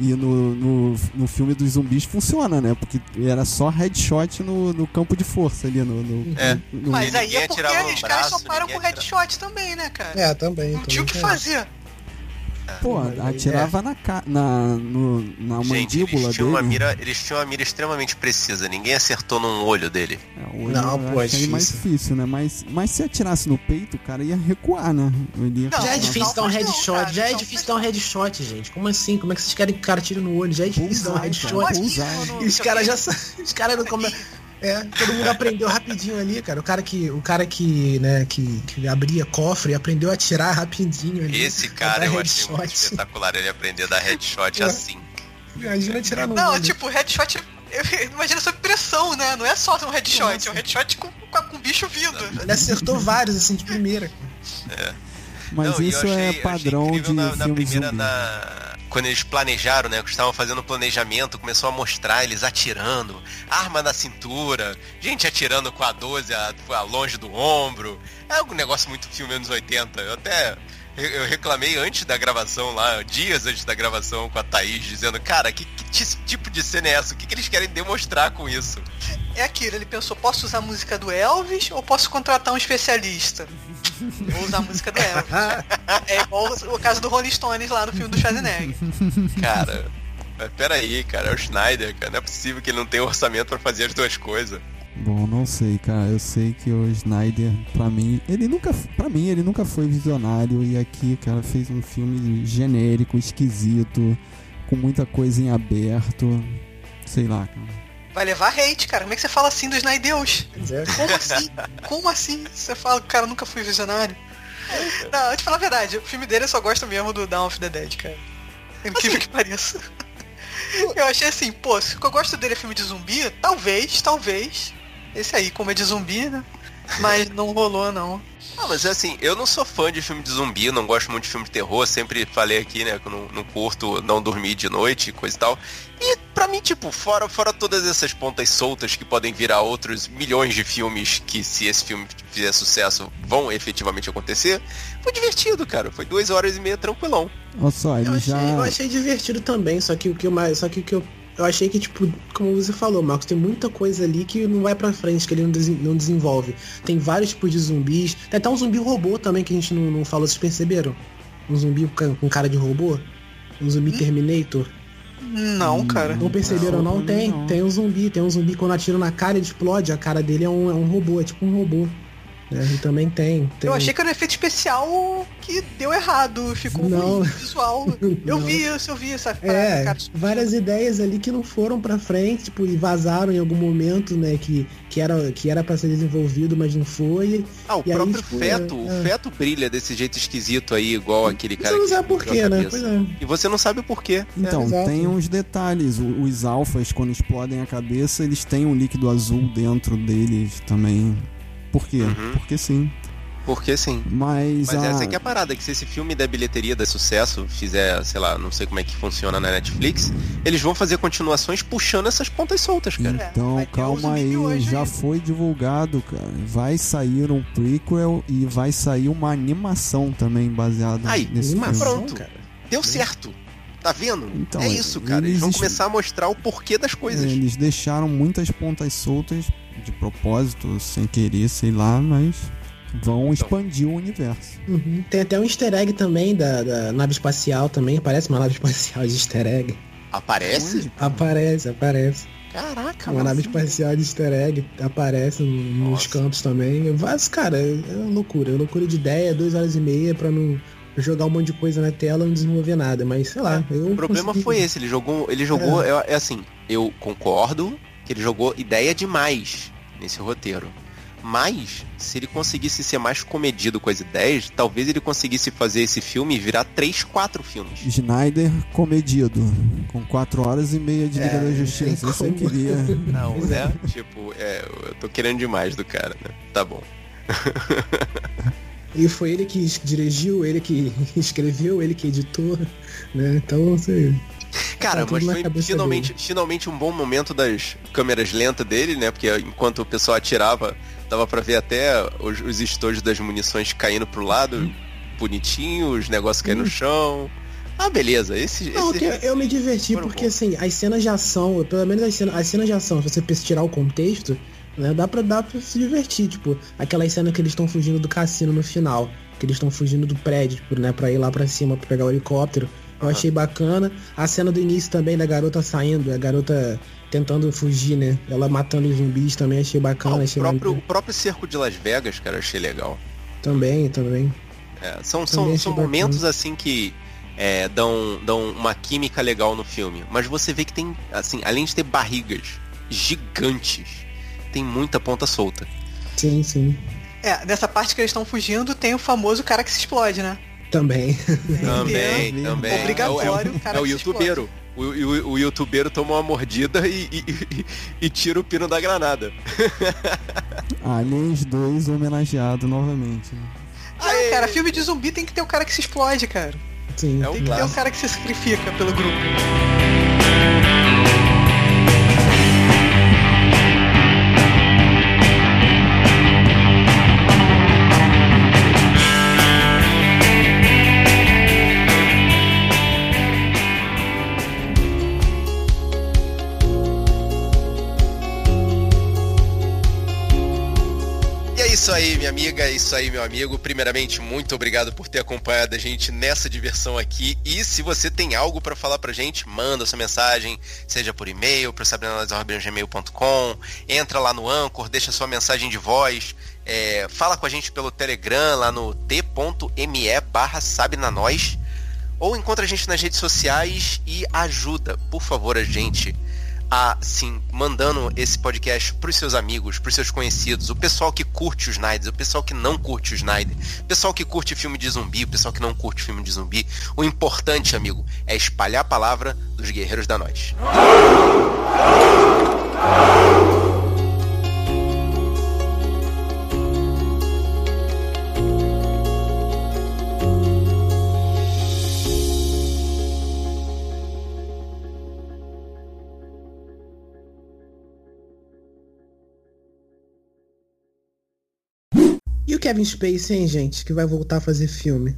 Speaker 1: E no, no, no filme dos zumbis funciona, né? Porque era só headshot no, no campo de força ali. No, no-
Speaker 2: É.
Speaker 1: no-
Speaker 4: Mas aí
Speaker 2: Ninguém
Speaker 4: é porque
Speaker 2: atirava no
Speaker 4: os caras só
Speaker 2: braço,
Speaker 4: param com
Speaker 2: ninguém
Speaker 4: headshot também, né, cara?
Speaker 3: É, também.
Speaker 4: Não tinha o que
Speaker 3: também.
Speaker 4: fazer.
Speaker 1: Pô,
Speaker 3: é
Speaker 1: atirava na, ca- na, no- na
Speaker 2: Gente,
Speaker 1: mandíbula
Speaker 2: eles tinham, uma
Speaker 1: dele.
Speaker 2: mira, eles tinham uma mira extremamente precisa, ninguém acertou num olho dele.
Speaker 1: É, hoje
Speaker 3: Não,
Speaker 1: eu
Speaker 3: pô, é
Speaker 1: acho aí mais
Speaker 3: difícil.
Speaker 1: difícil, né? Mas, mas se atirasse no peito, o cara ia recuar, né? Ele ia-
Speaker 4: Não,
Speaker 3: Já é
Speaker 4: não,
Speaker 3: difícil
Speaker 4: não
Speaker 3: dar um
Speaker 4: faz não,
Speaker 3: headshot,
Speaker 4: cara,
Speaker 3: já é
Speaker 4: não
Speaker 3: difícil
Speaker 4: faz
Speaker 3: dar um headshot, gente. Como assim? Como é que vocês querem que o cara tire no olho? Já é difícil dar um
Speaker 1: Bullseye,
Speaker 3: headshot.
Speaker 1: cara.
Speaker 4: Mas isso
Speaker 1: Bullseye.
Speaker 4: no-
Speaker 3: Os caras né? já sa- os caras não come... É, todo mundo aprendeu rapidinho ali, cara. O cara que, o cara que, né, que, que abria cofre aprendeu a tirar rapidinho ali.
Speaker 1: É
Speaker 2: Esse
Speaker 3: pra
Speaker 2: cara
Speaker 3: dar
Speaker 2: eu achei muito
Speaker 3: headshot.
Speaker 2: um espetacular ele aprender a dar headshot
Speaker 3: É.
Speaker 2: assim.
Speaker 3: Imagina um, tirar no
Speaker 4: Não,
Speaker 3: olho.
Speaker 4: tipo, headshot. eu- Imagina sob pressão, né? Não é só um headshot,
Speaker 3: Nossa.
Speaker 4: é um headshot com, com, com bicho vindo.
Speaker 3: Ele acertou vários assim de primeira.
Speaker 1: Mas
Speaker 2: Não, e eu
Speaker 1: isso
Speaker 2: achei- eu
Speaker 1: é
Speaker 2: achei
Speaker 1: padrão de
Speaker 2: incrível na, na
Speaker 1: filme
Speaker 2: primeira,
Speaker 1: zumbi.
Speaker 2: na- Quando eles planejaram, né? Que estavam fazendo o planejamento, começou a mostrar eles atirando, arma na cintura, gente atirando com a 12 a, a longe do ombro. É um negócio muito filme anos 80. Eu até. Eu eu reclamei antes da gravação lá, dias antes da gravação com a Thaís, dizendo, cara, que, que ti- tipo de cena é essa? O que, que eles querem demonstrar com isso?
Speaker 4: É aquilo, ele pensou, posso usar a música do Elvis ou posso contratar um especialista? Vou usar a música do Elvis. É igual o caso do Rolling Stones lá no filme do Schwarzenegger.
Speaker 2: Cara, mas peraí, cara, é o Schneider, cara. Não é possível que ele não tenha orçamento pra fazer as duas coisas.
Speaker 1: Bom, não sei, cara. Eu sei que o Snyder, pra mim, ele nunca, para mim, ele nunca foi visionário e aqui, cara, fez um filme genérico, esquisito, com muita coisa em aberto. Sei lá, cara.
Speaker 4: Vai levar hate, cara. Como é que você fala assim dos Naideus?
Speaker 3: Pois é.
Speaker 4: Como assim? Como assim? Você fala que o cara nunca foi visionário? Não, eu te falar a verdade, o filme dele eu só gosto mesmo do Dawn of the Dead, cara. É Incrível que pareça. Eu achei assim, pô, se o que eu gosto dele é filme de zumbi, talvez, talvez. Esse aí, como é de zumbi, né? Mas não rolou, não.
Speaker 2: Ah, mas assim, eu não sou fã de filme de zumbi, não gosto muito de filme de terror, sempre falei aqui, né, que eu não, não curto não dormir de noite, e coisa e tal. E pra mim, tipo, fora, fora todas essas pontas soltas que podem virar outros milhões de filmes que, se esse filme fizer sucesso, vão efetivamente acontecer, foi divertido, cara. Foi duas horas e meia tranquilão.
Speaker 1: Olha só,
Speaker 3: Eu
Speaker 1: ele
Speaker 3: achei,
Speaker 1: já.
Speaker 3: eu achei divertido também, só que o que eu mais. Só que o que eu. Eu achei que, tipo, como você falou, Marcos, tem muita coisa ali que não vai pra frente, que ele não, desen- não desenvolve. Tem vários tipos de zumbis. Tem até um zumbi robô também que a gente não, não falou, vocês perceberam? Um zumbi com com cara de robô? Um zumbi Terminator?
Speaker 4: Não, cara.
Speaker 3: Hum, Não perceberam, não?
Speaker 1: não,
Speaker 3: Tem.
Speaker 1: não.
Speaker 3: Tem um zumbi. Tem um zumbi quando atira na cara, ele explode. A cara dele é um, é um robô, é tipo um robô. né? E também tem. tem-
Speaker 4: Eu achei que era um efeito especial que deu errado, ficou
Speaker 3: Não.
Speaker 4: ruim, visual. Eu
Speaker 3: Não.
Speaker 4: vi isso, eu vi essa
Speaker 3: É,
Speaker 4: parada, cara.
Speaker 3: várias ideias ali que não foram pra frente, tipo, e vazaram em algum momento, né, que, que era que era para ser desenvolvido, mas não foi.
Speaker 2: Ah, o
Speaker 3: E aí,
Speaker 2: próprio
Speaker 3: tipo,
Speaker 2: feto,
Speaker 3: é.
Speaker 2: o feto brilha desse jeito esquisito aí, igual aquele cara
Speaker 3: Você não
Speaker 2: que
Speaker 3: sabe por
Speaker 2: explodiu a
Speaker 3: quê, né?
Speaker 2: cabeça.
Speaker 3: Pois é.
Speaker 2: E você não sabe por quê.
Speaker 1: Então,
Speaker 3: exato.
Speaker 1: tem uns detalhes. O- Os alfas, quando explodem a cabeça, eles têm um líquido azul dentro deles também. Por quê? Porque sim.
Speaker 2: Porque sim.
Speaker 1: Mas,
Speaker 2: Uhum.
Speaker 1: ah,
Speaker 2: Mas
Speaker 1: a...
Speaker 2: essa aqui é a parada, que se esse filme da bilheteria da sucesso fizer, sei lá, não sei como é que funciona na Netflix, eles vão fazer continuações puxando essas pontas soltas, cara.
Speaker 1: Então,
Speaker 4: vai ter os
Speaker 1: calma aí,
Speaker 4: mil hoje
Speaker 1: já
Speaker 4: aí.
Speaker 1: foi divulgado, cara. Vai sair um prequel e vai sair uma animação também baseada
Speaker 2: Aí,
Speaker 1: nesse
Speaker 3: animação,
Speaker 1: filme.
Speaker 2: Pronto.
Speaker 3: cara.
Speaker 2: Deu certo. Tá vendo?
Speaker 1: Então, É.
Speaker 2: é isso, cara. Eles
Speaker 1: eles
Speaker 2: vão
Speaker 1: exist-
Speaker 2: começar a mostrar o porquê das coisas.
Speaker 1: Eles deixaram muitas pontas soltas de propósito, sem querer, sei lá, mas
Speaker 2: Então.
Speaker 1: vão expandir o universo.
Speaker 3: Uhum. Tem até um easter egg também da, da nave espacial também, aparece uma nave espacial de easter egg.
Speaker 2: Aparece?
Speaker 1: Onde?
Speaker 3: Aparece, aparece.
Speaker 2: Caraca,
Speaker 3: Uma
Speaker 2: mano.
Speaker 3: nave espacial de easter egg aparece no- nos
Speaker 2: Nossa.
Speaker 3: campos também. Mas, cara, é uma loucura. É uma loucura de ideia, duas horas e meia pra não jogar um monte de coisa na tela e não desenvolver nada. Mas, sei lá. eu
Speaker 2: É. O problema
Speaker 3: consegui-
Speaker 2: foi esse, ele jogou. Ele jogou. É. é assim, eu concordo que ele jogou ideia demais nesse roteiro. Mas, se ele conseguisse ser mais comedido com as ideias, talvez ele conseguisse fazer esse filme e virar 3, 4 filmes.
Speaker 1: Snyder comedido, com 4 horas e meia
Speaker 4: É,
Speaker 1: de Liga da Justiça. Isso eu queria.
Speaker 2: Não, né? tipo, é, eu tô querendo demais do cara, né? Tá bom.
Speaker 3: E foi ele que es- dirigiu, ele que escreveu, ele que editou, né? Então, você...
Speaker 2: Cara,
Speaker 3: Tá tudo
Speaker 2: mas
Speaker 3: na
Speaker 2: foi
Speaker 3: cabeça
Speaker 2: finalmente, finalmente um bom momento das câmeras lentas dele, né? Porque enquanto o pessoal atirava, dava pra ver até os, os estojos das munições caindo pro lado,
Speaker 3: Hum.
Speaker 2: bonitinho, os negócios caindo no chão. Ah, beleza. Esse,
Speaker 3: Não,
Speaker 2: esse-
Speaker 3: eu, eu me diverti
Speaker 2: Foram
Speaker 3: porque,
Speaker 2: bons.
Speaker 3: assim, as cenas de ação, pelo menos as cenas, as cenas de ação, se você tirar o contexto, né, dá pra, dá pra se divertir, tipo, aquelas cenas que eles estão fugindo do cassino no final, que eles estão fugindo do prédio, tipo, né, pra ir lá pra cima pra pegar o helicóptero. Eu achei bacana. A cena do início também, da garota saindo, a garota tentando fugir, né, ela matando os zumbis também, achei
Speaker 2: Ah,
Speaker 3: bacana,
Speaker 2: o,
Speaker 3: achei
Speaker 2: próprio, o
Speaker 3: bacana.
Speaker 2: próprio circo de Las Vegas, cara, eu achei legal.
Speaker 3: Também, também.
Speaker 2: É, são são,
Speaker 3: Também
Speaker 2: são
Speaker 3: achei
Speaker 2: momentos assim que é, dão, dão uma química legal no filme. Mas você vê que tem, assim, além de ter barrigas gigantes, tem muita ponta solta.
Speaker 3: Sim, sim.
Speaker 4: É, nessa parte que eles estão fugindo, tem o famoso cara que se explode, né?
Speaker 3: Também.
Speaker 2: Também,
Speaker 1: Entendeu?
Speaker 2: também. É o-
Speaker 4: Obrigatório, o
Speaker 2: É,
Speaker 4: cara
Speaker 2: o
Speaker 4: que se explode.
Speaker 2: youtubeiro. O, o, o youtubeiro toma uma mordida e, e- e- e tira o pino da granada.
Speaker 1: Aliens 2 homenageado novamente. né?
Speaker 4: Não, cara, filme de zumbi tem que ter o cara que se explode, cara.
Speaker 3: Sim.
Speaker 2: É um
Speaker 4: Tem que ter o
Speaker 2: clássico.
Speaker 4: cara que se sacrifica pelo grupo.
Speaker 2: E é isso aí, minha amiga, é isso aí, meu amigo. Primeiramente, muito obrigado por ter acompanhado a gente nessa diversão aqui. E se você tem algo pra falar pra gente, manda sua mensagem, seja por e-mail, para sabrinalazorbinogmail.com, entra lá no Anchor, deixa sua mensagem de voz, é, fala com a gente pelo Telegram, lá no t.me barra sabinanois, ou encontra a gente nas redes sociais e ajuda, por favor, a gente a, sim, mandando esse podcast pros seus amigos, pros seus conhecidos, o pessoal que curte o Snyder, o pessoal que não curte o Snyder, o pessoal que curte filme de zumbi, o pessoal que não curte filme de zumbi. O importante, amigo, é espalhar a palavra dos guerreiros da noite.
Speaker 3: E o Kevin Spacey, hein, gente, que vai voltar a fazer filme?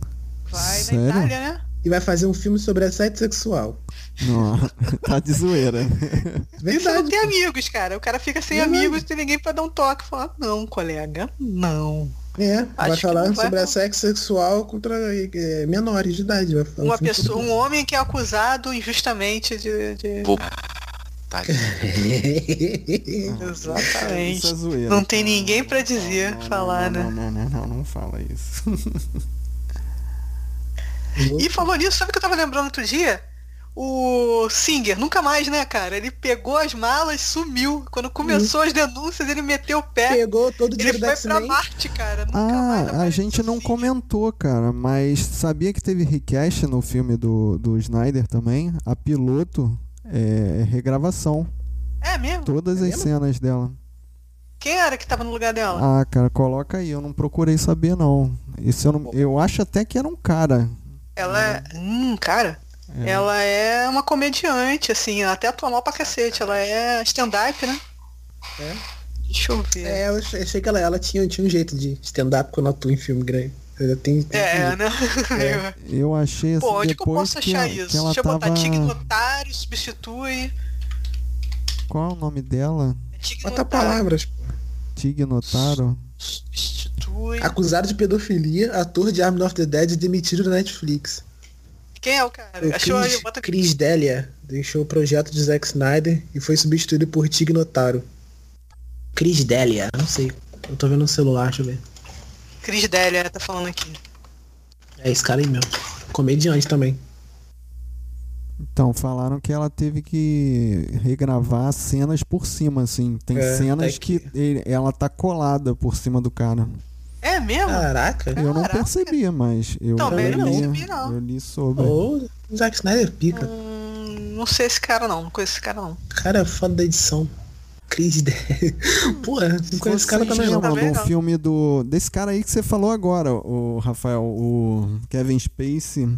Speaker 4: Vai
Speaker 1: Sério?
Speaker 4: na Itália, né?
Speaker 3: E vai fazer um filme sobre assédio sexual.
Speaker 1: Não, tá de zoeira.
Speaker 4: Isso não
Speaker 3: Verdade.
Speaker 4: tem amigos, cara. O cara fica sem
Speaker 3: Verdade.
Speaker 4: amigos, tem ninguém pra dar um toque. Falar, não, colega, não.
Speaker 3: É, vai
Speaker 4: Acho que
Speaker 3: falar
Speaker 4: não vai,
Speaker 3: sobre
Speaker 4: não.
Speaker 3: assédio sexual contra é, menores de idade. Vai
Speaker 2: Então,
Speaker 3: falar um
Speaker 4: Uma
Speaker 2: assim,
Speaker 3: filme
Speaker 4: pessoa, um homem que é acusado injustamente de. de-
Speaker 2: Vou- Tá,
Speaker 3: sobre-
Speaker 1: Isso é
Speaker 4: Exatamente.
Speaker 1: zoeira.
Speaker 4: Não tem ninguém pra dizer,
Speaker 1: Não, não,
Speaker 4: falar,
Speaker 1: não,
Speaker 4: né?
Speaker 1: Não, não, não, não, não fala isso.
Speaker 4: E falou nisso, sabe o que eu tava lembrando outro dia? O Singer, nunca mais, né, cara? Ele pegou as malas, sumiu. Quando
Speaker 2: Hum.
Speaker 4: começou as denúncias, ele meteu o pé.
Speaker 3: Pegou todo o
Speaker 4: é, Ele
Speaker 3: dinheiro da
Speaker 4: foi pra
Speaker 3: X-Men.
Speaker 4: Marte, cara. Nunca mais
Speaker 1: Ah, a
Speaker 4: apareceu assim.
Speaker 1: gente não
Speaker 4: o Singer.
Speaker 1: comentou, cara, mas sabia que teve request no filme do, do Snyder também? A piloto é regravação.
Speaker 4: É mesmo?
Speaker 1: Todas as cenas dela.
Speaker 4: Quem era que tava no lugar dela?
Speaker 1: Ah, cara, coloca aí. Eu não procurei saber, não. Isso eu, não- eu acho até que era um cara.
Speaker 4: Ela é. Hum, cara. Ela é uma comediante, assim, ela até atua mal pra cacete. Ela é stand-up, né? Deixa eu ver.
Speaker 3: É, eu achei achei que ela, ela tinha, tinha um jeito de stand-up quando atua em filme grande. Ela tem, tem
Speaker 4: É,
Speaker 3: um jeito.
Speaker 4: né?
Speaker 1: Eu achei assim,
Speaker 4: Pô, onde que eu
Speaker 1: depois
Speaker 4: posso achar
Speaker 1: que,
Speaker 4: isso?
Speaker 1: que ela
Speaker 4: Deixa eu
Speaker 1: tava...
Speaker 4: botar Tig no otário, substitui.
Speaker 1: Qual é o nome dela?
Speaker 4: Tig no
Speaker 3: Bota
Speaker 4: otário,
Speaker 3: palavras. pô.
Speaker 1: Tig Notaro?
Speaker 4: substitui.
Speaker 3: Acusado de pedofilia, ator de Army of the Dead demitido da Netflix.
Speaker 4: Quem é o cara?
Speaker 3: O
Speaker 4: Achou
Speaker 3: Chris,
Speaker 4: aí, bota aqui.
Speaker 3: Chris Delia deixou o projeto de Zack Snyder e foi substituído por Tig Notaro. Chris Delia, não sei. Eu tô vendo no celular, deixa eu ver.
Speaker 4: Cris Délia tá falando aqui.
Speaker 3: É esse cara aí mesmo. Comediante também.
Speaker 1: Então, falaram que ela teve que regravar cenas por cima, assim. Tem
Speaker 3: É,
Speaker 1: cenas
Speaker 3: é
Speaker 1: que,
Speaker 3: que-
Speaker 1: ele- ela tá colada por cima do cara.
Speaker 4: É mesmo?
Speaker 3: Caraca.
Speaker 1: Eu não
Speaker 4: Caraca.
Speaker 1: percebi, mas eu,
Speaker 4: Também
Speaker 1: eu
Speaker 3: não
Speaker 1: li,
Speaker 4: percebi, não.
Speaker 1: eu li sobre.
Speaker 3: Ô, o Zack Snyder é pica.
Speaker 4: Hum, não sei esse cara não, não conheço esse cara não.
Speaker 3: Cara, é foda da edição. Chris Dell. Porra, não conheço esse cara
Speaker 1: Vocês
Speaker 3: também não.
Speaker 1: lembram
Speaker 4: Também
Speaker 1: do
Speaker 4: não.
Speaker 1: um filme do desse cara aí que você falou agora, o Rafael, o Kevin Spacey.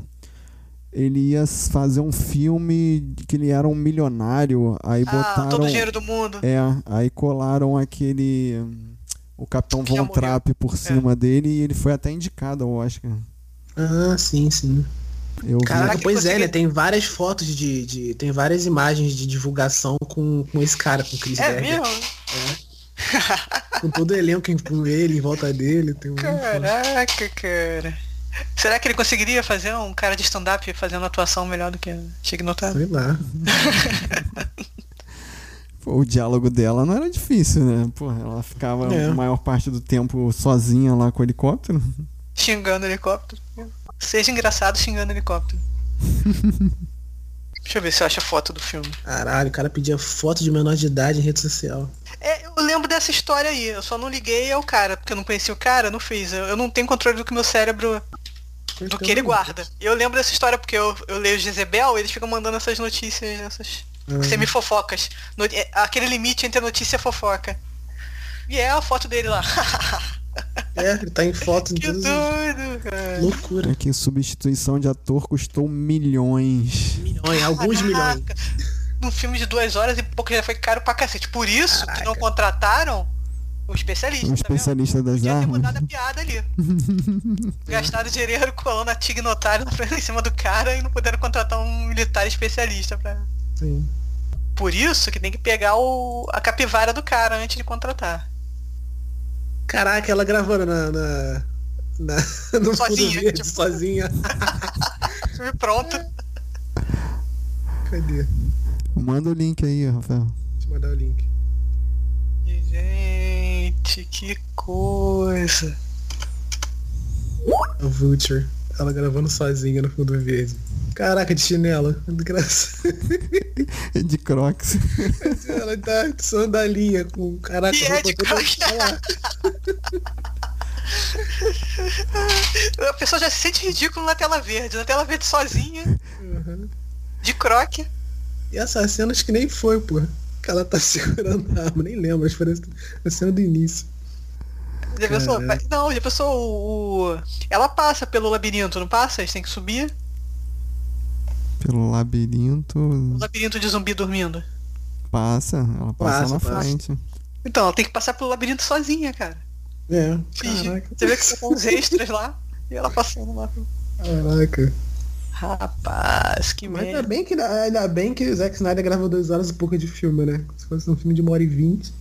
Speaker 1: Ele ia s- fazer um filme de que ele era um milionário, aí
Speaker 4: Ah,
Speaker 1: botaram
Speaker 4: todo o dinheiro do mundo.
Speaker 1: é, aí colaram aquele o Capitão
Speaker 4: Que já
Speaker 1: Von
Speaker 4: morreu. É.
Speaker 1: Trapp por cima dele e ele foi até indicado ao Oscar.
Speaker 3: Ah, sim, sim.
Speaker 1: Eu vi.
Speaker 3: Caraca,
Speaker 4: Caraca,
Speaker 3: pois é,
Speaker 4: consegui-
Speaker 3: né? Tem várias fotos de, de- Tem várias imagens de divulgação com, com esse cara, com o Chris
Speaker 4: É
Speaker 3: Berger.
Speaker 4: mesmo?
Speaker 3: Com todo o elenco em- com ele, em volta dele. Tem um
Speaker 4: Caraca, cara. Será que ele conseguiria fazer um cara de stand-up fazendo atuação melhor do que Chega Notado?
Speaker 3: Sei lá.
Speaker 1: Pô, o diálogo dela não era difícil, né? Porra, ela ficava
Speaker 3: É.
Speaker 1: a maior parte do tempo sozinha lá com o helicóptero.
Speaker 4: Xingando helicóptero. Seja engraçado xingando helicóptero. Deixa eu ver se eu acho a foto do filme.
Speaker 3: Caralho, o cara pedia foto de menor de idade em rede social.
Speaker 4: É, eu lembro dessa história aí, eu só não liguei ao cara, porque eu não conhecia o cara, não fiz. Eu, eu não tenho controle do que meu cérebro, do que ele guarda. Eu lembro dessa história porque eu, eu leio o Jezebel, eles ficam mandando essas notícias, essas
Speaker 3: Uhum.
Speaker 4: semifofocas. No- é, aquele limite entre a notícia e a fofoca. E é a foto dele lá.
Speaker 3: É, ele tá em foto de
Speaker 4: que
Speaker 3: todas
Speaker 4: doido, cara.
Speaker 3: Loucura.
Speaker 1: É que substituição de ator custou milhões.
Speaker 3: Milhões, alguns
Speaker 4: Caraca.
Speaker 3: milhões.
Speaker 4: Num filme de duas horas e pouco já foi caro pra cacete. Por isso que não contrataram o especialista,
Speaker 1: Um
Speaker 4: tá vendo?
Speaker 1: especialista né? das
Speaker 4: Podia ter
Speaker 1: armas.
Speaker 4: mandado a piada ali. Gastaram dinheiro colando a Tig no otário na frente- em cima do cara e não puderam contratar um militar especialista pra.
Speaker 3: Sim.
Speaker 4: Por isso que tem que pegar o... a capivara do cara antes de contratar.
Speaker 3: Caraca, ela gravando na. na... na no
Speaker 4: Sozinha,
Speaker 3: fundo verde,
Speaker 4: tipo.
Speaker 3: sozinha.
Speaker 4: Filme pronto.
Speaker 3: É. Cadê?
Speaker 1: Manda o link aí, Rafael.
Speaker 3: Deixa eu mandar o link.
Speaker 4: Gente, que coisa.
Speaker 3: A Vulture. Ela gravando sozinha no fundo verde. Caraca, de chinela. Engraçado.
Speaker 1: De Crocs.
Speaker 3: Ela tá de sandalinha com. Caraca,
Speaker 4: E é de
Speaker 3: roupa toda-
Speaker 4: cara. A pessoa já se sente ridículo na tela verde. Na tela verde sozinha,
Speaker 3: Uhum.
Speaker 4: de croque.
Speaker 3: E essas cenas que nem foi, pô. Que ela tá segurando a arma, nem lembro, mas parece a cena do início.
Speaker 4: Já pensou?
Speaker 3: Caraca.
Speaker 4: Não, já pensou o, o- Ela passa pelo labirinto, não passa? Eles têm que subir.
Speaker 1: Pelo labirinto.
Speaker 4: O labirinto de zumbi dormindo.
Speaker 1: Passa. Ela passa,
Speaker 3: Passa,
Speaker 1: na
Speaker 3: passa.
Speaker 1: frente.
Speaker 4: Então, ela tem que passar pelo labirinto sozinha, cara.
Speaker 3: É.
Speaker 4: Finge-
Speaker 3: Caraca.
Speaker 4: Você vê que são uns extras lá. E ela passando lá.
Speaker 3: Caraca.
Speaker 4: Rapaz, que
Speaker 3: Mas é
Speaker 4: merda.
Speaker 3: ainda bem, que, ainda bem que o Zack Snyder gravou duas horas e pouco de filme, né? Se fosse um filme de uma hora e vinte,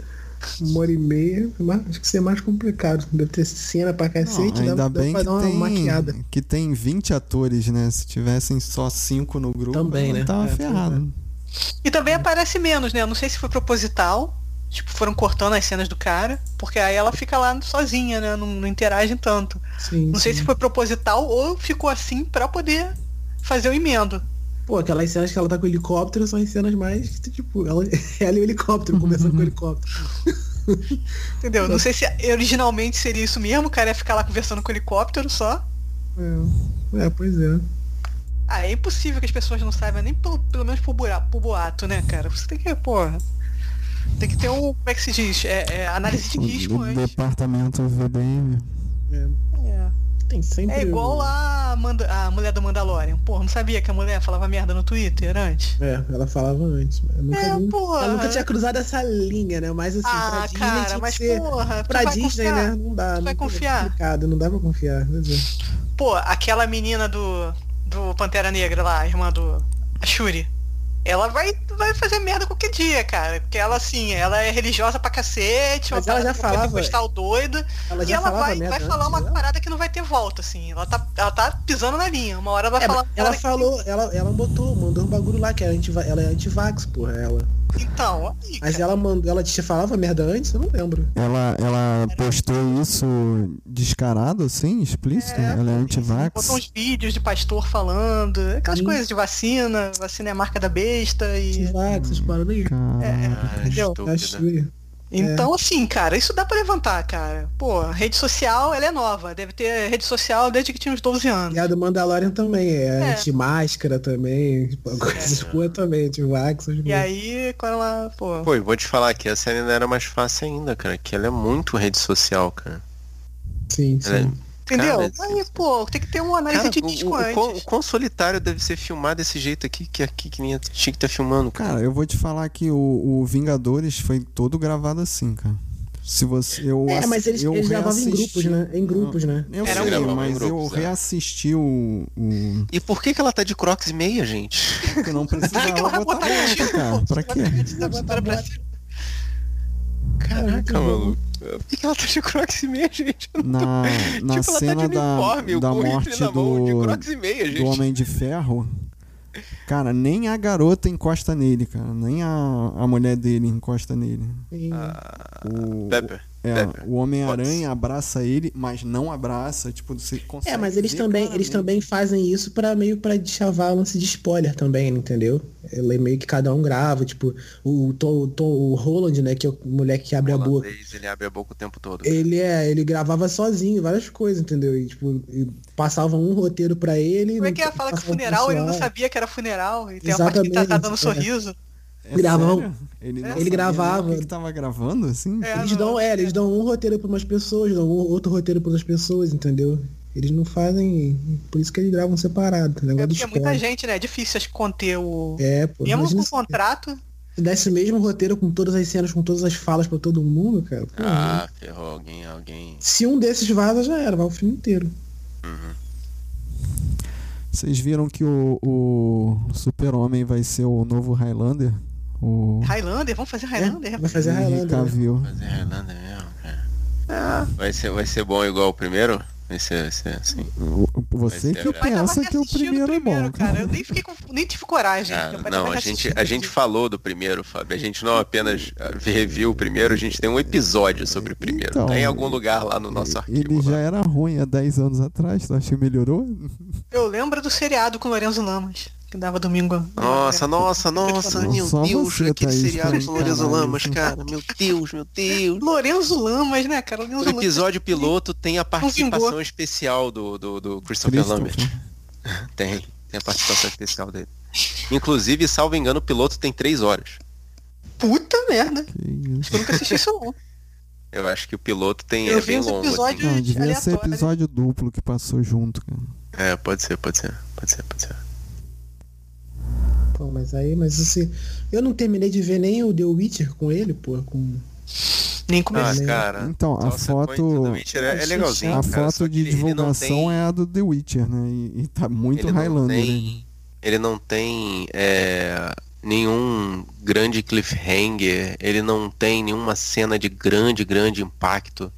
Speaker 3: uma hora e meia, mas acho que seria mais complicado. Deve ter cena pra cacete,
Speaker 1: Não, ainda
Speaker 3: É dá, dá
Speaker 1: bem
Speaker 3: pra
Speaker 1: que
Speaker 3: dar uma maquiada.
Speaker 1: tem, que tem 20 atores, né? Se tivessem só 5 no grupo,
Speaker 3: Também,
Speaker 1: ela
Speaker 3: né?
Speaker 1: tava
Speaker 3: É,
Speaker 1: ferrado.
Speaker 4: E também aparece menos, né? Eu não sei se foi proposital. Tipo, foram cortando as cenas do cara. Porque aí ela fica lá sozinha, né? Não, não interagem tanto.
Speaker 3: Sim,
Speaker 4: Não sei
Speaker 3: sim.
Speaker 4: se foi proposital ou ficou assim pra poder fazer o emendo.
Speaker 3: Pô, aquelas cenas que ela tá com o helicóptero são as cenas mais, que, tipo, ela, ela e o helicóptero, conversando com o helicóptero.
Speaker 4: Entendeu? Não sei se originalmente seria isso mesmo, o cara ia ficar lá conversando com o helicóptero só.
Speaker 3: É, é, pois é.
Speaker 4: Ah, é impossível que as pessoas não saibam, nem pelo, pelo menos por, bura- por boato, né, cara? Você tem que, porra. Tem que ter um. Como é que se diz? É, é, análise de risco
Speaker 1: O
Speaker 4: antes.
Speaker 1: departamento VDM.
Speaker 4: É.
Speaker 3: Tem sempre.
Speaker 4: É igual lá a, Manda- a mulher do Mandalorian. Porra, não sabia que a mulher falava merda no Twitter antes?
Speaker 3: É, ela falava antes. mas Eu nunca,
Speaker 4: É,
Speaker 3: vi-
Speaker 4: porra.
Speaker 3: Ela nunca tinha cruzado essa linha, né? Mas assim, pra
Speaker 4: Ah,
Speaker 3: Disney tinha
Speaker 4: cara,
Speaker 3: que
Speaker 4: mas
Speaker 3: ser.
Speaker 4: porra, tu
Speaker 3: Pra
Speaker 4: vai
Speaker 3: Disney,
Speaker 4: confiar?
Speaker 3: né? Não dá. não
Speaker 4: vai
Speaker 3: é
Speaker 4: confiar?
Speaker 3: complicado, não dá pra confiar. quer dizer.
Speaker 4: Pô, aquela menina do, do Pantera Negra lá, a irmã do a Shuri. Ela vai, vai fazer merda qualquer dia, cara. Porque ela, assim, ela é religiosa pra cacete,
Speaker 3: Mas ela já falava-
Speaker 4: postal doida.
Speaker 3: Ela
Speaker 4: e
Speaker 3: já
Speaker 4: ela
Speaker 3: falava
Speaker 4: vai,
Speaker 3: merda
Speaker 4: vai
Speaker 3: antes,
Speaker 4: falar uma
Speaker 3: né?
Speaker 4: parada que não vai ter volta, assim. Ela tá, ela tá pisando na linha. Uma hora ela vai
Speaker 3: É,
Speaker 4: falar.
Speaker 3: mas
Speaker 4: uma
Speaker 3: ela
Speaker 4: parada que-
Speaker 3: falou, ela, ela botou, mandou um bagulho lá que era anti, ela é antivax, porra, ela.
Speaker 4: Então, aí,
Speaker 3: Mas
Speaker 4: cara.
Speaker 3: ela mandou, ela te falava merda antes? Eu não lembro.
Speaker 1: Ela, ela postou isso descarado, assim, explícito? ela é anti-vax?
Speaker 4: Botou um uns vídeos de pastor falando, aquelas
Speaker 3: Hum.
Speaker 4: coisas de vacina, vacina é a marca da besta e.
Speaker 3: Vai, que essas paradas aí. É.
Speaker 4: é,
Speaker 1: Cara,
Speaker 2: Ah,
Speaker 4: Entendeu?
Speaker 2: estúpida.
Speaker 3: Cachoeira.
Speaker 4: Então, assim, cara, isso dá pra levantar, cara. Pô, a rede social, ela é nova. Deve ter rede social desde que tinha uns 12 anos.
Speaker 3: E a do Mandalorian também, é,
Speaker 4: É.
Speaker 3: anti-máscara também, tipo, coisas escura também, anti-vax, essas
Speaker 4: E
Speaker 3: merdas.
Speaker 4: aí, quando ela, pô,
Speaker 2: Pô, e vou te falar que essa ainda era mais fácil ainda, cara. Que ela é muito rede social, cara.
Speaker 3: Sim,
Speaker 2: Ela é-
Speaker 3: sim.
Speaker 4: entendeu?
Speaker 2: cara,
Speaker 4: aí, pô, tem que ter uma
Speaker 3: é
Speaker 4: análise
Speaker 2: Cara,
Speaker 4: de
Speaker 2: o-
Speaker 4: risco
Speaker 2: o, o,
Speaker 4: antes.
Speaker 2: quão, o quão solitário deve ser filmar desse jeito aqui que aqui que nem a Chique tá filmando, cara.
Speaker 1: Cara, eu vou te falar que o, o Vingadores foi todo gravado assim, cara. Se você. Eu,
Speaker 3: É,
Speaker 1: ass-
Speaker 3: mas eles,
Speaker 1: eu
Speaker 3: eles gravavam em
Speaker 1: reassisti-
Speaker 3: grupos, né? Em grupos, né?
Speaker 1: Eu
Speaker 4: Era
Speaker 1: sei,
Speaker 2: um-
Speaker 1: mas
Speaker 2: em grupos,
Speaker 1: eu
Speaker 2: é.
Speaker 1: reassisti o. o...
Speaker 2: E por que que ela tá de crocs e meia, gente?
Speaker 1: Eu não precisava
Speaker 4: Ela
Speaker 1: botar
Speaker 4: botar um
Speaker 1: bota,
Speaker 4: tiro,
Speaker 1: cara.
Speaker 4: pô,
Speaker 1: Pra
Speaker 4: ela
Speaker 1: quê?
Speaker 4: tá botando pra cima.
Speaker 2: Caraca,
Speaker 3: Caraca,
Speaker 2: maluco. Por que que ela tá de crocs e meia, gente?
Speaker 1: Na, na
Speaker 2: tipo, ela tá
Speaker 1: cena
Speaker 2: de
Speaker 1: da,
Speaker 2: uniforme, o
Speaker 1: da
Speaker 2: rifle
Speaker 1: morte
Speaker 2: na mão, de
Speaker 1: do,
Speaker 2: crocs e meia, gente.
Speaker 1: do Homem de Ferro, cara, nem a garota encosta nele, cara. Nem a, a mulher dele encosta nele.
Speaker 3: Sim.
Speaker 1: Ah,
Speaker 2: Ah,
Speaker 1: O,
Speaker 2: Pepe.
Speaker 1: é,
Speaker 2: Pepe.
Speaker 1: o Homem-Aranha abraça ele, mas não abraça. Tipo, você consegue.
Speaker 3: É, mas eles
Speaker 1: ver
Speaker 3: também, eles
Speaker 1: claramente.
Speaker 3: também fazem isso pra meio pra deschavar lance de spoiler também, entendeu? Ele é meio que cada um grava, tipo, o, Tom, o, Tom- o Roland, né, que é o moleque que abre a boca.
Speaker 2: Holandês, ele abre a boca o tempo todo.
Speaker 3: Ele é, ele gravava sozinho várias coisas, entendeu? E tipo, e passava um roteiro pra ele.
Speaker 4: Como é
Speaker 3: não
Speaker 4: que ela fala que
Speaker 3: passava pro
Speaker 4: funeral, ele não
Speaker 3: pessoal.
Speaker 4: sabia que era funeral, e tem a parte que tá,
Speaker 3: Exatamente,
Speaker 4: tá dando
Speaker 3: é.
Speaker 4: sorriso.
Speaker 1: É
Speaker 3: Gravam.
Speaker 1: sério? Ele, não
Speaker 4: Ele
Speaker 1: sabia nem
Speaker 3: gravava.
Speaker 1: o que que tava gravando, assim?
Speaker 4: É,
Speaker 3: Eles
Speaker 4: não,
Speaker 3: dão, é, eles dão um roteiro pra umas pessoas, dão um- outro roteiro para outras pessoas, entendeu? Eles não fazem, por isso que eles gravam separado, tá?
Speaker 4: É
Speaker 3: negócio do
Speaker 4: porque é muita
Speaker 3: spoiler.
Speaker 4: gente, né? É difícil acho, conter o.
Speaker 3: É, pô.
Speaker 4: Mesmo com
Speaker 3: imagina
Speaker 4: o contrato,
Speaker 3: Se desse o mesmo roteiro com todas as cenas, com todas as falas pra todo mundo, cara. pô,
Speaker 2: Ah, ferrou alguém, alguém.
Speaker 3: Se um desses vaza, já era, vai o filme inteiro.
Speaker 1: Vocês viram que o, o Super-Homem vai ser o novo Highlander? O
Speaker 4: Highlander, vamos
Speaker 3: É.
Speaker 4: fazer Highlander?
Speaker 3: né? Vai fazer a
Speaker 1: Henry
Speaker 3: Highlander. né?
Speaker 1: Cavill.
Speaker 2: Mas é Irlanda mesmo, cara.
Speaker 3: Ah.
Speaker 2: Vai ser, vai ser bom igual o primeiro? Vai ser, vai ser assim.
Speaker 1: Você
Speaker 2: Mas
Speaker 1: que
Speaker 2: é,
Speaker 1: pensa que o
Speaker 4: tá assistindo
Speaker 1: primeiro é bom,
Speaker 4: cara. Eu nem, fiquei com- nem tive coragem.
Speaker 2: Ah,
Speaker 4: Eu
Speaker 2: não,
Speaker 4: tava
Speaker 2: a gente,
Speaker 4: assistindo
Speaker 2: a gente falou do primeiro, Fábio. A gente não apenas ah, review o primeiro, a gente tem um episódio sobre o primeiro.
Speaker 1: Então,
Speaker 2: tá em algum lugar lá no nosso
Speaker 1: Ele
Speaker 2: arquivo. né?
Speaker 1: já
Speaker 2: lá.
Speaker 1: era ruim há 10 anos atrás, tu acha que melhorou?
Speaker 4: Eu lembro do seriado com Lorenzo Lamas, que dava domingo. É.
Speaker 2: Nossa, nossa, nossa,
Speaker 1: Não,
Speaker 2: meu
Speaker 1: só
Speaker 2: Deus,
Speaker 1: você, tá
Speaker 2: aquele
Speaker 1: Thaís,
Speaker 2: seriado
Speaker 1: Thaís,
Speaker 2: com Lorenzo
Speaker 1: caralho.
Speaker 2: Lamas, cara. Meu Deus, meu Deus.
Speaker 4: Lorenzo Lamas, né, cara? Lorenzo
Speaker 2: O
Speaker 4: Lamas.
Speaker 2: episódio piloto tem a participação
Speaker 4: vingou.
Speaker 2: especial do, do, do Christopher Lambert. Tem, tem a participação especial dele. Inclusive, salvo engano, o piloto tem três horas.
Speaker 4: Puta merda.
Speaker 1: Que isso.
Speaker 4: Eu nunca assisti isso não.
Speaker 2: Eu acho que o piloto tem.
Speaker 4: Eu
Speaker 2: é
Speaker 4: vi
Speaker 2: bem
Speaker 4: os
Speaker 2: longo.
Speaker 4: episódios-
Speaker 1: Não, devia ser
Speaker 4: Aleatório.
Speaker 1: episódio duplo que passou junto, cara.
Speaker 2: assim. É, pode ser, pode ser, pode ser, pode ser.
Speaker 3: Pô, mas aí, mas assim, eu não terminei de ver nem o The Witcher com ele, pô. Com...
Speaker 4: Nem
Speaker 2: Ah,
Speaker 4: comecei.
Speaker 2: cara.
Speaker 1: Então, a
Speaker 2: Nossa,
Speaker 1: foto-
Speaker 2: põe tudo, mentira, É, é legalzinho.
Speaker 1: A
Speaker 2: cara, só
Speaker 1: foto
Speaker 2: que
Speaker 1: de
Speaker 2: ele não
Speaker 1: divulgação
Speaker 2: tem-
Speaker 1: é a do The Witcher, né? E, e tá muito
Speaker 2: ele não
Speaker 1: Highlander. né?
Speaker 2: tem- Ele não tem é, nenhum grande cliffhanger, ele não tem nenhuma cena de grande, grande impacto.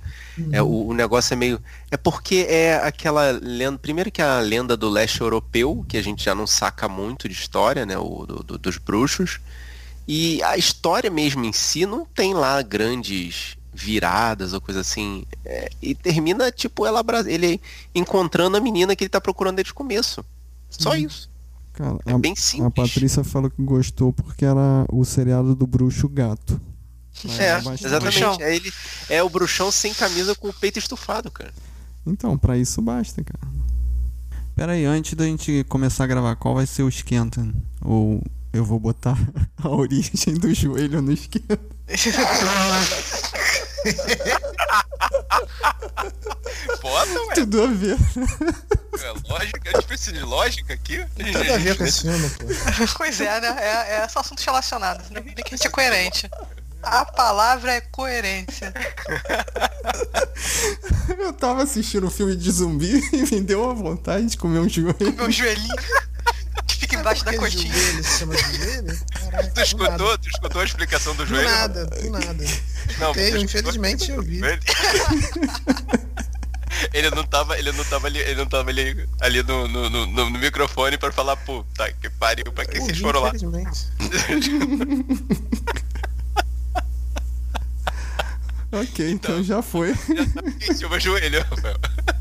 Speaker 2: É,
Speaker 1: Uhum.
Speaker 2: o, o negócio é meio. É porque é aquela lenda. Primeiro que é a lenda do leste europeu, que a gente já não saca muito de história, né? O, do- do- dos bruxos. E a história mesmo em si não tem lá grandes viradas ou coisa assim. É, e termina, tipo, ela abra- ele encontrando a menina que ele tá procurando desde o começo. Só isso.
Speaker 1: Cara,
Speaker 2: É
Speaker 1: a,
Speaker 2: bem
Speaker 1: a
Speaker 2: simples.
Speaker 1: Patrícia falou que gostou porque era o seriado do bruxo gato.
Speaker 2: É,
Speaker 1: Bastante.
Speaker 4: um Bruxão.
Speaker 2: exatamente. É, ele, é o bruxão sem camisa com o peito estufado, cara.
Speaker 1: Então, pra isso basta, cara. Pera aí, antes da gente começar a gravar, qual vai ser o esquenta? Ou eu vou botar a origem do joelho no esquenta?
Speaker 2: Bota, ué.
Speaker 1: Tudo a ver.
Speaker 2: É lógica, a gente precisa de lógica aqui.
Speaker 3: Nada a ver com esse filme, pô.
Speaker 4: pois é, né? É, é só assuntos relacionados. Né? Bem que a gente é coerente. A palavra é coerência.
Speaker 1: Eu tava assistindo um filme de zumbi e me deu uma vontade de comer um joelho.
Speaker 4: Meu joelhinho que fica embaixo da coxinha.
Speaker 3: Joelho, se chama joelho? Caraca,
Speaker 2: Tu escutou, tu escutou a explicação do
Speaker 3: Do
Speaker 2: joelho?
Speaker 3: nada, do nada.
Speaker 2: Não,
Speaker 3: Eu,
Speaker 2: tu escutou a
Speaker 3: infelizmente,
Speaker 2: explicação
Speaker 3: eu
Speaker 2: do
Speaker 3: vi.
Speaker 2: joelho? Ele não tava, ele não tava ali, ele não tava ali, ali no, no, no, no microfone pra falar, puta que pariu, pra que vocês
Speaker 3: Ouvi,
Speaker 2: foram lá?
Speaker 3: infelizmente.
Speaker 1: Ok, então já foi. então
Speaker 2: Encheu meu joelho, Rafael.